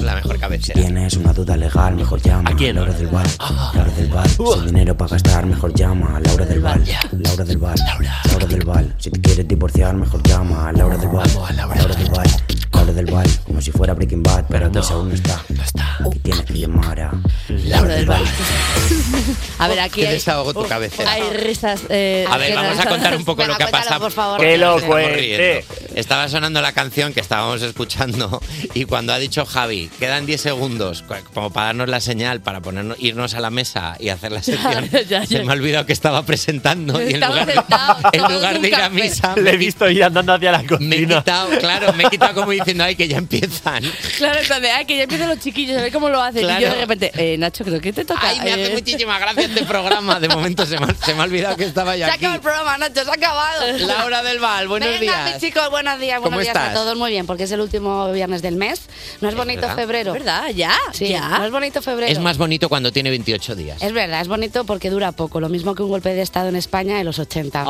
Speaker 3: La mejor cabecera.
Speaker 17: Tienes una duda legal, mejor llama. ¿A quién? Ah. Laura del Val. Laura del Val. Sin dinero para gastar, mejor llama. a Laura del Val. Laura del Val. Laura del Val. Si te quieres divorciar, mejor llama. a Laura del Val. Laura del Val. Laura del Val. Como si fuera Breaking Bad, pero no. aún no está. No está. Aquí tienes que llamar a Laura del Val.
Speaker 4: A ver, aquí
Speaker 3: Qué
Speaker 4: hay,
Speaker 3: desahogo tu cabecera.
Speaker 4: hay risas. eh,
Speaker 3: A ver, vamos a contar un poco lo que ha pasado. porque
Speaker 4: Que
Speaker 3: nos
Speaker 4: lo
Speaker 3: estamos
Speaker 4: cuente.
Speaker 3: riendo. Estaba sonando la canción que estábamos escuchando y cuando ha dicho Javi, quedan 10 segundos cu- como para darnos la señal, para ponernos, irnos a la mesa y hacer la sección,
Speaker 5: ya,
Speaker 3: se
Speaker 5: ya.
Speaker 3: me ha olvidado que estaba presentando y en
Speaker 5: Estaba
Speaker 3: lugar, de-
Speaker 5: sentado,
Speaker 3: en
Speaker 5: tomando
Speaker 3: lugar
Speaker 5: un
Speaker 3: de ir a
Speaker 5: café.
Speaker 3: misa...
Speaker 5: Le he
Speaker 3: visto ir andando hacia la cocina. Me he quitado, claro, me he quitado como diciendo, ay, que ya empiezan.
Speaker 4: Claro, entonces, ay, que ya empiezan los chiquillos, a ver cómo lo hacen.
Speaker 3: Claro.
Speaker 4: Y yo de repente, eh, Nacho, creo que te toca.
Speaker 3: Ay, me hace
Speaker 4: eh,
Speaker 3: muchísimas gracias este programa. De momento se me, ha- se me ha olvidado que estaba
Speaker 11: Se
Speaker 3: ya
Speaker 11: ha
Speaker 3: aquí.
Speaker 11: acabado el programa, Nacho, se ha acabado.
Speaker 3: Laura del Val, buenos
Speaker 11: Venga,
Speaker 3: días.
Speaker 11: mis chicos, buenos días, buenos
Speaker 3: ¿Cómo
Speaker 11: días
Speaker 3: estás?
Speaker 11: a todos. Muy bien, porque es el último viernes del mes. No es bonito
Speaker 3: verdad.
Speaker 11: febrero.
Speaker 4: ¿Verdad? Ya.
Speaker 11: Sí, no es bonito febrero.
Speaker 3: Es más bonito cuando tiene 28 días.
Speaker 11: Es verdad, es bonito porque dura poco, lo mismo que un golpe de Estado en España en los 80.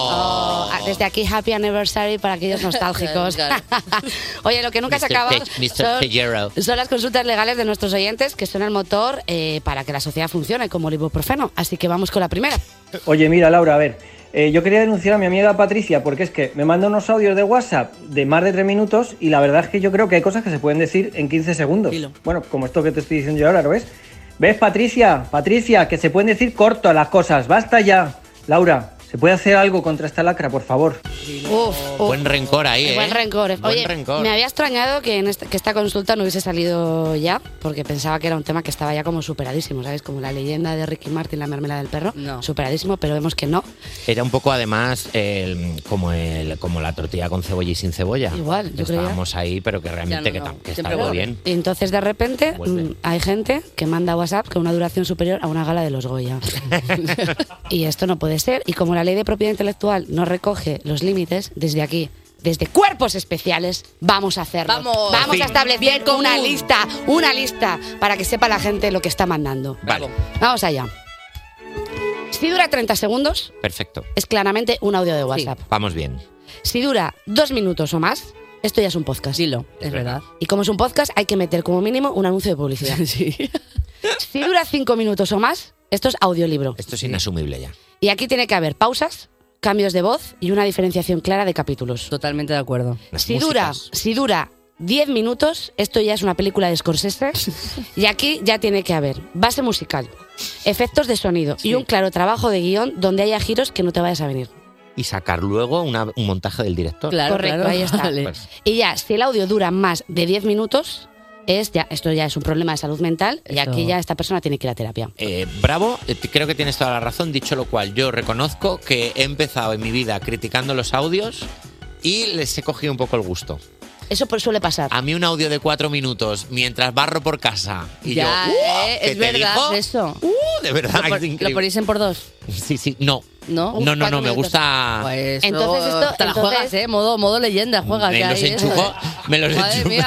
Speaker 3: Oh.
Speaker 11: Ah, Desde aquí, happy anniversary para aquellos nostálgicos.
Speaker 3: Claro,
Speaker 11: Oye, lo que nunca se
Speaker 3: Mr.
Speaker 11: acaba
Speaker 3: Fe- Mr. Figueroa.
Speaker 11: son, son las consultas legales de nuestros oyentes que son el motor eh, para que la sociedad funcione como el ibuprofeno. Así que vamos con la primera.
Speaker 19: Oye, mira, Laura, a ver, eh, yo quería denunciar a mi amiga Patricia porque es que me manda unos audios de WhatsApp de más de tres minutos y la verdad es que yo creo que hay cosas que se pueden decir en 15 segundos. Bueno, como esto que te estoy diciendo yo ahora, ¿lo ves? ¿Ves, Patricia? Patricia, que se pueden decir corto las cosas. Basta ya. Laura, ¿se puede hacer algo contra esta lacra, por favor?
Speaker 11: Uf, uf.
Speaker 3: Buen rencor ahí, ¿eh?
Speaker 11: Buen rencor.
Speaker 3: Buen
Speaker 11: Oye,
Speaker 3: rencor.
Speaker 11: me había extrañado que, en esta, que esta consulta no hubiese salido ya, porque pensaba que era un tema que estaba ya como superadísimo, ¿sabes? Como la leyenda de Ricky Martin, la mermelada del perro. Superadísimo, pero vemos que no.
Speaker 3: Era un poco además el- como, el, como la tortilla con cebolla y sin cebolla.
Speaker 11: Igual, yo creía.
Speaker 3: Estábamos ahí, pero que realmente
Speaker 11: Ya no,
Speaker 3: que,
Speaker 11: no.
Speaker 3: tam- que está
Speaker 11: Siempre
Speaker 3: algo
Speaker 11: vuelve.
Speaker 3: bien.
Speaker 11: Y entonces de repente
Speaker 3: Vuelve.
Speaker 11: mm, hay gente que manda WhatsApp con una duración superior a una gala de los Goya. y esto no puede ser. Y como la ley de propiedad intelectual no recoge los límites, desde aquí, desde cuerpos especiales, vamos a hacerlo.
Speaker 14: Vamos.
Speaker 11: a
Speaker 14: Fin.
Speaker 11: establecer
Speaker 14: Bien común.
Speaker 11: una lista, una lista para que sepa la gente lo que está mandando.
Speaker 3: Vale,
Speaker 11: Vamos allá. Si dura 30 segundos,
Speaker 3: perfecto.
Speaker 11: es claramente un audio de WhatsApp.
Speaker 3: Vamos bien.
Speaker 11: Si dura dos minutos o más, esto ya es un podcast. Dilo,
Speaker 3: es verdad.
Speaker 11: Y como es un podcast, hay que meter como mínimo un anuncio de publicidad. Si dura cinco minutos o más, esto es audiolibro.
Speaker 3: Esto es inasumible ya.
Speaker 11: Y aquí tiene que haber pausas, cambios de voz y una diferenciación clara de capítulos.
Speaker 4: Totalmente de acuerdo.
Speaker 11: Si dura, si dura 10 minutos, esto ya es una película de Scorsese. y aquí ya tiene que haber base musical, efectos de sonido y un claro trabajo de guión donde haya giros que no te vayas a venir.
Speaker 3: Y sacar luego una- un montaje del director.
Speaker 11: Claro, Correcto, claro. ahí está. Vale.
Speaker 3: Pues,
Speaker 11: Y ya, si el audio dura más de 10 minutos, es ya, esto ya es un problema de salud mental y aquí ya esta persona tiene que ir a terapia.
Speaker 3: eh, bravo, eh, creo que tienes toda la razón, dicho lo cual, yo reconozco que he empezado en mi vida criticando los audios y les he cogido un poco el gusto.
Speaker 11: Eso pues suele pasar.
Speaker 3: A mí un audio de cuatro minutos mientras barro por casa y
Speaker 4: ya,
Speaker 3: yo, "Uah,
Speaker 4: eh,
Speaker 3: ¿qué
Speaker 4: es
Speaker 3: te
Speaker 4: verdad
Speaker 3: dijo?".
Speaker 4: eso.
Speaker 3: Uh, de verdad,
Speaker 4: Lo,
Speaker 3: es
Speaker 4: por-
Speaker 3: increíble.
Speaker 4: lo ponéis en por dos.
Speaker 3: Sí, sí, no.
Speaker 4: ¿No?
Speaker 3: No, no, no, me
Speaker 4: Cuatro minutos.
Speaker 3: gusta.
Speaker 4: Pues
Speaker 11: Entonces
Speaker 4: no,
Speaker 11: esto-
Speaker 4: te la
Speaker 11: entonces-
Speaker 4: juegas, eh, modo, modo leyenda, juega
Speaker 3: me
Speaker 4: que
Speaker 3: los
Speaker 4: hay, eh.
Speaker 3: enchufo, me los
Speaker 4: Madre
Speaker 3: enchufo.
Speaker 4: mía,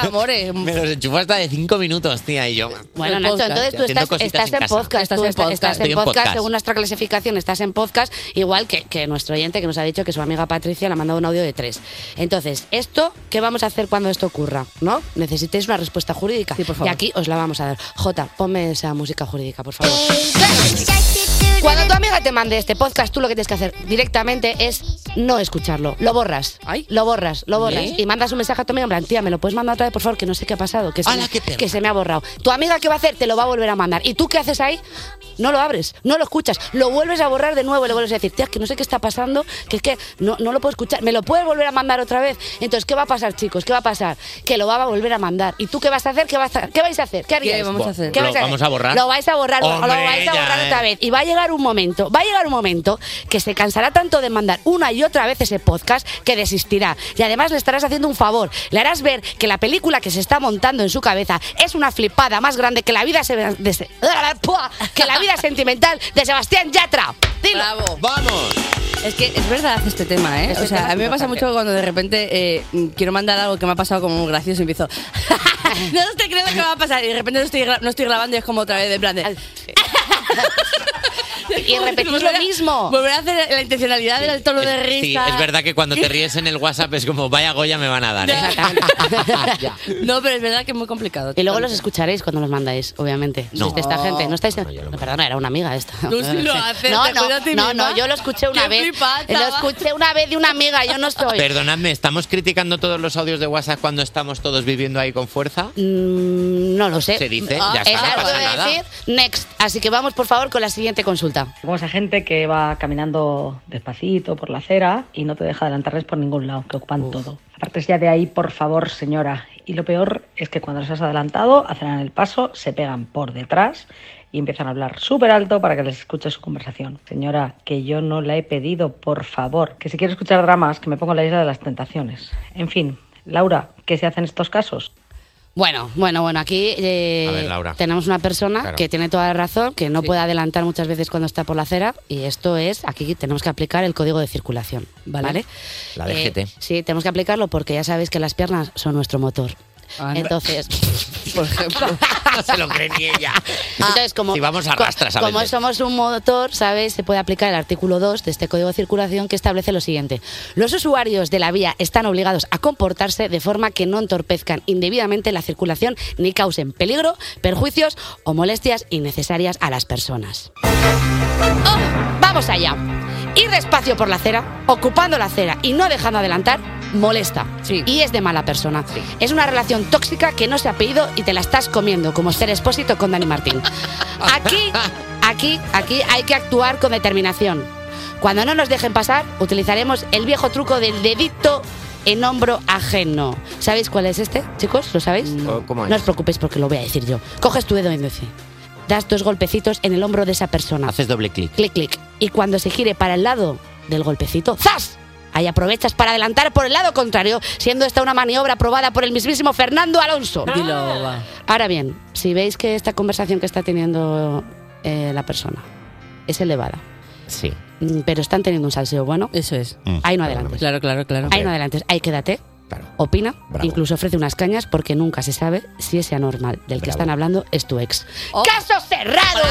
Speaker 4: amores.
Speaker 3: Me los enchufo hasta de cinco minutos, tía, y yo.
Speaker 11: Bueno, Nacho, entonces tú
Speaker 3: Haciendo
Speaker 11: estás,
Speaker 3: cositas
Speaker 11: estás en,
Speaker 3: casa.
Speaker 11: podcast, tú estás, estás en
Speaker 3: Estoy
Speaker 11: podcast, según nuestra clasificación, estás en podcast, igual que, que nuestro oyente que nos ha dicho que su amiga Patricia le ha mandado un audio de tres. Entonces, ¿esto qué vamos a hacer cuando esto ocurra? ¿No? Necesitéis una respuesta jurídica. Y aquí os la vamos a dar. Jota, ponme esa música jurídica, por favor. Cuando tu amiga te mande este podcast, tú lo que tienes que hacer directamente es no escucharlo. Lo borras. Lo borras, lo borras.
Speaker 14: ¿Eh?
Speaker 11: Y mandas un mensaje a tu amiga en plan, tía, ¿me lo puedes mandar otra vez, por favor? Que no sé qué ha pasado, que, se, me- que se me ha borrado. Tu amiga, ¿qué va a hacer? Te lo va a volver a mandar. ¿Y tú qué haces ahí? No lo abres, no lo escuchas, lo vuelves a borrar de nuevo y le vuelves a decir, tía, es que no sé qué está pasando, que es que no, no lo puedo escuchar, me lo puedes volver a mandar otra vez. Entonces, ¿qué va a pasar, chicos? ¿Qué va a pasar? Que lo va a volver a mandar. ¿Y tú qué vas a hacer? ¿Qué, vas a, ¿Qué vais a hacer? ¿Qué haríais?
Speaker 4: ¿Qué vamos a hacer?
Speaker 11: ¿Qué
Speaker 3: Lo
Speaker 11: vais a hacer?
Speaker 3: vamos a borrar.
Speaker 11: Lo vais a borrar, lo-
Speaker 3: Hombre,
Speaker 11: lo vais a
Speaker 3: ya,
Speaker 11: borrar
Speaker 3: eh.
Speaker 11: otra vez. Y va a llegar un momento, va a llegar un momento que se cansará tanto de mandar una y otra vez ese podcast que desistirá. Y además le estarás haciendo un favor. Le harás ver que la película que se está montando en su cabeza es una flipada más grande que la vida, se- de se- que la vida sentimental de Sebastián Yatra. Dilo.
Speaker 3: ¡Vamos!
Speaker 4: Es que es verdad este tema, ¿eh?
Speaker 11: Este
Speaker 4: o sea,
Speaker 11: tema
Speaker 4: a mí
Speaker 11: es
Speaker 4: me pasa
Speaker 11: importante.
Speaker 4: mucho cuando de repente eh, mm, quiero mandar algo que me ha pasado como muy gracioso y empiezo. no te creo que me va a pasar. Y de repente no estoy, gra- no estoy grabando y es como otra vez, de plan de.
Speaker 11: Y repetís
Speaker 4: Volver
Speaker 11: lo
Speaker 4: a-
Speaker 11: mismo.
Speaker 4: Volver a hacer la intencionalidad del tono de risa.
Speaker 3: Sí, es verdad que cuando te ríes en el WhatsApp es como, vaya Goya me van a dar. ¿eh?
Speaker 4: No, pero es verdad que es muy complicado.
Speaker 11: Y luego los escucharéis cuando los mandáis, obviamente.
Speaker 3: No.
Speaker 11: Sois de esta gente. No estáis. No, perdona, era una amiga esta.
Speaker 4: Tú sí lo haces,
Speaker 11: No,
Speaker 4: te
Speaker 11: no,
Speaker 4: cuidas a ti
Speaker 11: no,
Speaker 4: misma.
Speaker 11: no, yo lo escuché una
Speaker 4: Qué
Speaker 11: vez.
Speaker 4: flipada.
Speaker 11: Lo escuché una vez de una amiga, yo no estoy.
Speaker 3: Perdonadme, ¿estamos criticando todos los audios de WhatsApp cuando estamos todos viviendo ahí con fuerza?
Speaker 4: Mm,
Speaker 11: no lo sé. Ah,
Speaker 3: Se dice,
Speaker 4: Ah,
Speaker 3: ya está,
Speaker 11: es
Speaker 3: no
Speaker 11: algo
Speaker 3: pasa
Speaker 11: de
Speaker 3: nada.
Speaker 11: decir next. Así que vamos, por favor, con la siguiente consulta.
Speaker 18: Tenemos a gente que va caminando despacito por la acera y no te deja adelantarles por ningún lado, que ocupan todo. Aparte ya de ahí, por favor, señora. Y lo peor es que cuando les has adelantado, hacen el paso, se pegan por detrás y empiezan a hablar súper alto para que les escuche su conversación. Señora, que yo no la he pedido, por favor. Que si quiero escuchar dramas, que me pongo en la isla de las tentaciones. En fin, Laura, ¿qué se hace en estos casos?
Speaker 11: Bueno, bueno, bueno, aquí eh,
Speaker 18: A ver, Laura.
Speaker 11: tenemos una persona
Speaker 18: Claro.
Speaker 11: que tiene toda la razón, que no puede adelantar muchas veces cuando está por la acera, y esto es, aquí tenemos que aplicar el código de circulación. ¿Vale?
Speaker 3: La
Speaker 11: Eh,
Speaker 3: DGT.
Speaker 11: sí, tenemos que aplicarlo porque ya sabéis que las piernas son nuestro motor.
Speaker 7: Ah,
Speaker 11: Entonces,
Speaker 4: Ah, por ejemplo,
Speaker 3: no se lo cree ni ella.
Speaker 19: Ah.
Speaker 11: Entonces, como,
Speaker 3: Si vamos a rastras a
Speaker 11: como
Speaker 3: veces.
Speaker 11: somos un motor, ¿sabes? Se puede aplicar el artículo 2 de este Código de Circulación que establece lo siguiente. Los usuarios de la vía están obligados a comportarse de forma que no entorpezcan indebidamente la circulación ni causen peligro, perjuicios o molestias innecesarias a las personas. ¡Oh! ¡Vamos allá! Ir despacio por la acera, ocupando la acera y no dejando adelantar molesta y es de mala persona. Es una relación tóxica que no se ha pedido y te la estás comiendo, como ser expósito con Dani Martín. Aquí, aquí, aquí hay que actuar con determinación. Cuando no nos dejen pasar, utilizaremos el viejo truco del dedito en hombro ajeno. ¿Sabéis cuál es este, chicos? ¿Lo sabéis?
Speaker 3: ¿Cómo
Speaker 11: No os preocupéis porque lo voy a decir yo. Coges tu dedo índice, das dos golpecitos en el hombro de esa persona.
Speaker 3: Haces doble clic.
Speaker 11: Clic, clic. Y cuando se gire para el lado del golpecito, ¡zas! Ahí aprovechas para adelantar por el lado contrario, siendo esta una maniobra aprobada por el mismísimo Fernando Alonso.
Speaker 4: Dilo, va.
Speaker 11: Ahora bien, si veis que esta conversación que está teniendo eh, la persona es elevada,
Speaker 3: Sí.
Speaker 11: mm, pero están teniendo un salseo bueno.
Speaker 4: Eso es.
Speaker 3: Mm.
Speaker 11: Ahí no adelante.
Speaker 4: Claro, claro, claro.
Speaker 11: Ahí no adelantes, ahí quédate. Opina, incluso ofrece unas cañas porque nunca se sabe si ese anormal del que están hablando es tu ex.
Speaker 4: Oh.
Speaker 11: ¡Caso cerrado!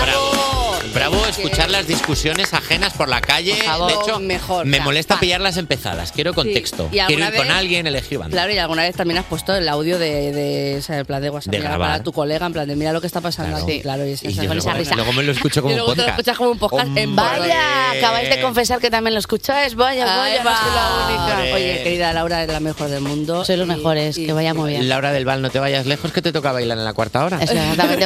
Speaker 3: Bravo escuchar las discusiones ajenas por la calle.
Speaker 4: favor,
Speaker 3: de hecho,
Speaker 4: mejor,
Speaker 3: me
Speaker 4: va,
Speaker 3: molesta
Speaker 4: va.
Speaker 3: pillarlas empezadas. Quiero contexto.
Speaker 4: Y alguna
Speaker 3: Quiero ir con
Speaker 4: vez-
Speaker 3: alguien, elegir banda.
Speaker 4: Claro, y alguna vez también has puesto el audio de, de o sea, en plan de WhatsApp
Speaker 3: De
Speaker 4: mira,
Speaker 3: grabar.
Speaker 4: para tu colega, en plan de mira lo que está pasando
Speaker 3: Claro.
Speaker 4: aquí. Claro, y, es
Speaker 3: Y
Speaker 4: esa-
Speaker 3: yo
Speaker 4: con esa
Speaker 3: luego,
Speaker 4: risa.
Speaker 3: luego me lo escucho como
Speaker 4: Y
Speaker 3: un
Speaker 4: luego te lo
Speaker 3: podcast.
Speaker 4: escuchas como un podcast en
Speaker 11: Vaya, acabáis de confesar que también lo escucháis. Vaya, vaya, no soy la única.
Speaker 4: Oye, querida Laura, es la mejor del mundo.
Speaker 11: Soy los mejores, que vaya muy bien.
Speaker 3: Laura del Val, no te vayas lejos que te toca bailar en la cuarta hora.
Speaker 11: Exactamente.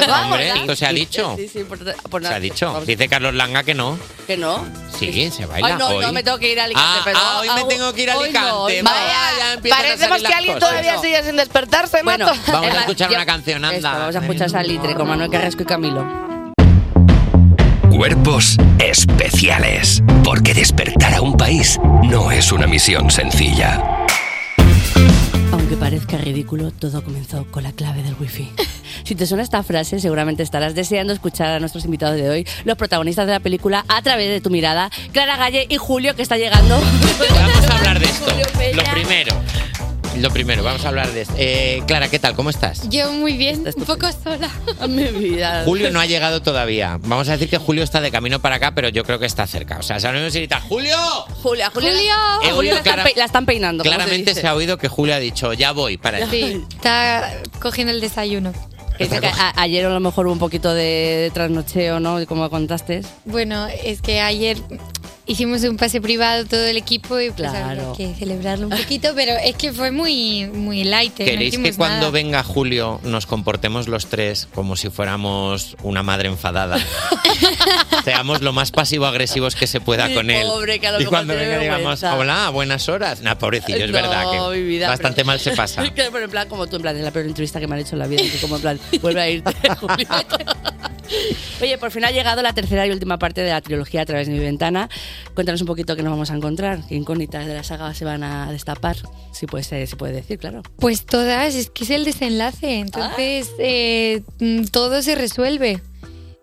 Speaker 3: Hombre,
Speaker 4: ¿verdad?
Speaker 3: esto se ha dicho.
Speaker 4: Sí, sí, por- por
Speaker 3: Se
Speaker 4: nada.
Speaker 3: ha dicho. Dice Carlos Langa que no.
Speaker 4: Que no.
Speaker 3: Sí, se baila
Speaker 4: Ay, no,
Speaker 3: hoy.
Speaker 4: no, me tengo que ir a Alicante.
Speaker 3: Ah,
Speaker 4: perdón.
Speaker 3: ah, hoy me
Speaker 4: Ah,
Speaker 3: tengo que ir a
Speaker 4: hoy no,
Speaker 3: Alicante.
Speaker 4: hoy no.
Speaker 3: Vaya, ya empiezan a
Speaker 11: Parecemos
Speaker 3: salir
Speaker 11: que
Speaker 3: las
Speaker 11: alguien
Speaker 3: cosas.
Speaker 11: todavía sigue sin despertarse, Bueno,
Speaker 3: Vamos a escuchar una canción, anda.
Speaker 4: Esto, vamos a escuchar Salitre con Manuel Carrasco y Camilo.
Speaker 1: Cuerpos especiales. Porque despertar a un país no es una misión sencilla.
Speaker 4: Aunque parezca ridículo, todo comenzó con la clave del wifi. Si te suena esta frase, seguramente estarás deseando escuchar a nuestros invitados de hoy, los protagonistas de la película A través de tu mirada, Clara Galle y Julio, que está llegando.
Speaker 3: Vamos a hablar de esto. Lo primero. Lo primero, vamos a hablar de esto. Eh, Clara, ¿qué tal? ¿Cómo estás?
Speaker 20: Yo muy bien, un poco sola.
Speaker 4: Mi vida.
Speaker 3: Julio no ha llegado todavía. Vamos a decir que Julio está de camino para acá, pero yo creo que está cerca. O sea, sabemos si grita, ¡Julio!
Speaker 4: Julia, Julia.
Speaker 20: Julio.
Speaker 4: a
Speaker 3: He
Speaker 4: Julio
Speaker 3: oído
Speaker 4: la, están
Speaker 3: clara-
Speaker 4: pe- la están peinando. ¿cómo
Speaker 3: Claramente se,
Speaker 4: dice?
Speaker 3: ha oído que Julio ha dicho, ya voy para allá.
Speaker 20: Sí, está cogiendo el desayuno.
Speaker 4: Dice que a- ayer a lo mejor hubo un poquito de, de trasnocheo, ¿no? Como contaste.
Speaker 20: Bueno, es que ayer hicimos un pase privado todo el equipo y pues
Speaker 4: Claro.
Speaker 20: había que celebrarlo un poquito, pero es que fue muy, muy light. ¿eh? no
Speaker 3: ¿Queréis que
Speaker 20: hicimos
Speaker 3: cuando
Speaker 20: nada.
Speaker 3: venga Julio nos comportemos los tres como si fuéramos una madre enfadada? Seamos lo más pasivo-agresivos que se pueda
Speaker 4: Mi
Speaker 3: con él.
Speaker 4: pobre, que a lo
Speaker 3: y
Speaker 4: mejor
Speaker 3: cuando
Speaker 4: tiene
Speaker 3: venga digamos,
Speaker 4: vergüenza.
Speaker 3: hola, buenas horas. Nah, pobrecillo, es
Speaker 4: No,
Speaker 3: verdad que
Speaker 4: mi vida,
Speaker 3: bastante
Speaker 4: pero-
Speaker 3: mal se pasa.
Speaker 4: Que, pero en plan, como tú, en plan, es la peor entrevista que me han hecho en la vida. y tú como en plan, vuelve a irte, Julio. Oye, por fin ha llegado la tercera y última parte de la trilogía a través de mi ventana. Cuéntanos un poquito qué nos vamos a encontrar, qué incógnitas de la saga se van a destapar. Si puede, ser, si puede decir, claro.
Speaker 20: Pues todas, es que es el desenlace, entonces eh, mm, todo se resuelve.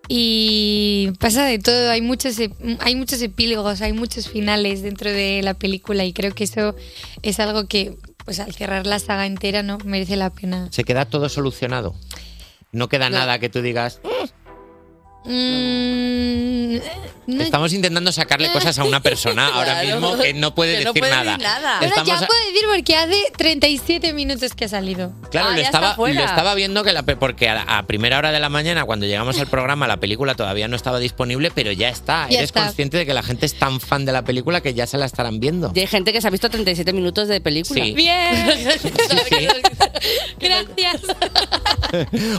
Speaker 20: Y pasa de todo, hay muchos, ep- hay muchos epílogos, hay muchos finales dentro de la película y creo que eso es algo que pues al cerrar la saga entera no merece la pena.
Speaker 3: Se queda todo solucionado. No queda nada que tú digas.
Speaker 20: Mm, no,
Speaker 3: Estamos intentando sacarle cosas a una persona ahora
Speaker 20: Claro.
Speaker 3: mismo que no puede
Speaker 20: Que
Speaker 3: decir
Speaker 20: no puede decir
Speaker 3: nada.
Speaker 20: nada. Bueno,
Speaker 3: Estamos
Speaker 20: ya
Speaker 3: a-
Speaker 20: puedo decir porque hace 37 minutos que ha salido.
Speaker 3: Claro,
Speaker 4: Ah,
Speaker 3: lo, estaba, lo estaba viendo que la, pe- porque a, la- a primera hora de la mañana, cuando llegamos al programa, la película todavía no estaba disponible, pero ya está.
Speaker 20: Ya
Speaker 3: Eres
Speaker 20: está.
Speaker 3: consciente de que la gente es tan fan de la película que ya se la estarán viendo.
Speaker 4: Y hay gente que se ha visto 37 minutos de película.
Speaker 3: Sí.
Speaker 20: Bien. Gracias.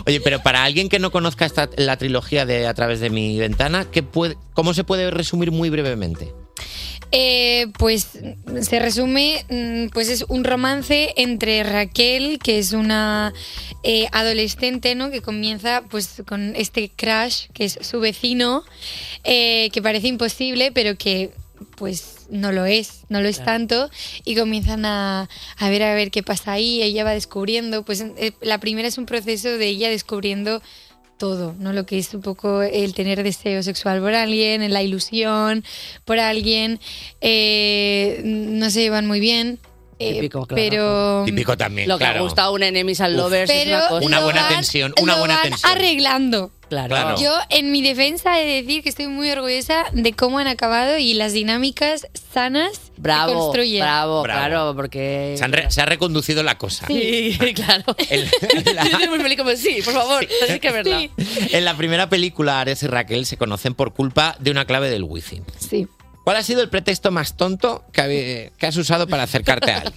Speaker 3: Oye, pero para alguien que no conozca esta, la trilogía de A través de mi ventana, ¿qué puede, ¿cómo se puede resumir muy brevemente?
Speaker 20: Eh, pues se resume, mm, pues es un romance entre Raquel, que es una eh, adolescente, ¿no? Que comienza pues con este crush, que es su vecino, eh, que parece imposible, pero que pues no lo es, no lo es tanto, y comienzan a, a ver a ver qué pasa ahí, ella va descubriendo, pues eh, la primera es un proceso de ella descubriendo todo, ¿no? Lo que es un poco el tener deseo sexual por alguien, la ilusión por alguien, eh, no se llevan muy bien. eh,
Speaker 4: Típico, claro.
Speaker 20: Pero.
Speaker 3: Típico también,
Speaker 4: Lo que ha
Speaker 3: claro.
Speaker 4: gustado un Enemies and
Speaker 3: Uf.
Speaker 4: Lovers es
Speaker 20: Pero
Speaker 4: una cosa.
Speaker 3: Una buena tensión, una
Speaker 20: lo
Speaker 3: buena
Speaker 20: van
Speaker 3: tensión.
Speaker 20: arreglando.
Speaker 3: Claro.
Speaker 20: Yo, en mi defensa, he de decir que estoy muy orgullosa de cómo han acabado y las dinámicas sanas que
Speaker 4: Bravo,
Speaker 20: construyen.
Speaker 4: bravo,
Speaker 3: Bravo.
Speaker 4: claro, porque...
Speaker 3: Se, han re- se ha reconducido la cosa.
Speaker 4: Sí, claro. Yo estoy muy feliz como, sí, por favor, así que es verdad.
Speaker 3: En la primera película, Ares y Raquel se conocen por culpa de una clave del wifi.
Speaker 20: Sí.
Speaker 3: ¿Cuál ha sido el pretexto más tonto que, habe- que has usado para acercarte a alguien?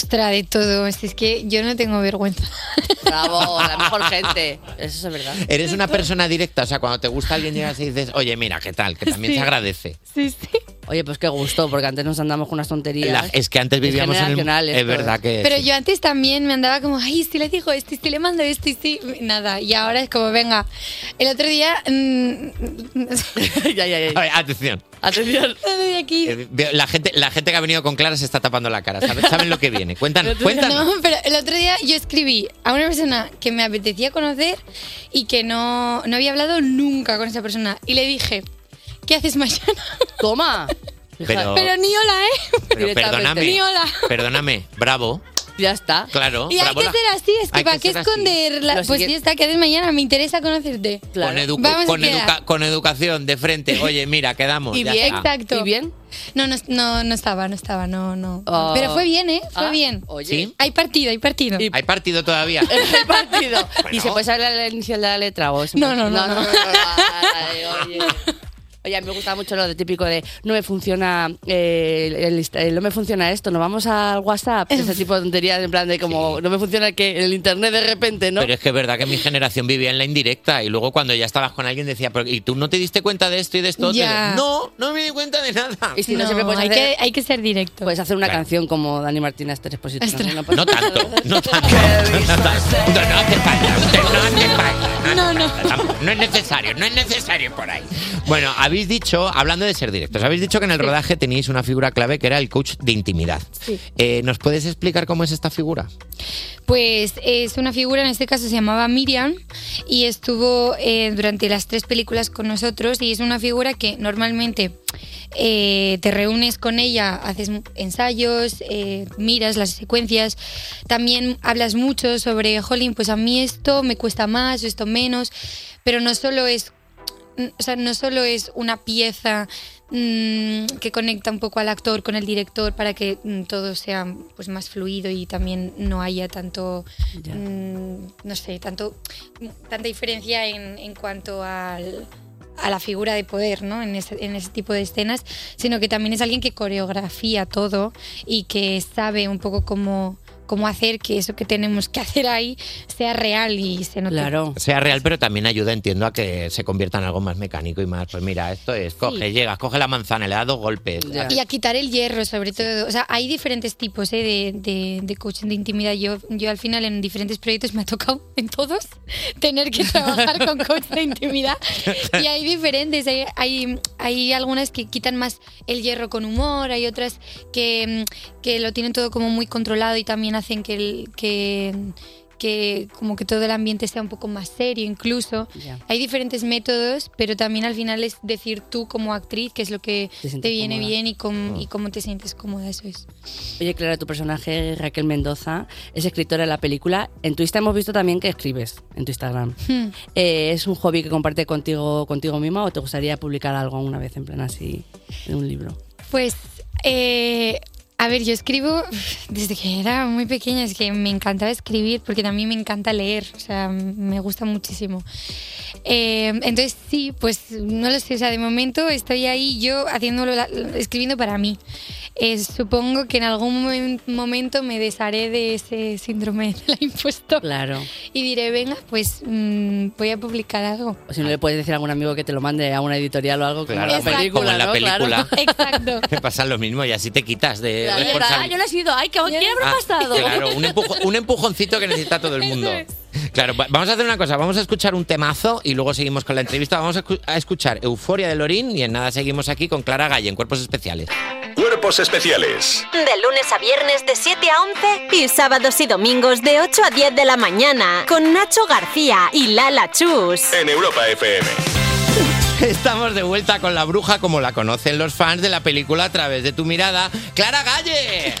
Speaker 20: Ostra, de todo. Si es que yo no tengo vergüenza.
Speaker 4: Bravo, la mejor gente. Eso es verdad.
Speaker 3: Eres una persona directa, o sea, cuando te gusta alguien llegas y dices, oye, mira, ¿qué tal? Que también
Speaker 4: Sí.
Speaker 3: se agradece.
Speaker 20: Sí, sí.
Speaker 4: Oye, pues qué gusto, porque antes nos andamos con unas tonterías.
Speaker 3: La- es que antes
Speaker 4: Es
Speaker 3: vivíamos en el...
Speaker 4: generacional
Speaker 3: Es
Speaker 4: esto,
Speaker 3: verdad que...
Speaker 20: Pero yo antes también me andaba como, ay, si le digo esto, y si le mando esto, y si nada. Y ahora es como, venga, el otro día... mm,
Speaker 4: ya, ya,
Speaker 3: A ver, atención.
Speaker 4: Atención.
Speaker 20: aquí.
Speaker 3: Eh, veo- La gente, la gente que ha venido con Clara se está tapando la cara. ¿Saben, saben lo que viene? Cuéntanos, cuéntanos.
Speaker 20: No, pero el otro día yo escribí a una persona que me apetecía conocer y que no, no había hablado nunca con esa persona. Y le dije, ¿qué haces mañana?
Speaker 4: Toma.
Speaker 3: Pero-
Speaker 20: ni hola, ¿eh?
Speaker 3: Pero perdóname.
Speaker 20: Ni hola.
Speaker 3: Perdóname. Bravo.
Speaker 4: Ya está.
Speaker 3: Claro.
Speaker 20: Y hay
Speaker 3: bravo
Speaker 20: que
Speaker 3: la-
Speaker 20: ser así, es que
Speaker 3: Hay
Speaker 20: ¿para
Speaker 3: que
Speaker 20: qué
Speaker 3: ser así.
Speaker 20: esconder? la-
Speaker 3: Lo
Speaker 20: pues
Speaker 3: siguiente-
Speaker 20: ya está, ¿qué haces mañana? Me interesa conocerte.
Speaker 3: Con, edu-
Speaker 20: Vamos a
Speaker 3: con,
Speaker 20: quedar.
Speaker 3: educa- con educación, de frente. Oye, mira, quedamos. ya está.
Speaker 20: Exacto. ¿Y
Speaker 4: bien?
Speaker 20: No, no, no, no estaba, no estaba, no, no.
Speaker 3: Ah.
Speaker 20: Pero fue bien, ¿eh? Fue
Speaker 3: Ah,
Speaker 20: bien.
Speaker 3: oye. ¿Sí?
Speaker 20: Hay partido, hay partido.
Speaker 3: Hay partido todavía.
Speaker 4: El partido. ¿Y se puede saber la inicial de la letra o es
Speaker 20: No, no, no, no.
Speaker 4: Ay, oye. Oye, a mí me gusta mucho lo de típico de no me funciona eh, el insta- eh, no me funciona esto, nos vamos al
Speaker 20: Eh.
Speaker 4: WhatsApp, ese tipo de tonterías en plan de como no me funciona que el internet de repente, ¿no?
Speaker 3: Pero es que es verdad que mi generación vivía en la indirecta y luego cuando ya estabas con alguien decía, pero ¿y tú no te diste cuenta de esto y de esto? otro?"
Speaker 20: Ya.
Speaker 3: No, no me di cuenta de nada.
Speaker 4: Y si no,
Speaker 20: No,
Speaker 4: siempre puedes
Speaker 20: hay
Speaker 4: hacer-
Speaker 20: que- hay que ser directo.
Speaker 4: Puedes hacer una
Speaker 3: Claro.
Speaker 4: canción como Dani Martínez tres positos. No, no pasa
Speaker 3: No tanto, no tanto. No, tanto. no, no hace falta, usted no hace falta. No, no. No es necesario, no es necesario por ahí. Bueno, habéis dicho, hablando de ser directos, habéis dicho que en el rodaje teníais una figura clave que era el coach de intimidad.
Speaker 20: Sí.
Speaker 3: Eh, ¿Nos puedes explicar cómo es esta figura?
Speaker 20: Pues es una figura, en este caso se llamaba Miriam y estuvo eh, durante las tres películas con nosotros y es una figura que normalmente eh, te reúnes con ella, haces mu- ensayos, eh, miras las secuencias, también hablas mucho sobre, jolín, pues a mí esto me cuesta más o esto menos, pero no solo es n- o sea, no solo es una pieza mm, que conecta un poco al actor con el director para que mm, todo sea pues más fluido y también no haya tanto mm, no sé tanto tanta diferencia en, en cuanto al- a la figura de poder ¿no? en, ese, en ese tipo de escenas, sino que también es alguien que coreografía todo y que sabe un poco cómo, cómo hacer que eso que tenemos que hacer ahí sea real y se note.
Speaker 3: Sea real, pero también ayuda, entiendo, a que se convierta en algo más mecánico y más. Pues mira, esto es, coge, llegas, coge la manzana, le das dos golpes.
Speaker 20: Y a quitar el hierro, sobre todo. O sea, hay diferentes tipos ¿eh? de, de, de coaching de intimidad. Yo, yo al final en diferentes proyectos me ha tocado, en todos, tener que trabajar con coach de intimidad. Y hay diferentes. Hay, hay, hay algunas que quitan más el hierro con humor, hay otras que, mm, que lo tienen todo como muy controlado y también hacen que... El, que que como que todo el ambiente sea un poco más serio incluso.
Speaker 4: Ya.
Speaker 20: Hay diferentes métodos, pero también al final es decir tú como actriz qué es lo que
Speaker 4: Te sientes
Speaker 20: te viene
Speaker 4: cómoda.
Speaker 20: bien y, com-
Speaker 4: Mm.
Speaker 20: y cómo te sientes cómoda, eso es.
Speaker 4: Oye, Clara, tu personaje, Raquel Mendoza, es escritora de la película. En tu Insta hemos visto también que escribes, en tu Instagram.
Speaker 20: Hmm.
Speaker 4: Eh, ¿Es un hobby que comparte contigo, contigo misma o te gustaría publicar algo alguna vez en plan así, de un libro?
Speaker 20: Pues, eh, a ver, yo escribo desde que era muy pequeña, es que me encantaba escribir porque también me encanta leer, o sea, me gusta muchísimo. Eh, entonces, sí, pues no lo sé, o sea, de momento estoy ahí yo haciéndolo, la- escribiendo para mí. Eh, supongo que en algún momen- momento me desharé de ese síndrome de la impostora
Speaker 4: Claro.
Speaker 20: y diré, venga, pues mm, voy a publicar algo.
Speaker 4: O si no le puedes decir a algún amigo que te lo mande a una editorial o algo como
Speaker 3: Claro,
Speaker 4: en la
Speaker 3: como-
Speaker 4: película,
Speaker 3: como en la
Speaker 4: ¿no? Claro.
Speaker 3: película.
Speaker 20: Exacto.
Speaker 3: Te pasa lo mismo y así te quitas de
Speaker 4: Claro, es verdad,
Speaker 3: responsabilidad.
Speaker 4: Ah, yo no he sido, ay, ¿qué, ¿qué habrá
Speaker 3: Ah,
Speaker 4: pasado?
Speaker 3: Claro, un, empujo- un empujoncito que necesita todo el mundo. Claro, va- vamos a hacer una cosa, vamos a escuchar un temazo y luego seguimos con la entrevista. Vamos a, escu- a escuchar Euforia de Lorín y en nada seguimos aquí con Clara Galle en Cuerpos Especiales.
Speaker 16: Cuerpos especiales
Speaker 2: De lunes a viernes de 7 a 11 y sábados y domingos de 8 a 10 de la mañana con Nacho García y Lala Chus.
Speaker 16: en Europa FM.
Speaker 3: Estamos de vuelta con la bruja como la conocen los fans de la película a través de tu mirada, Clara Galle.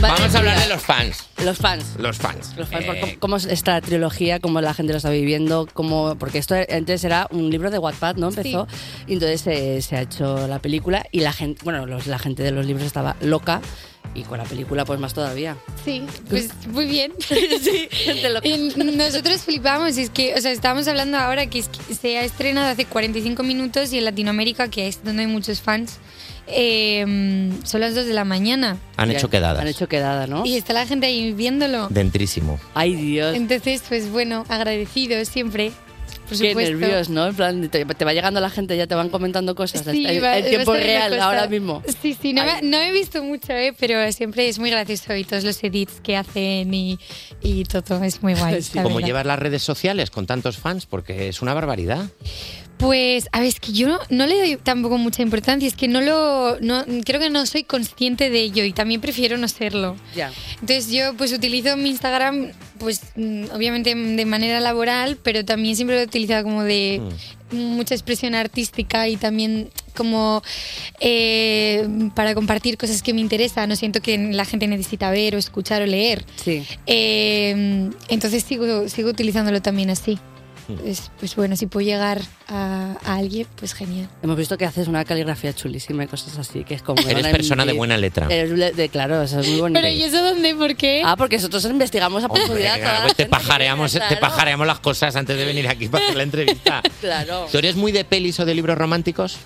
Speaker 3: Vamos a hablar de los fans.
Speaker 4: Los fans.
Speaker 3: Los fans.
Speaker 4: Los fans,
Speaker 3: Eh,
Speaker 4: por cómo- ¿Cómo es esta trilogía? ¿Cómo la gente lo está viviendo? ¿Cómo, porque esto antes era un libro de Wattpad, ¿no? Empezó. Y entonces eh, se ha hecho la película y la gente, bueno, los- la gente de los libros estaba loca y con la película pues más todavía.
Speaker 20: Sí, pues muy bien. Y nosotros flipamos, es que, o sea, estábamos hablando ahora que, es que se ha estrenado hace 45 minutos y en Latinoamérica, que es donde hay muchos fans, eh, son las 2 de la mañana.
Speaker 3: Han hecho quedadas.
Speaker 4: Han hecho quedada, ¿no?
Speaker 20: Y está la gente ahí viéndolo.
Speaker 3: Dentrísimo.
Speaker 4: Ay, Dios.
Speaker 20: Entonces, pues bueno, agradecidos siempre. Por
Speaker 4: Qué
Speaker 20: supuesto.
Speaker 4: nervios, ¿no? En plan, te, te va llegando la gente, ya te van comentando cosas.
Speaker 20: Sí,
Speaker 4: el,
Speaker 20: va-
Speaker 4: el tiempo
Speaker 20: va saliendo
Speaker 4: real,
Speaker 20: cosas.
Speaker 4: ahora mismo.
Speaker 20: Sí, sí, no, me- no he visto mucho, eh, pero siempre es muy gracioso y todos los edits que hacen y, y todo es muy guay. la
Speaker 3: Como
Speaker 20: verdad.
Speaker 3: llevar las redes sociales con tantos fans, porque es una barbaridad.
Speaker 20: Pues, a ver, es que yo no, no le doy tampoco mucha importancia, es que no lo. No, creo que no soy consciente de ello y también prefiero no serlo.
Speaker 4: Ya.
Speaker 20: Entonces, yo pues utilizo mi Instagram, pues mm, obviamente mm, de manera laboral, pero también siempre lo he utilizado como de mucha expresión artística y también como eh, para compartir cosas que me interesan. No siento que la gente necesita ver o escuchar o leer.
Speaker 4: Sí.
Speaker 20: Eh, entonces sigo, sigo utilizándolo también así.
Speaker 4: Mm.
Speaker 20: Es- pues bueno, si puedo llegar a, a alguien, pues genial.
Speaker 4: Hemos visto que haces una caligrafía chulísima y cosas así, que es como...
Speaker 3: Eres
Speaker 4: van a
Speaker 3: persona de
Speaker 4: envidiar.
Speaker 3: buena letra.
Speaker 4: Eres le- de- claro, eso es muy bonito.
Speaker 20: Pero ¿y eso dónde? ¿Por qué?
Speaker 4: Ah, porque nosotros investigamos a
Speaker 3: Hombre,
Speaker 4: profundidad toda la
Speaker 3: te, pajareamos,
Speaker 4: quiere,
Speaker 3: te
Speaker 4: claro.
Speaker 3: pajareamos las cosas antes de venir aquí para hacer la entrevista.
Speaker 4: Claro.
Speaker 3: ¿Tú eres muy de pelis o de libros románticos?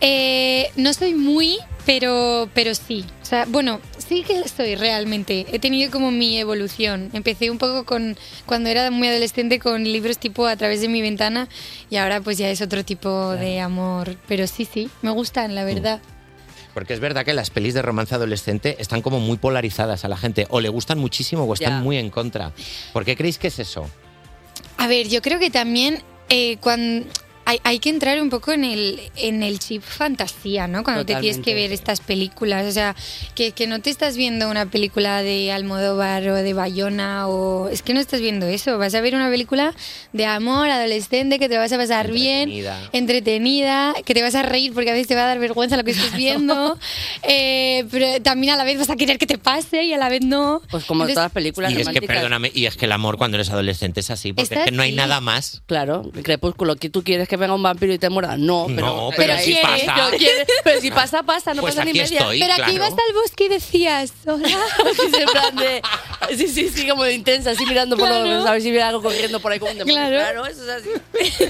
Speaker 20: Eh, no soy muy, pero, pero sí. O sea, bueno, sí que estoy realmente. He tenido como mi evolución. Empecé un poco con cuando era muy adolescente con libros tipo A través de mi ventana y ahora pues ya es otro tipo de amor. Pero sí, sí, me gustan, la verdad.
Speaker 3: Porque es verdad que las pelis de romance adolescente están como muy polarizadas a la gente. O le gustan muchísimo o están
Speaker 20: Ya.
Speaker 3: muy en contra. ¿Por qué creéis que es eso?
Speaker 20: A ver, yo creo que también cuando hay, hay que entrar un poco en el, en el chip fantasía, ¿no? Cuando te tienes que
Speaker 11: Totalmente.
Speaker 20: ver estas películas, o sea, que, que no te estás viendo una película de Almodóvar o de Bayona o... Es que no estás viendo eso, vas a ver una película de amor adolescente que te lo vas a pasar bien,
Speaker 11: Entretenida.
Speaker 20: entretenida, que te vas a reír porque a veces te va a dar vergüenza lo que estás viendo, eh, pero también a la vez vas a querer que te pase y a la vez no.
Speaker 4: Pues como
Speaker 20: Entonces-
Speaker 4: todas las
Speaker 3: Y
Speaker 4: películas
Speaker 3: es que,
Speaker 4: románticas.
Speaker 3: perdóname, y es que el amor cuando eres adolescente es así, porque
Speaker 4: Está
Speaker 3: es que no hay
Speaker 4: así.
Speaker 3: nada más.
Speaker 4: Claro, el crepúsculo. ¿Que ¿Tú quieres que venga un vampiro y te muerda? No, pero,
Speaker 3: No, pero si
Speaker 4: quiere,
Speaker 3: pasa.
Speaker 4: yo quiere- pero si pasa, pasa, no
Speaker 3: Pues
Speaker 4: pasa ni
Speaker 3: aquí
Speaker 4: media.
Speaker 3: estoy,
Speaker 20: Pero aquí
Speaker 3: claro.
Speaker 20: ibas al bosque y decías, hola.
Speaker 4: en plan de, sí, sí, sí, como de intensa, así mirando por
Speaker 20: Claro.
Speaker 4: los, a ver si ve algo corriendo por ahí como un demonio.
Speaker 20: Claro.
Speaker 4: eso es así.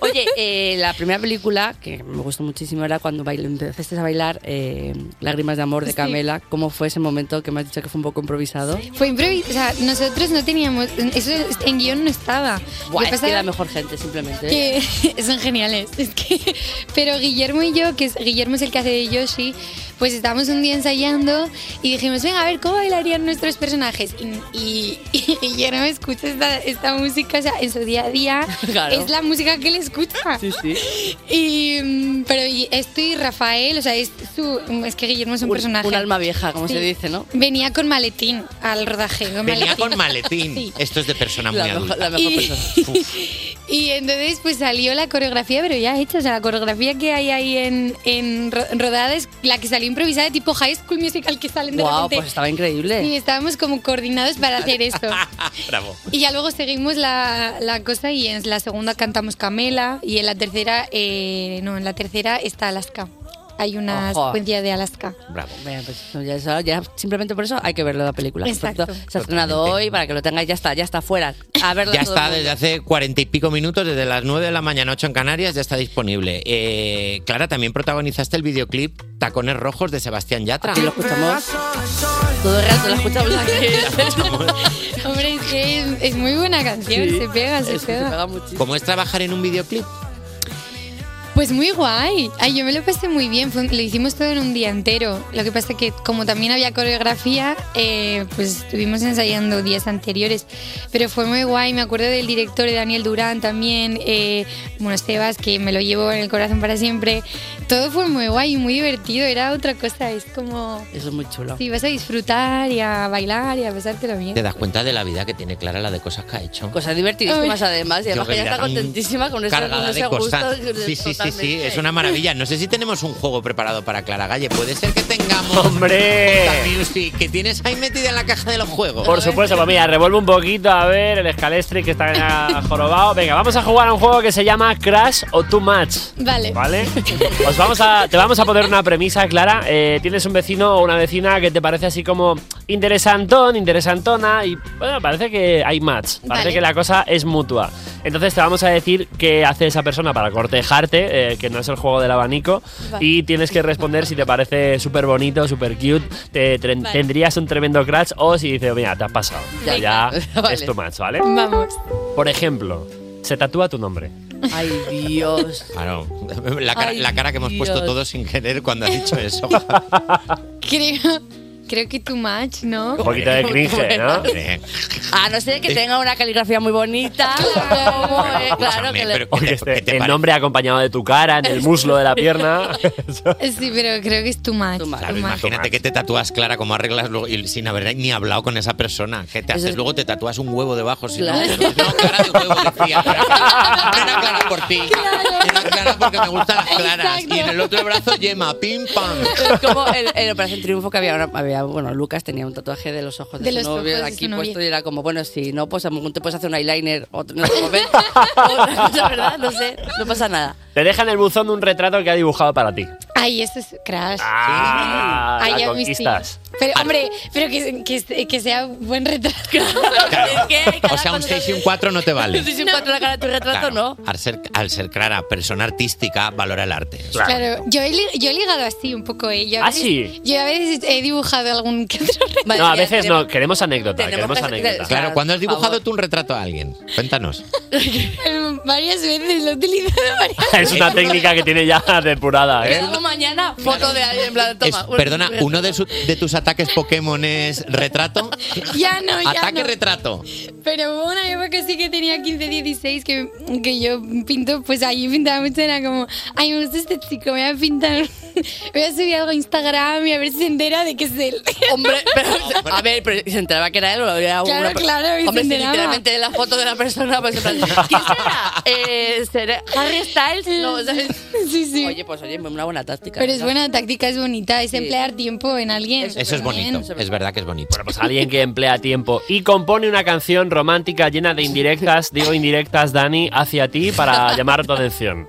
Speaker 4: Oye, eh, la primera película que me gustó muchísimo era cuando bail- empezaste a bailar eh, Lágrimas de Amor de
Speaker 20: Sí.
Speaker 4: Camela. ¿Cómo fue ese momento que me has dicho que fue un poco improvisado?
Speaker 20: Fue improvisado. O sea, nosotros no teníamos. Eso en guión no estaba.
Speaker 4: Buah,
Speaker 20: Lo
Speaker 4: es que
Speaker 20: pasaba
Speaker 4: la mejor gente, simplemente.
Speaker 20: que
Speaker 4: ¿eh?
Speaker 20: son geniales. Es que, pero Guillermo y yo, que es, Guillermo es el que hace de Yoshi, pues estábamos un día ensayando y dijimos, venga, a ver, ¿cómo bailarían nuestros personajes? Y, y- y Guillermo escucha esta, esta música, o sea, en su día a día
Speaker 11: Claro.
Speaker 20: es la música que él escucha.
Speaker 11: Sí, sí.
Speaker 20: Y, mm, pero y esto y Rafael, o sea, es, su, es que Guillermo es un,
Speaker 4: Un-
Speaker 20: personaje.
Speaker 4: un alma vieja, como se dice, ¿no?
Speaker 20: Venía con maletín al rodaje. con
Speaker 3: Venía con maletín. Esto es de persona muy adulta.
Speaker 20: Y- Y entonces pues salió la coreografía, pero ya hecha. O sea, la coreografía que hay ahí en, en ro- rodada es la que salió improvisada, tipo High School Musical que salen de
Speaker 4: Guau,
Speaker 20: repente.
Speaker 4: pues estaba increíble.
Speaker 20: Y estábamos como coordinados para hacer eso.
Speaker 3: Ah, Bravo.
Speaker 20: Y ya luego seguimos la, la cosa y en la segunda cantamos Camela y en la tercera, eh, no, en la tercera está Alaska. Hay una
Speaker 4: Ojo.
Speaker 20: secuencia de Alaska.
Speaker 3: Bravo.
Speaker 4: pues eso ya, eso ya- simplemente por eso hay que verlo la película.
Speaker 20: Exacto.
Speaker 4: Perfecto. Se ha estrenado hoy para que lo tengáis, ya está, ya está fuera. A verlo
Speaker 3: Ya
Speaker 4: todo el
Speaker 3: está
Speaker 4: mundo.
Speaker 3: desde hace cuarenta y pico minutos, desde las nueve de la mañana, ocho en Canarias, ya está disponible. Eh, Clara, también protagonizaste el videoclip Tacones Rojos de Sebastián Yatra.
Speaker 4: lo escuchamos todo el rato, lo escuchamos
Speaker 20: aquí. Hombre, es que es, es muy buena canción,
Speaker 3: Sí,
Speaker 20: se pega, se
Speaker 3: es que se
Speaker 20: pega.
Speaker 3: ¿Cómo es trabajar en un videoclip?
Speaker 20: Pues muy guay. Ay, yo me lo pasé muy bien. Fue un- lo hicimos todo en un día entero. Lo que pasa que como también había coreografía, eh, pues estuvimos ensayando días anteriores. Pero fue muy guay. Me acuerdo del director de Daniel Durán también. Eh, bueno, Sebas, que me lo llevo en el corazón para siempre. Todo fue muy guay y muy divertido. Era otra cosa. Es como...
Speaker 4: Eso es muy chulo.
Speaker 20: Sí, vas a disfrutar y a bailar y a pasártelo bien.
Speaker 3: ¿Te das cuenta de la vida que tiene Clara, la de cosas que ha hecho?
Speaker 4: Cosas divertidísimas además, y
Speaker 3: Yo
Speaker 4: además que ya
Speaker 3: que
Speaker 4: está
Speaker 3: ya tan
Speaker 4: contentísima con ese,
Speaker 3: Cargada
Speaker 4: con ese
Speaker 3: de
Speaker 4: gusto.
Speaker 3: cosas. Sí, sí, sí, sí,
Speaker 4: totalmente.
Speaker 3: es una maravilla. No sé si tenemos un juego preparado para Clara Galle. Puede ser que tengamos.
Speaker 5: ¡Hombre!
Speaker 3: Puta Music, que tienes ahí metida en la caja de los juegos.
Speaker 5: Por supuesto, pues mira, revuelve un poquito a ver el escalestre que está ya jorobado. Venga, vamos a jugar a un juego que se llama Crash o Too Much.
Speaker 20: Vale.
Speaker 5: ¿Vale? Os vamos a, te vamos a poner una premisa, Clara. Eh, tienes un vecino o una vecina que te parece así como interesantón, interesantona y bueno, parece que hay match. Parece
Speaker 13: Vale.
Speaker 5: que la cosa es mutua. Entonces te vamos a decir qué hace esa persona para cortejarte eh, que no es el juego del abanico,
Speaker 13: Vale.
Speaker 5: y tienes que responder si te parece súper bonito, súper cute, te, tre-
Speaker 13: Vale.
Speaker 5: tendrías un tremendo crash o si dices, mira, te has pasado. Ya, ya,
Speaker 4: Vale.
Speaker 5: esto más, ¿vale?
Speaker 20: Vamos.
Speaker 5: Por ejemplo, se tatúa tu nombre.
Speaker 4: Ay, Dios.
Speaker 3: Claro, la cara,
Speaker 20: Ay,
Speaker 3: la cara que hemos puesto
Speaker 20: Dios.
Speaker 3: todos sin querer cuando ha dicho eso.
Speaker 20: Creo, creo que too much, ¿no?
Speaker 3: Un poquito de
Speaker 5: cringe, ¿no?
Speaker 4: A no ser que tenga una caligrafía muy bonita. como, eh, claro que le-
Speaker 5: O que esté este, el nombre acompañado de tu cara, en el muslo de la pierna.
Speaker 20: Sí, pero creo que es too much. too
Speaker 3: Claro,
Speaker 20: much.
Speaker 3: imagínate que te tatúas, Clara, como arreglas luego y sin haber ni hablado con esa persona. ¿Qué te
Speaker 20: Eso
Speaker 3: haces?
Speaker 20: es-
Speaker 3: Luego te tatúas un huevo debajo. Si
Speaker 20: Claro.
Speaker 3: no, no, cara de huevo decía. pero No era clara por ti. Era clara porque me gustan las claras. Y en el otro brazo yema, pim pam.
Speaker 4: Es como el- en Operación Triunfo que había, una- había- bueno, Lucas tenía un tatuaje de los ojos de,
Speaker 11: De
Speaker 4: su
Speaker 11: los ojos
Speaker 4: novio
Speaker 11: de su
Speaker 4: aquí
Speaker 11: novia.
Speaker 4: puesto y era como, bueno, si no, pues a lo mejor te puedes hacer un eyeliner otro, en otro momento. Otra cosa, ¿verdad? No sé, no pasa nada.
Speaker 5: Te deja en el buzón un retrato que ha dibujado para ti.
Speaker 20: Ay, esto es crash.
Speaker 5: Ah,
Speaker 20: Ay,
Speaker 5: la
Speaker 20: ya mis
Speaker 5: conquistas.
Speaker 20: tíos. Pero, hombre, pero que, este, que, que sea buen retrato.
Speaker 3: O sea, un 6 y un 4 no te vale.
Speaker 4: Si un cuatro en la cara de tu retrato, no.
Speaker 3: Al ser, al ser Clara, persona artística, valora el arte.
Speaker 20: Claro, yo he, li- yo he ligado así un poco, ¿eh? Yo a
Speaker 5: ¿Ah,
Speaker 20: veces-
Speaker 5: sí?
Speaker 20: Yo a veces he dibujado algún que otro retrato.
Speaker 5: No, a veces no, queremos anécdota,
Speaker 20: tenemos
Speaker 5: queremos
Speaker 20: que-
Speaker 5: anécdota.
Speaker 3: Claro, cuando has dibujado tú un retrato a alguien, cuéntanos.
Speaker 20: Eh, Varias veces lo he utilizado varias
Speaker 5: Es una técnica que tiene ya depurada, ¿eh?
Speaker 4: Luego mañana, foto de alguien en plan, toma.
Speaker 3: Es-
Speaker 4: un-
Speaker 3: perdona, uno de, su- de tus ataques Pokémon es retrato.
Speaker 20: Ya no, ya
Speaker 3: Ataque
Speaker 20: no.
Speaker 3: retrato.
Speaker 20: Pero hubo una época sí que tenía 15, 16 que, que yo pinto, pues ahí pintaba mucho, era como, ay, me gusta este chico, voy a pintar, voy a subir algo a Instagram y a ver si se entera de que es él.
Speaker 4: Hombre, A ver, pero si se enteraba que era él, lo habría
Speaker 20: Claro,
Speaker 4: una-
Speaker 20: claro, y
Speaker 4: Hombre,
Speaker 20: se
Speaker 4: si
Speaker 20: enteraba.
Speaker 4: literalmente la foto de la persona, pues en plan, ¿quién será? Eh, ¿será Harry Styles? No, ¿sabes?
Speaker 20: Sí, sí.
Speaker 4: Oye, pues oye, una buena táctica.
Speaker 20: Pero es
Speaker 4: ¿no?
Speaker 20: buena táctica, es bonita, es emplear tiempo en alguien.
Speaker 3: Eso es bonito, es verdad que es bonito. Bueno,
Speaker 5: pues Alguien que emplea tiempo y compone una canción romántica llena de indirectas, digo indirectas, Dani, hacia ti para llamar tu atención.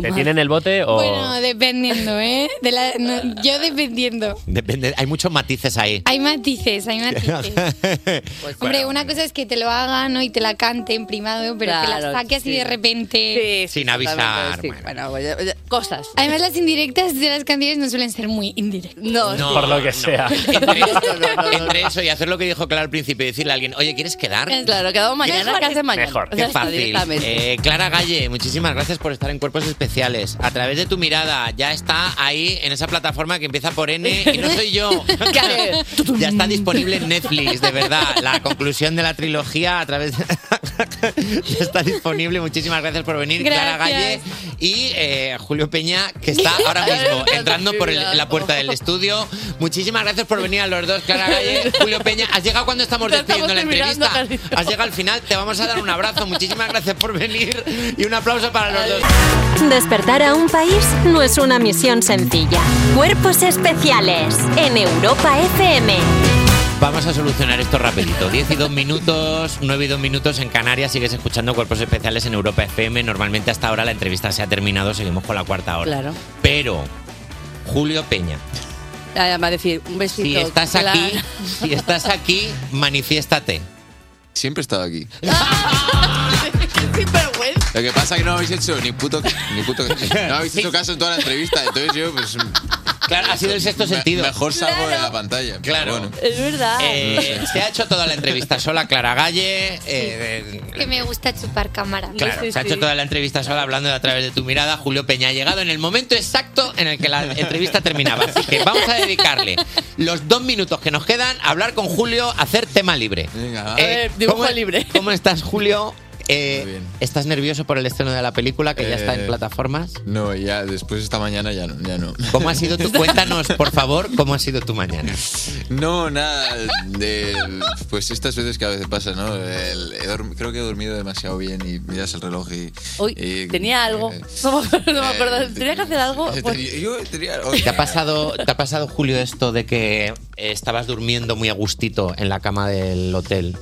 Speaker 5: ¿Te tienen el bote o...?
Speaker 20: Bueno, dependiendo, ¿eh? De la-
Speaker 3: Ah.
Speaker 20: no, yo dependiendo.
Speaker 3: Depende, hay muchos matices ahí.
Speaker 20: Hay matices, hay matices. Hombre,
Speaker 3: Bueno,
Speaker 20: una cosa es que te lo hagan ¿no? y te la cante en primado, pero que la
Speaker 4: Claro,
Speaker 20: saque así
Speaker 4: sí.
Speaker 20: de repente.
Speaker 3: Sin avisar.
Speaker 4: Pues Sí, bueno, oye, oye, cosas.
Speaker 20: Además, las indirectas de las canciones no suelen ser muy indirectas.
Speaker 3: No,
Speaker 5: Por lo que sea.
Speaker 3: Entre, entre eso y hacer lo que dijo Clara al principio, decirle a alguien, oye, ¿quieres quedar?
Speaker 4: Claro, quedamos mañana,
Speaker 3: Mejor
Speaker 4: ¿qué haces mañana?
Speaker 3: Mejor.
Speaker 4: O sea,
Speaker 3: Qué fácil.
Speaker 4: directamente.
Speaker 3: Eh, Clara Galle, muchísimas gracias por estar en Cuerpos Especiales. A través de tu mirada, ya está ahí en esa plataforma que empieza por N y no soy yo. ya está disponible en Netflix, de verdad. La conclusión de la trilogía a través de... ya está disponible. Muchísimas gracias por venir, Clara Galle.
Speaker 20: Gracias.
Speaker 3: Y eh, Julio Peña, que está ahora mismo entrando por el- la puerta del estudio. Muchísimas gracias por venir a los dos, Clara Galle, Julio Peña. Has llegado cuando estamos despidiendo la entrevista. Has llegado al final, te vamos a dar un abrazo. Muchísimas gracias por venir y un aplauso para los dos.
Speaker 2: Despertar a un país no es una misión sencilla. Cuerpos especiales en Europa FM.
Speaker 3: Vamos a solucionar esto rapidito. 10 y 2 minutos, 9 y 2 minutos en Canarias. Sigues escuchando Cuerpos Especiales en Europa FM. Normalmente hasta ahora la entrevista se ha terminado. Seguimos con la cuarta hora.
Speaker 4: Claro.
Speaker 3: Pero, Julio Peña,
Speaker 4: Además, va a decir, un besito.
Speaker 3: si estás
Speaker 4: Clara.
Speaker 3: aquí, si estás aquí, manifiéstate.
Speaker 21: Siempre he estado aquí.
Speaker 4: Sin vergüenza.
Speaker 21: Lo que pasa es que no habéis hecho ni puto, ni puto no habéis hecho caso en toda la entrevista. Entonces yo, pues.
Speaker 3: Claro, ha sido el sexto sentido.
Speaker 21: Mejor salgo de la pantalla. pero
Speaker 3: Claro.
Speaker 21: Bueno.
Speaker 4: Es verdad.
Speaker 3: Eh, se ha hecho toda la entrevista sola, Clara Galle. eh,
Speaker 20: Que me gusta chupar cámara.
Speaker 3: Claro, se ha hecho toda la entrevista sola hablando de a través de tu mirada. Julio Peña ha llegado en el momento exacto en el que la entrevista terminaba. Así que vamos a dedicarle los dos minutos que nos quedan a hablar con Julio, a hacer tema libre.
Speaker 21: Venga,
Speaker 3: Eh, ¿cómo- ¿Cómo estás, Julio? Eh, ¿Estás nervioso por el estreno de la película que ya está en
Speaker 21: Eh,
Speaker 3: plataformas?
Speaker 21: No, ya después de esta mañana ya no. Ya no.
Speaker 3: ¿Cómo ha sido tu Cuéntanos, por favor, cómo ha sido tu mañana.
Speaker 21: No, nada. de- pues estas veces que a veces pasa, ¿no? El- he dorm- creo que he dormido demasiado bien y miras el reloj y.
Speaker 4: Uy,
Speaker 21: y-
Speaker 4: tenía algo. No me acuerdo, no me acuerdo. Tenía que hacer algo.
Speaker 21: eh,
Speaker 4: Pues,
Speaker 21: Yo tenía.
Speaker 3: ¿Te ha, pasado, ¿Te ha pasado, Julio, esto de que eh, estabas durmiendo muy a gustito en la cama del hotel?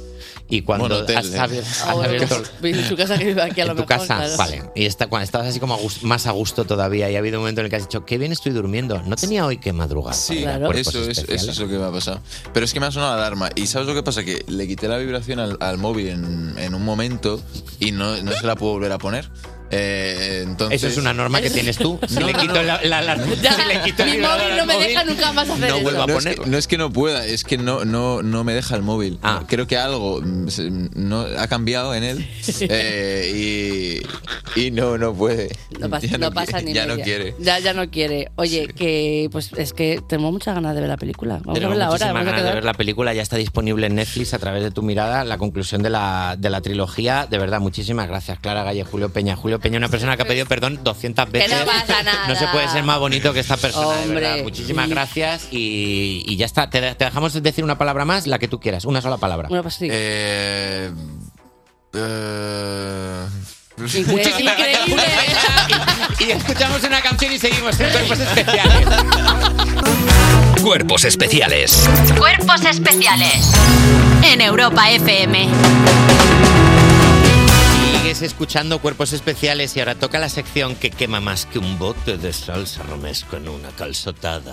Speaker 3: Y cuando
Speaker 21: Monotel,
Speaker 3: has,
Speaker 21: eh.
Speaker 3: abier- has
Speaker 4: ah, bueno,
Speaker 3: abierto
Speaker 4: en su casa que vive aquí a lo
Speaker 3: tu
Speaker 4: mejor.
Speaker 3: casa,
Speaker 4: claro.
Speaker 3: vale, y está, cuando estabas así como a gus- más a gusto todavía y ha habido un momento en el que has dicho, qué bien estoy durmiendo, no tenía hoy que madrugar.
Speaker 21: Sí,
Speaker 3: para ir a cuerpos
Speaker 21: eso, eso,
Speaker 3: especiales".
Speaker 21: eso es lo que me ha pasado. Pero es que me ha sonado la alarma. ¿Y sabes lo que pasa? Que le quité la vibración al, al móvil en, en un momento y no, no se la puedo volver a poner. Eh, entonces,
Speaker 3: Eso es una norma que tienes tú. Si
Speaker 21: No,
Speaker 3: le
Speaker 21: no,
Speaker 3: quito
Speaker 21: no.
Speaker 3: la, la- la- si le quito el
Speaker 14: Mi
Speaker 3: vibrador
Speaker 14: móvil
Speaker 3: al
Speaker 14: no me
Speaker 3: móvil,
Speaker 14: deja nunca más hacer
Speaker 3: No
Speaker 14: eso.
Speaker 3: vuelvo a
Speaker 21: no,
Speaker 3: poner.
Speaker 21: Es que, no es que no pueda, es que no, no, no me deja el móvil.
Speaker 3: Ah.
Speaker 21: Creo que algo mm, se- no, ha cambiado en él eh, y, y no, no puede.
Speaker 4: No pasa,
Speaker 21: Ya
Speaker 4: no
Speaker 21: qui-
Speaker 4: pasa ni
Speaker 21: Ya no
Speaker 4: media.
Speaker 21: quiere.
Speaker 4: Ya, ya no quiere. Oye, que pues es que tengo muchas ganas de ver la película. Vamos a
Speaker 3: Tenemos
Speaker 4: verla ahora.
Speaker 3: muchísimas
Speaker 4: Vamos a
Speaker 3: ganas de
Speaker 4: quedar.
Speaker 3: ver la película, ya está disponible en Netflix a través de tu mirada, la conclusión de la, de la trilogía. De verdad, muchísimas gracias, Clara Galle, Julio Peña. Julio Peña, una persona que ha pedido perdón 200 veces. No se puede ser más bonito que esta persona, de
Speaker 4: Hombre.
Speaker 3: verdad. Muchísimas gracias y, y ya está. Te, te dejamos decir una palabra más, la que tú quieras, una sola palabra.
Speaker 4: Bueno, pues sí.
Speaker 21: Eh, eh,
Speaker 3: Muchísimas gracias, Julio Peña. Y, y escuchamos una canción y seguimos en Cuerpos Especiales.
Speaker 1: Cuerpos especiales.
Speaker 2: Cuerpos especiales en Europa FM.
Speaker 3: Sigues escuchando Cuerpos Especiales y ahora toca la sección que quema más que un bote de salsa romesco en una calzotada.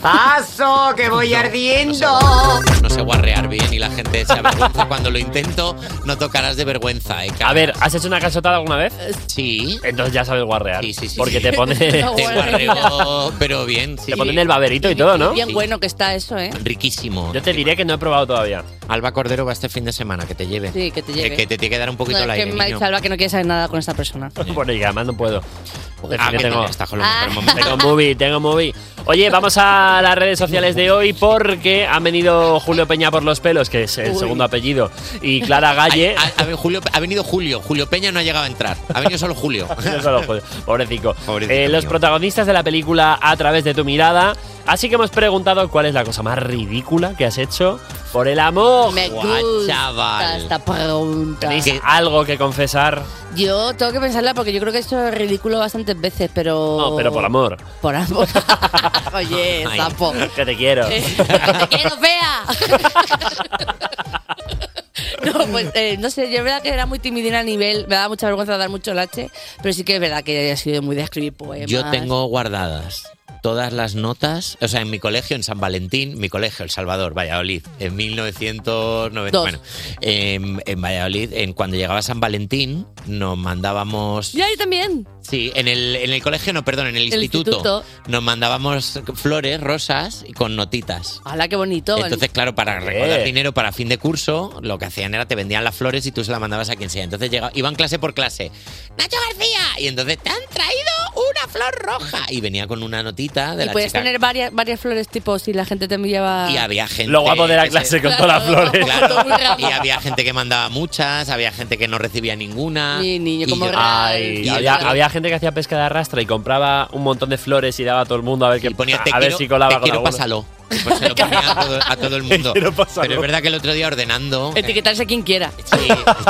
Speaker 6: ¡Paso, que voy
Speaker 3: No,
Speaker 6: ardiendo!
Speaker 3: No sé guarrear bien y la gente se avergüenza. Cuando lo intento, no tocarás de vergüenza. ¿eh?
Speaker 5: A ver, ¿has hecho una calzotada alguna vez?
Speaker 3: Sí.
Speaker 5: Entonces ya sabes guarrear. Sí, sí, sí. Porque te pone.
Speaker 3: Te guarreo, pero bien.
Speaker 5: Te ponen el baberito y todo, ¿no?
Speaker 4: Bien bueno que está eso, ¿eh?
Speaker 3: Riquísimo.
Speaker 5: Yo te diré que no he probado todavía.
Speaker 3: Alba Cordero va este fin de semana, que te lleve.
Speaker 4: Sí, que te lleve.
Speaker 3: Que, que te tiene que dar un
Speaker 4: No,
Speaker 3: poquito
Speaker 4: es
Speaker 3: el
Speaker 4: que
Speaker 3: aire,
Speaker 4: me ha
Speaker 3: niño.
Speaker 4: dicho Alba que no quiere saber nada con esta persona.
Speaker 5: Bueno, y además no puedo. Joder,
Speaker 3: Ah,
Speaker 5: que
Speaker 3: que
Speaker 5: tengo,
Speaker 3: te- estás con
Speaker 4: lo mejor,
Speaker 3: momento.
Speaker 5: tengo movie, tengo movie. Oye, vamos a las redes sociales de hoy porque han venido Julio Peña por los pelos, que es el
Speaker 3: Uy.
Speaker 5: segundo apellido, y Clara Galle.
Speaker 3: Ha, ha- ha- Julio- ha venido Julio. Julio Peña no ha llegado a entrar. Ha venido solo Julio.
Speaker 5: Yo solo Julio. Pobrecito. Eh, los protagonistas de la película a través de tu mirada. Así que hemos preguntado cuál es la cosa más ridícula que has hecho por el amor.
Speaker 11: Me
Speaker 5: Guau,
Speaker 11: gusta
Speaker 5: chaval.
Speaker 11: esta pregunta.
Speaker 5: ¿Tenéis algo que confesar?
Speaker 4: Yo tengo que pensarla porque yo creo que he hecho ridículo bastantes veces, pero.
Speaker 5: No, pero por amor.
Speaker 4: Oh. Por amor. Oye,
Speaker 5: Ay,
Speaker 4: sapo.
Speaker 5: Que te quiero.
Speaker 4: ¡Quiero fea! No, pues eh, no sé, yo es verdad que era muy timidina a nivel, me daba mucha vergüenza dar mucho lache, pero sí que es verdad que he sido muy de escribir poemas.
Speaker 3: Yo tengo guardadas todas las notas, o sea, en mi colegio, en San Valentín, mi colegio, El Salvador, Valladolid, en 1990,
Speaker 4: Dos.
Speaker 3: bueno, em, en, Valladolid, en cuando llegaba San Valentín, nos mandábamos...
Speaker 4: Ya, yo también.
Speaker 3: Sí, en el, en el colegio, no, perdón, en el,
Speaker 4: El
Speaker 3: instituto,
Speaker 4: instituto.
Speaker 3: nos mandábamos flores, rosas y con notitas.
Speaker 4: ¡Hala, qué bonito!
Speaker 3: Entonces, claro, para recaudar dinero para fin de curso, lo que hacían era te vendían las flores y tú se las mandabas a quien sea. Entonces llegaba, iban clase por clase. Nacho García. Y entonces te han traído
Speaker 4: ¡Oh,
Speaker 3: una flor roja. Y venía con una notita Ah, de
Speaker 4: y
Speaker 3: la
Speaker 4: puedes
Speaker 3: chica.
Speaker 4: tener varias, varias flores, tipo, si la gente te enviaba.
Speaker 3: Y había gente.
Speaker 5: Lo guapo de la
Speaker 3: que se-
Speaker 5: clase con todas las flores.
Speaker 3: Claro. Y había gente que mandaba muchas, había gente que no recibía ninguna.
Speaker 4: Mi niño,
Speaker 3: Y
Speaker 4: como
Speaker 3: yo-
Speaker 5: Ah. Ay,
Speaker 3: Y
Speaker 5: había,
Speaker 3: yo-
Speaker 5: había gente que hacía pesca de arrastre y compraba un montón de flores y daba a todo el mundo a ver, qué-
Speaker 3: ponía, "Te
Speaker 5: a ver
Speaker 3: quiero-
Speaker 5: si colaba
Speaker 3: te
Speaker 5: con
Speaker 3: quiero,
Speaker 5: alguno".
Speaker 3: pásalo. Pues se lo ponía a todo, a todo el mundo. Pero es verdad que el otro día ordenando. eh,
Speaker 4: Etiquetarse a quien quiera.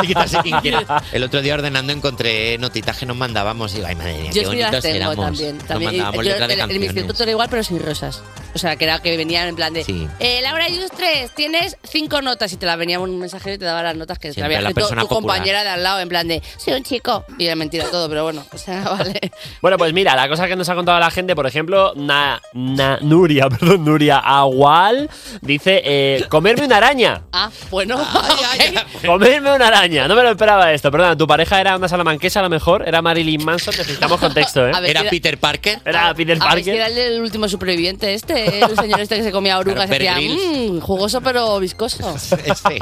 Speaker 3: quitarse quien quiera. El otro día ordenando encontré notitas que nos mandábamos y digo, ay madre mía, qué
Speaker 4: Yo sí las
Speaker 3: bonitos
Speaker 4: tengo
Speaker 3: éramos.
Speaker 4: también. también.
Speaker 3: nos mandábamos
Speaker 4: Yo
Speaker 3: letras de
Speaker 4: en, el- en mi
Speaker 3: canciones.
Speaker 4: instituto era igual, pero sin rosas. O sea, que era que venían en plan de.
Speaker 3: Sí.
Speaker 4: Eh, Laura Yustres, tienes cinco notas y te las venía un mensajero y te daba las notas que te
Speaker 3: Siempre
Speaker 4: había
Speaker 3: la
Speaker 4: escrito
Speaker 3: persona
Speaker 4: tu
Speaker 3: popular.
Speaker 4: compañera de al lado, en plan de. Soy un chico. Y era mentira todo, pero bueno. O sea, vale.
Speaker 5: Bueno, pues mira, la cosa que nos ha contado la gente, por ejemplo, Na- Na- Nuria, perdón, Nuria Agual, dice, eh, comerme una araña.
Speaker 4: Ah, bueno.
Speaker 5: Comerme una araña, no me lo esperaba esto. Perdona, tu pareja era una salamanquesa a lo mejor, era Marilyn Manson, necesitamos contexto, ¿eh?
Speaker 4: A ver, Era si era- Peter
Speaker 3: Parker.
Speaker 5: Era Peter
Speaker 4: A ver si
Speaker 5: Parker.
Speaker 4: era el, del último superviviente este, el señor este que se comía orugas y
Speaker 3: Pero
Speaker 4: decía,
Speaker 3: Bear
Speaker 4: mmm, jugoso pero viscoso.
Speaker 3: Este,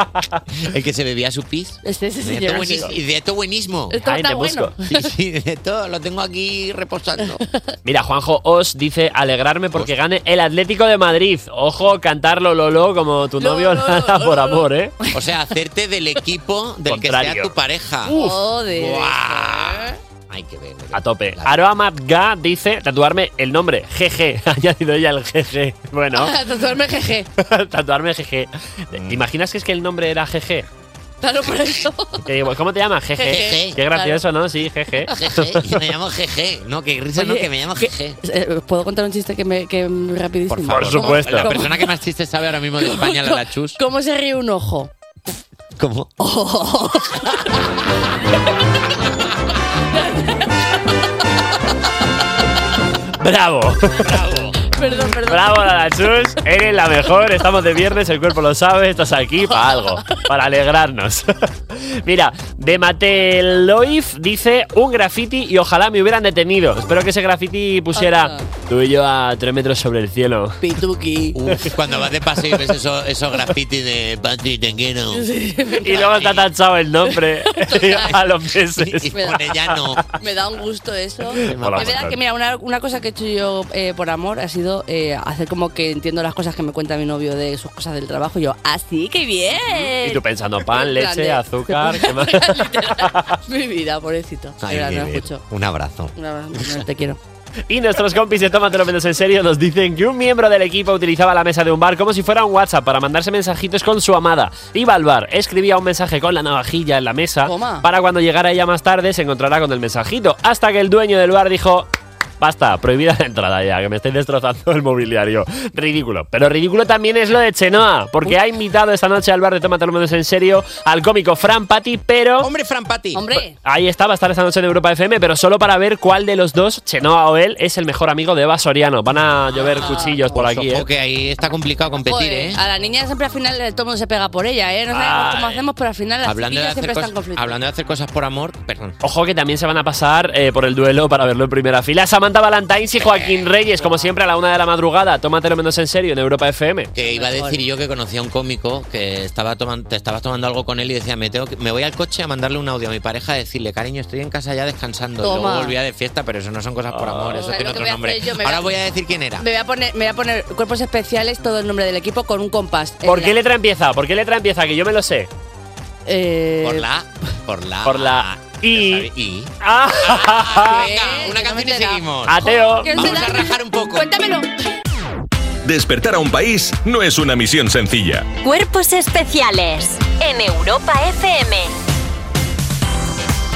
Speaker 3: El que se bebía su pis.
Speaker 4: Este, este
Speaker 3: De
Speaker 4: señor.
Speaker 3: todo buenis- y de todo buenismo.
Speaker 4: Esto Ay, está te
Speaker 5: bueno. busco.
Speaker 3: Sí, sí, de todo, lo tengo aquí reposando.
Speaker 5: Mira, Juanjo Os dice, alegrarme porque gane el Atlético de Madrid. Ojo, cantarlo Lolo como tu novio, nada, por amor, ¿eh?
Speaker 3: O sea, hacerte del equipo del que sea
Speaker 5: Contrario.
Speaker 3: tu pareja.
Speaker 5: Uf.
Speaker 4: Joder.
Speaker 3: Buah. Hay que ver.
Speaker 5: A tope. Aroa Matga dice tatuarme el nombre, GG. Ha añadido ella el GG. Bueno,
Speaker 4: Tatuarme jeje.
Speaker 5: tatuarme GG.
Speaker 3: Mm.
Speaker 5: ¿Te imaginas que es que el nombre era GG?
Speaker 4: Claro, por eso.
Speaker 5: Que digo, ¿Cómo te llamas? GG.
Speaker 4: GG,
Speaker 5: Qué gracioso, ¿no? Sí, GG.
Speaker 3: GG. Yo me llamo GG. No, que risa, no,
Speaker 4: Oye,
Speaker 3: que me llamo GG.
Speaker 4: Eh, ¿os ¿Puedo contar un chiste que me que mm, rapidísimo?
Speaker 3: Por favor.
Speaker 4: ¿Cómo-
Speaker 3: La
Speaker 4: cómo-
Speaker 3: persona que más chistes sabe ahora mismo de España, la Lachus.
Speaker 4: ¿Cómo se ríe un ojo? Oh,
Speaker 3: ¿Cómo? Oh.
Speaker 5: Bravo.
Speaker 4: Perdón, perdón.
Speaker 5: Bravo, Dadachus. Eres la mejor. Estamos de viernes, el cuerpo lo sabe. Estás aquí para algo, para alegrarnos. Mira, de Mateloif dice un graffiti y ojalá me hubieran detenido. Espero que ese graffiti pusiera tú y yo a tres metros sobre el cielo.
Speaker 4: Pituki.
Speaker 3: Cuando vas de paseo y ves esos eso graffiti de Panty Tenguero.
Speaker 5: Y luego está tachado el nombre a los meses.
Speaker 4: Me da- Me da un gusto eso. Es
Speaker 5: mola
Speaker 4: verdad
Speaker 5: bastante.
Speaker 4: que, mira, una, una cosa que he hecho yo eh, por amor ha sido eh, hacer como que entiendo las cosas que me cuenta mi novio de sus cosas del trabajo. Y yo, así, qué
Speaker 5: Y
Speaker 4: bien.
Speaker 5: tú pensando pan,
Speaker 4: En plan
Speaker 5: leche,
Speaker 4: de-
Speaker 5: azúcar, ¿qué más?
Speaker 4: mi vida, pobrecito. De verdad, no lo escucho.
Speaker 3: Un abrazo.
Speaker 4: Un abrazo, no, te quiero.
Speaker 5: Y nuestros compis de Tómatelo Menos en Serio nos dicen que un miembro del equipo utilizaba la mesa de un bar como si fuera un WhatsApp para mandarse mensajitos con su amada. Iba al bar, escribía un mensaje con la navajilla en la mesa para cuando llegara ella más tarde se encontrará con el mensajito. Hasta que el dueño del bar dijo... Basta, prohibida la entrada ya, que me estáis destrozando el mobiliario. Ridículo. Pero ridículo también es lo de Chenoa, porque ha invitado esta noche al bar de Tómatelo Menos en Serio al cómico Fran Patti, pero...
Speaker 3: Hombre, Fran Patti.
Speaker 4: Hombre.
Speaker 5: Ahí está, va a estar esta noche en Europa FM, pero solo para ver cuál de los dos, Chenoa o él, es el mejor amigo de Eva Soriano. Van a llover cuchillos por aquí, ¿eh?
Speaker 3: Ah, que ahí está complicado competir,
Speaker 4: Joder,
Speaker 3: ¿eh?
Speaker 4: A la niña siempre al final eh, todo el mundo se pega por ella, ¿eh? No
Speaker 5: Ay.
Speaker 4: sabemos cómo hacemos, pero al final las
Speaker 3: Hablando de,
Speaker 4: chiquillas
Speaker 3: hacer
Speaker 4: siempre están
Speaker 3: cosas,
Speaker 4: conflictivas.
Speaker 3: hablando de hacer cosas por amor, perdón.
Speaker 5: Ojo que también se van a pasar eh, por el duelo para verlo en primera fila. Samantha Valentines y
Speaker 3: Eh,
Speaker 5: Joaquín Reyes, como siempre, a la una de la madrugada. Tómatelo menos en serio en Europa FM.
Speaker 3: Que iba a decir yo que conocía a un cómico que estaba tomando, te estabas tomando algo con él y decía, me, tengo que- me voy al coche a mandarle un audio a mi pareja a decirle, cariño, estoy en casa ya descansando. Y
Speaker 4: Toma.
Speaker 3: luego volvía de fiesta, pero eso no son cosas por
Speaker 5: Ah.
Speaker 3: amor, eso
Speaker 4: ¿Sabes
Speaker 3: tiene
Speaker 4: lo que
Speaker 3: otro
Speaker 4: voy a
Speaker 3: nombre.
Speaker 4: hacer yo? Me
Speaker 3: Ahora voy a decir quién era.
Speaker 4: Me voy a poner, me voy a poner cuerpos especiales, todo el nombre del equipo con un compás.
Speaker 5: ¿Por
Speaker 4: Eh,
Speaker 5: qué letra empieza? ¿Por qué letra empieza? Que yo me lo sé.
Speaker 4: eh,
Speaker 3: Por la A, Por la
Speaker 5: Por la I. Ah.
Speaker 3: I. Ah,
Speaker 4: ¿Qué?
Speaker 3: Una canción y seguimos.
Speaker 5: Ateo.
Speaker 3: Vamos a rajar un poco.
Speaker 4: Cuéntamelo.
Speaker 16: Despertar a un país no es una misión sencilla.
Speaker 2: Cuerpos especiales en Europa FM.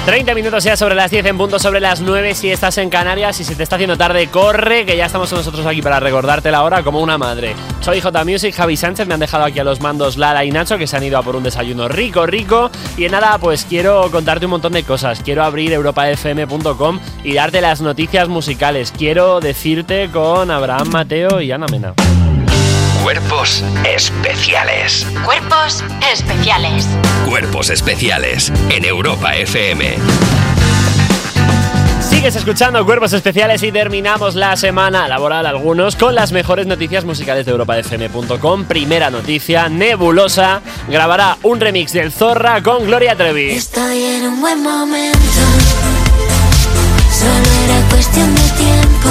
Speaker 5: 30 minutos ya sobre las 10 en punto, sobre las 9 si estás en Canarias y si te está haciendo tarde, corre, que ya estamos nosotros aquí para recordarte la hora como una madre. Soy J Music, Javi Sánchez, me han dejado aquí a los mandos Lala y Nacho que se han ido a por un desayuno rico, rico. Y en nada, pues quiero contarte un montón de cosas. Quiero abrir europafm.com y darte las noticias musicales. Quiero decirte con Abraham Mateo y Ana Mena.
Speaker 1: Cuerpos especiales.
Speaker 2: Cuerpos especiales.
Speaker 1: Cuerpos especiales en Europa FM.
Speaker 5: Sigues escuchando Cuerpos Especiales y terminamos la semana laboral algunos con las mejores noticias musicales de EuropaFM.com. Primera noticia, Nebulosa grabará un remix del Zorra con Gloria Trevi.
Speaker 7: Estoy en un buen momento. Solo era cuestión de tiempo.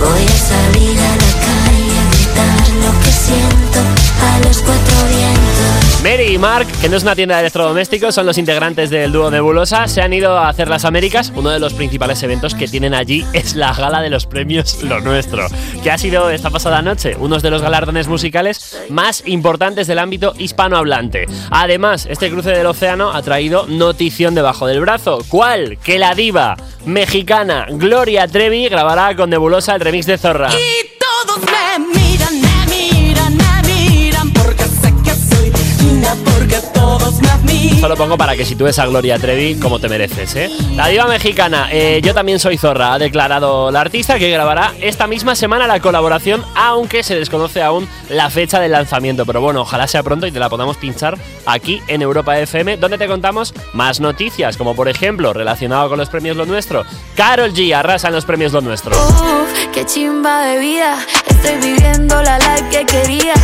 Speaker 7: Voy a salir a la calle a gritar lo que siento a los cuatro vientos.
Speaker 5: Mary y Mark, que no es una tienda de electrodomésticos, son los integrantes del dúo Nebulosa, se han ido a hacer las Américas. Uno de los principales eventos que tienen allí es la gala de los premios Lo Nuestro, que ha sido esta pasada noche uno de los galardones musicales más importantes del ámbito hispanohablante. Además, este cruce del océano ha traído notición debajo del brazo. ¿Cuál? Que la diva mexicana Gloria Trevi grabará con Nebulosa el remix de Zorra.
Speaker 7: Todos me miran, me miran, me miran. Porque sé que soy linda, porque todos me admiran.
Speaker 5: Solo pongo para que sitúes a Gloria Trevi como te mereces, ¿eh? La diva mexicana, eh, yo también soy zorra, ha declarado la artista que grabará esta misma semana la colaboración, aunque se desconoce aún la fecha del lanzamiento. Pero bueno, ojalá sea pronto y te la podamos pinchar aquí en Europa FM, donde te contamos más noticias, como por ejemplo, relacionado con los premios Lo Nuestro, Carol G arrasa en los premios Lo Nuestro.
Speaker 7: Uf, Oh, qué chimba de vida. Estoy viviendo la life que quería.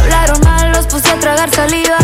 Speaker 7: Hablaron mal, los puse a tragar saliva.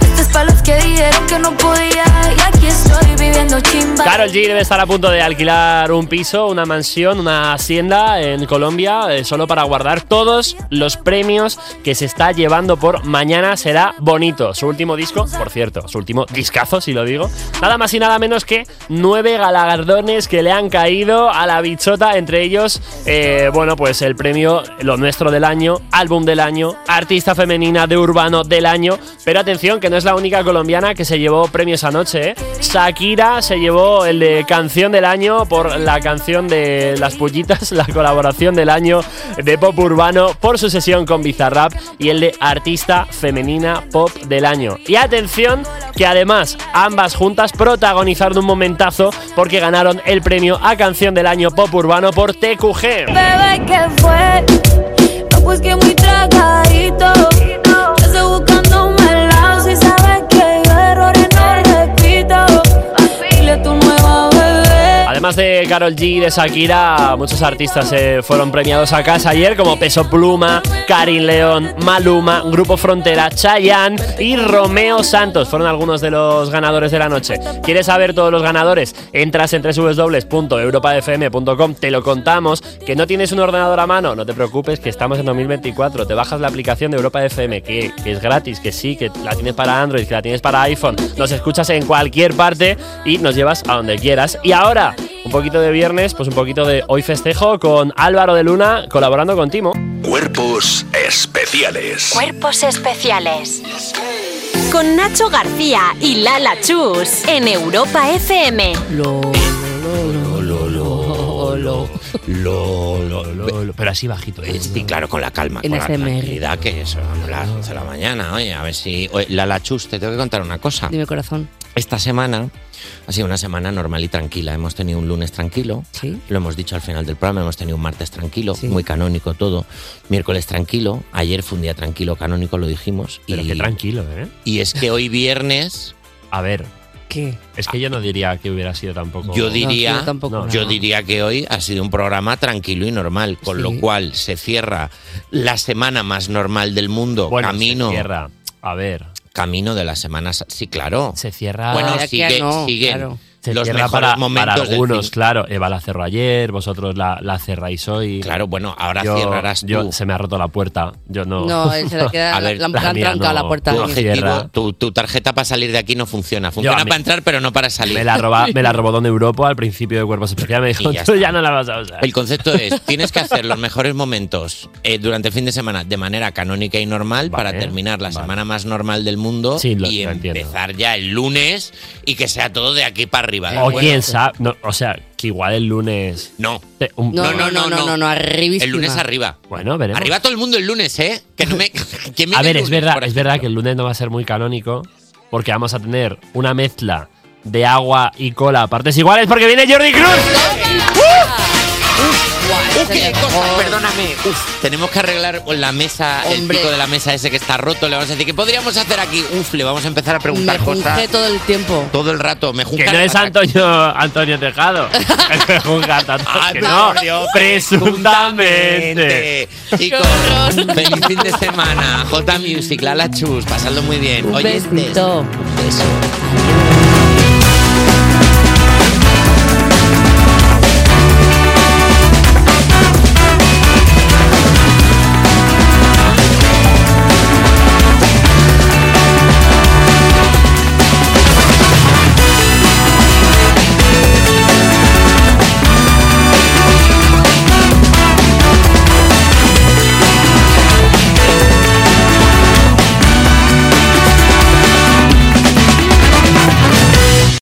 Speaker 7: Esto es para los que dijeron que no podía. Y aquí estoy viviendo chimba.
Speaker 5: Carol G debe estar a punto de alquilar un piso, una mansión, una hacienda en Colombia, eh, solo para guardar todos los premios que se está llevando por Mañana será bonito. Su último disco, por cierto, su último discazo, si lo digo. Nada más y nada menos que nueve galardones que le han caído a la bichota, entre ellos, eh, bueno, pues el premio Lo Nuestro del Año, Álbum del Año, Artista Femenina de Urbano del Año. Pero atención, que no es la única colombiana que se llevó premios anoche, ¿eh? Shakira se llevó el el de canción del año por la canción de Las Pollitas, la colaboración del año de Pop Urbano por su sesión con Bizarrap y el de Artista Femenina Pop del año. Y atención, que además ambas juntas protagonizaron un momentazo porque ganaron el premio a canción del año Pop Urbano por TQG.
Speaker 7: Bebé, que fue? Lo busqué muy tragadito. Yo estoy buscando un melao. Si sabes que yo errores no repito. Dile a tu nueva bebé.
Speaker 5: Además de Carol G y de Shakira, muchos artistas eh, fueron premiados a casa ayer, como Peso Pluma, Karin León, Maluma, Grupo Frontera, Chayanne y Romeo Santos. Fueron algunos de los ganadores de la noche. ¿Quieres saber todos los ganadores? Entras en www.europafm.com, te lo contamos. ¿Que no tienes un ordenador a mano? No te preocupes, que estamos en 2024. Te bajas la aplicación de Europa FM, que, que es gratis, que sí, que la tienes para Android, que la tienes para iPhone. Nos escuchas en cualquier parte y nos llevas a donde quieras. Y ahora, un poquito de viernes, pues un poquito de hoy festejo con Álvaro de Luna colaborando con Timo.
Speaker 16: Cuerpos especiales.
Speaker 2: Cuerpos especiales. Con Nacho García y Lala Chus en Europa FM.
Speaker 3: Lo, lo, lo, lo. Pero así bajito. Y claro, con la calma,
Speaker 4: En
Speaker 3: con la
Speaker 4: ASMR.
Speaker 3: tranquilidad que eso, a las 11 de la mañana. Oye, a ver si. oye, Lala Chus, te tengo que contar una cosa.
Speaker 4: Dime corazón.
Speaker 3: Esta semana ha sido una semana normal y tranquila. Hemos tenido un lunes tranquilo, lo hemos dicho al final del programa, hemos tenido un martes tranquilo, muy canónico todo, miércoles tranquilo, ayer fue un día tranquilo, canónico, lo dijimos.
Speaker 5: Pero
Speaker 3: y,
Speaker 5: qué tranquilo, ¿eh?
Speaker 3: y es que hoy viernes...
Speaker 5: A ver.
Speaker 4: ¿Qué?
Speaker 5: Es que yo no diría que hubiera sido tampoco.
Speaker 3: Yo diría, yo diría que hoy ha sido un programa tranquilo y normal, con lo cual se cierra la semana más normal del mundo.
Speaker 5: Bueno, se
Speaker 3: camino.
Speaker 5: cierra. A ver.
Speaker 3: Camino de las semanas. Sí, claro.
Speaker 5: Se cierra.
Speaker 3: Bueno, sigue, sigue.
Speaker 5: Se
Speaker 3: los
Speaker 5: cierra
Speaker 3: mejores
Speaker 5: para,
Speaker 3: momentos
Speaker 5: para
Speaker 3: del
Speaker 5: algunos,
Speaker 3: fin.
Speaker 5: claro. Eva la cerró ayer, vosotros la, la cerráis hoy.
Speaker 3: Claro, bueno, ahora cerrarás tú.
Speaker 5: Yo, se me ha roto la puerta. Yo no.
Speaker 4: No, se le queda-
Speaker 5: A ver,
Speaker 4: la- la han
Speaker 5: mía
Speaker 4: trancado la puerta.
Speaker 5: no
Speaker 3: Tu, objetivo-
Speaker 5: cierra.
Speaker 3: tu- tu tarjeta para salir de aquí no funciona. Funciona
Speaker 5: mí-
Speaker 3: para entrar, pero no para salir.
Speaker 5: Me la, roba, me la robó Don Europa al principio de Cuerpos Especiales. Me dijo,
Speaker 3: Y ya
Speaker 5: tú ya no la vas a usar.
Speaker 3: El concepto es, tienes que hacer los mejores momentos eh, durante el fin de semana de manera canónica y normal para terminar la semana más normal del mundo y empezar ya el lunes y que sea todo de aquí para arriba. ¿de
Speaker 5: O
Speaker 3: acuerdo?
Speaker 5: quién sabe. no, o sea, que igual el lunes.
Speaker 3: No.
Speaker 4: No, no, no, no, no, no, arribísima.
Speaker 3: El lunes arriba.
Speaker 5: Bueno, veremos.
Speaker 3: Arriba todo el mundo el lunes, ¿eh? Que no me... ¿Quién me
Speaker 5: A
Speaker 3: ve
Speaker 5: ver,
Speaker 3: el
Speaker 5: es
Speaker 3: lunes?
Speaker 5: verdad, es verdad que el lunes no va a ser muy canónico porque vamos a tener una mezcla de agua y cola a partes iguales porque viene Jordi Cruz.
Speaker 3: ¡Uh, qué cosa! Perdóname. Uf, tenemos que arreglar la mesa, el pico de la mesa ese que está roto. Le vamos a decir, ¿qué podríamos hacer aquí? Uf, le vamos a empezar a preguntar
Speaker 4: Juzgué
Speaker 3: cosas
Speaker 4: todo el tiempo.
Speaker 3: todo el rato. Me
Speaker 5: Que
Speaker 3: juntan
Speaker 5: no es Antonio, Antonio Tejado. Es un gato, que
Speaker 3: por
Speaker 5: no.
Speaker 3: Dios.
Speaker 5: Presuntamente.
Speaker 3: Chicos, feliz fin de semana. J Music, Lala Chus, pasadlo muy bien.
Speaker 4: Un
Speaker 3: Oye, este es-
Speaker 4: besito.
Speaker 3: Beso.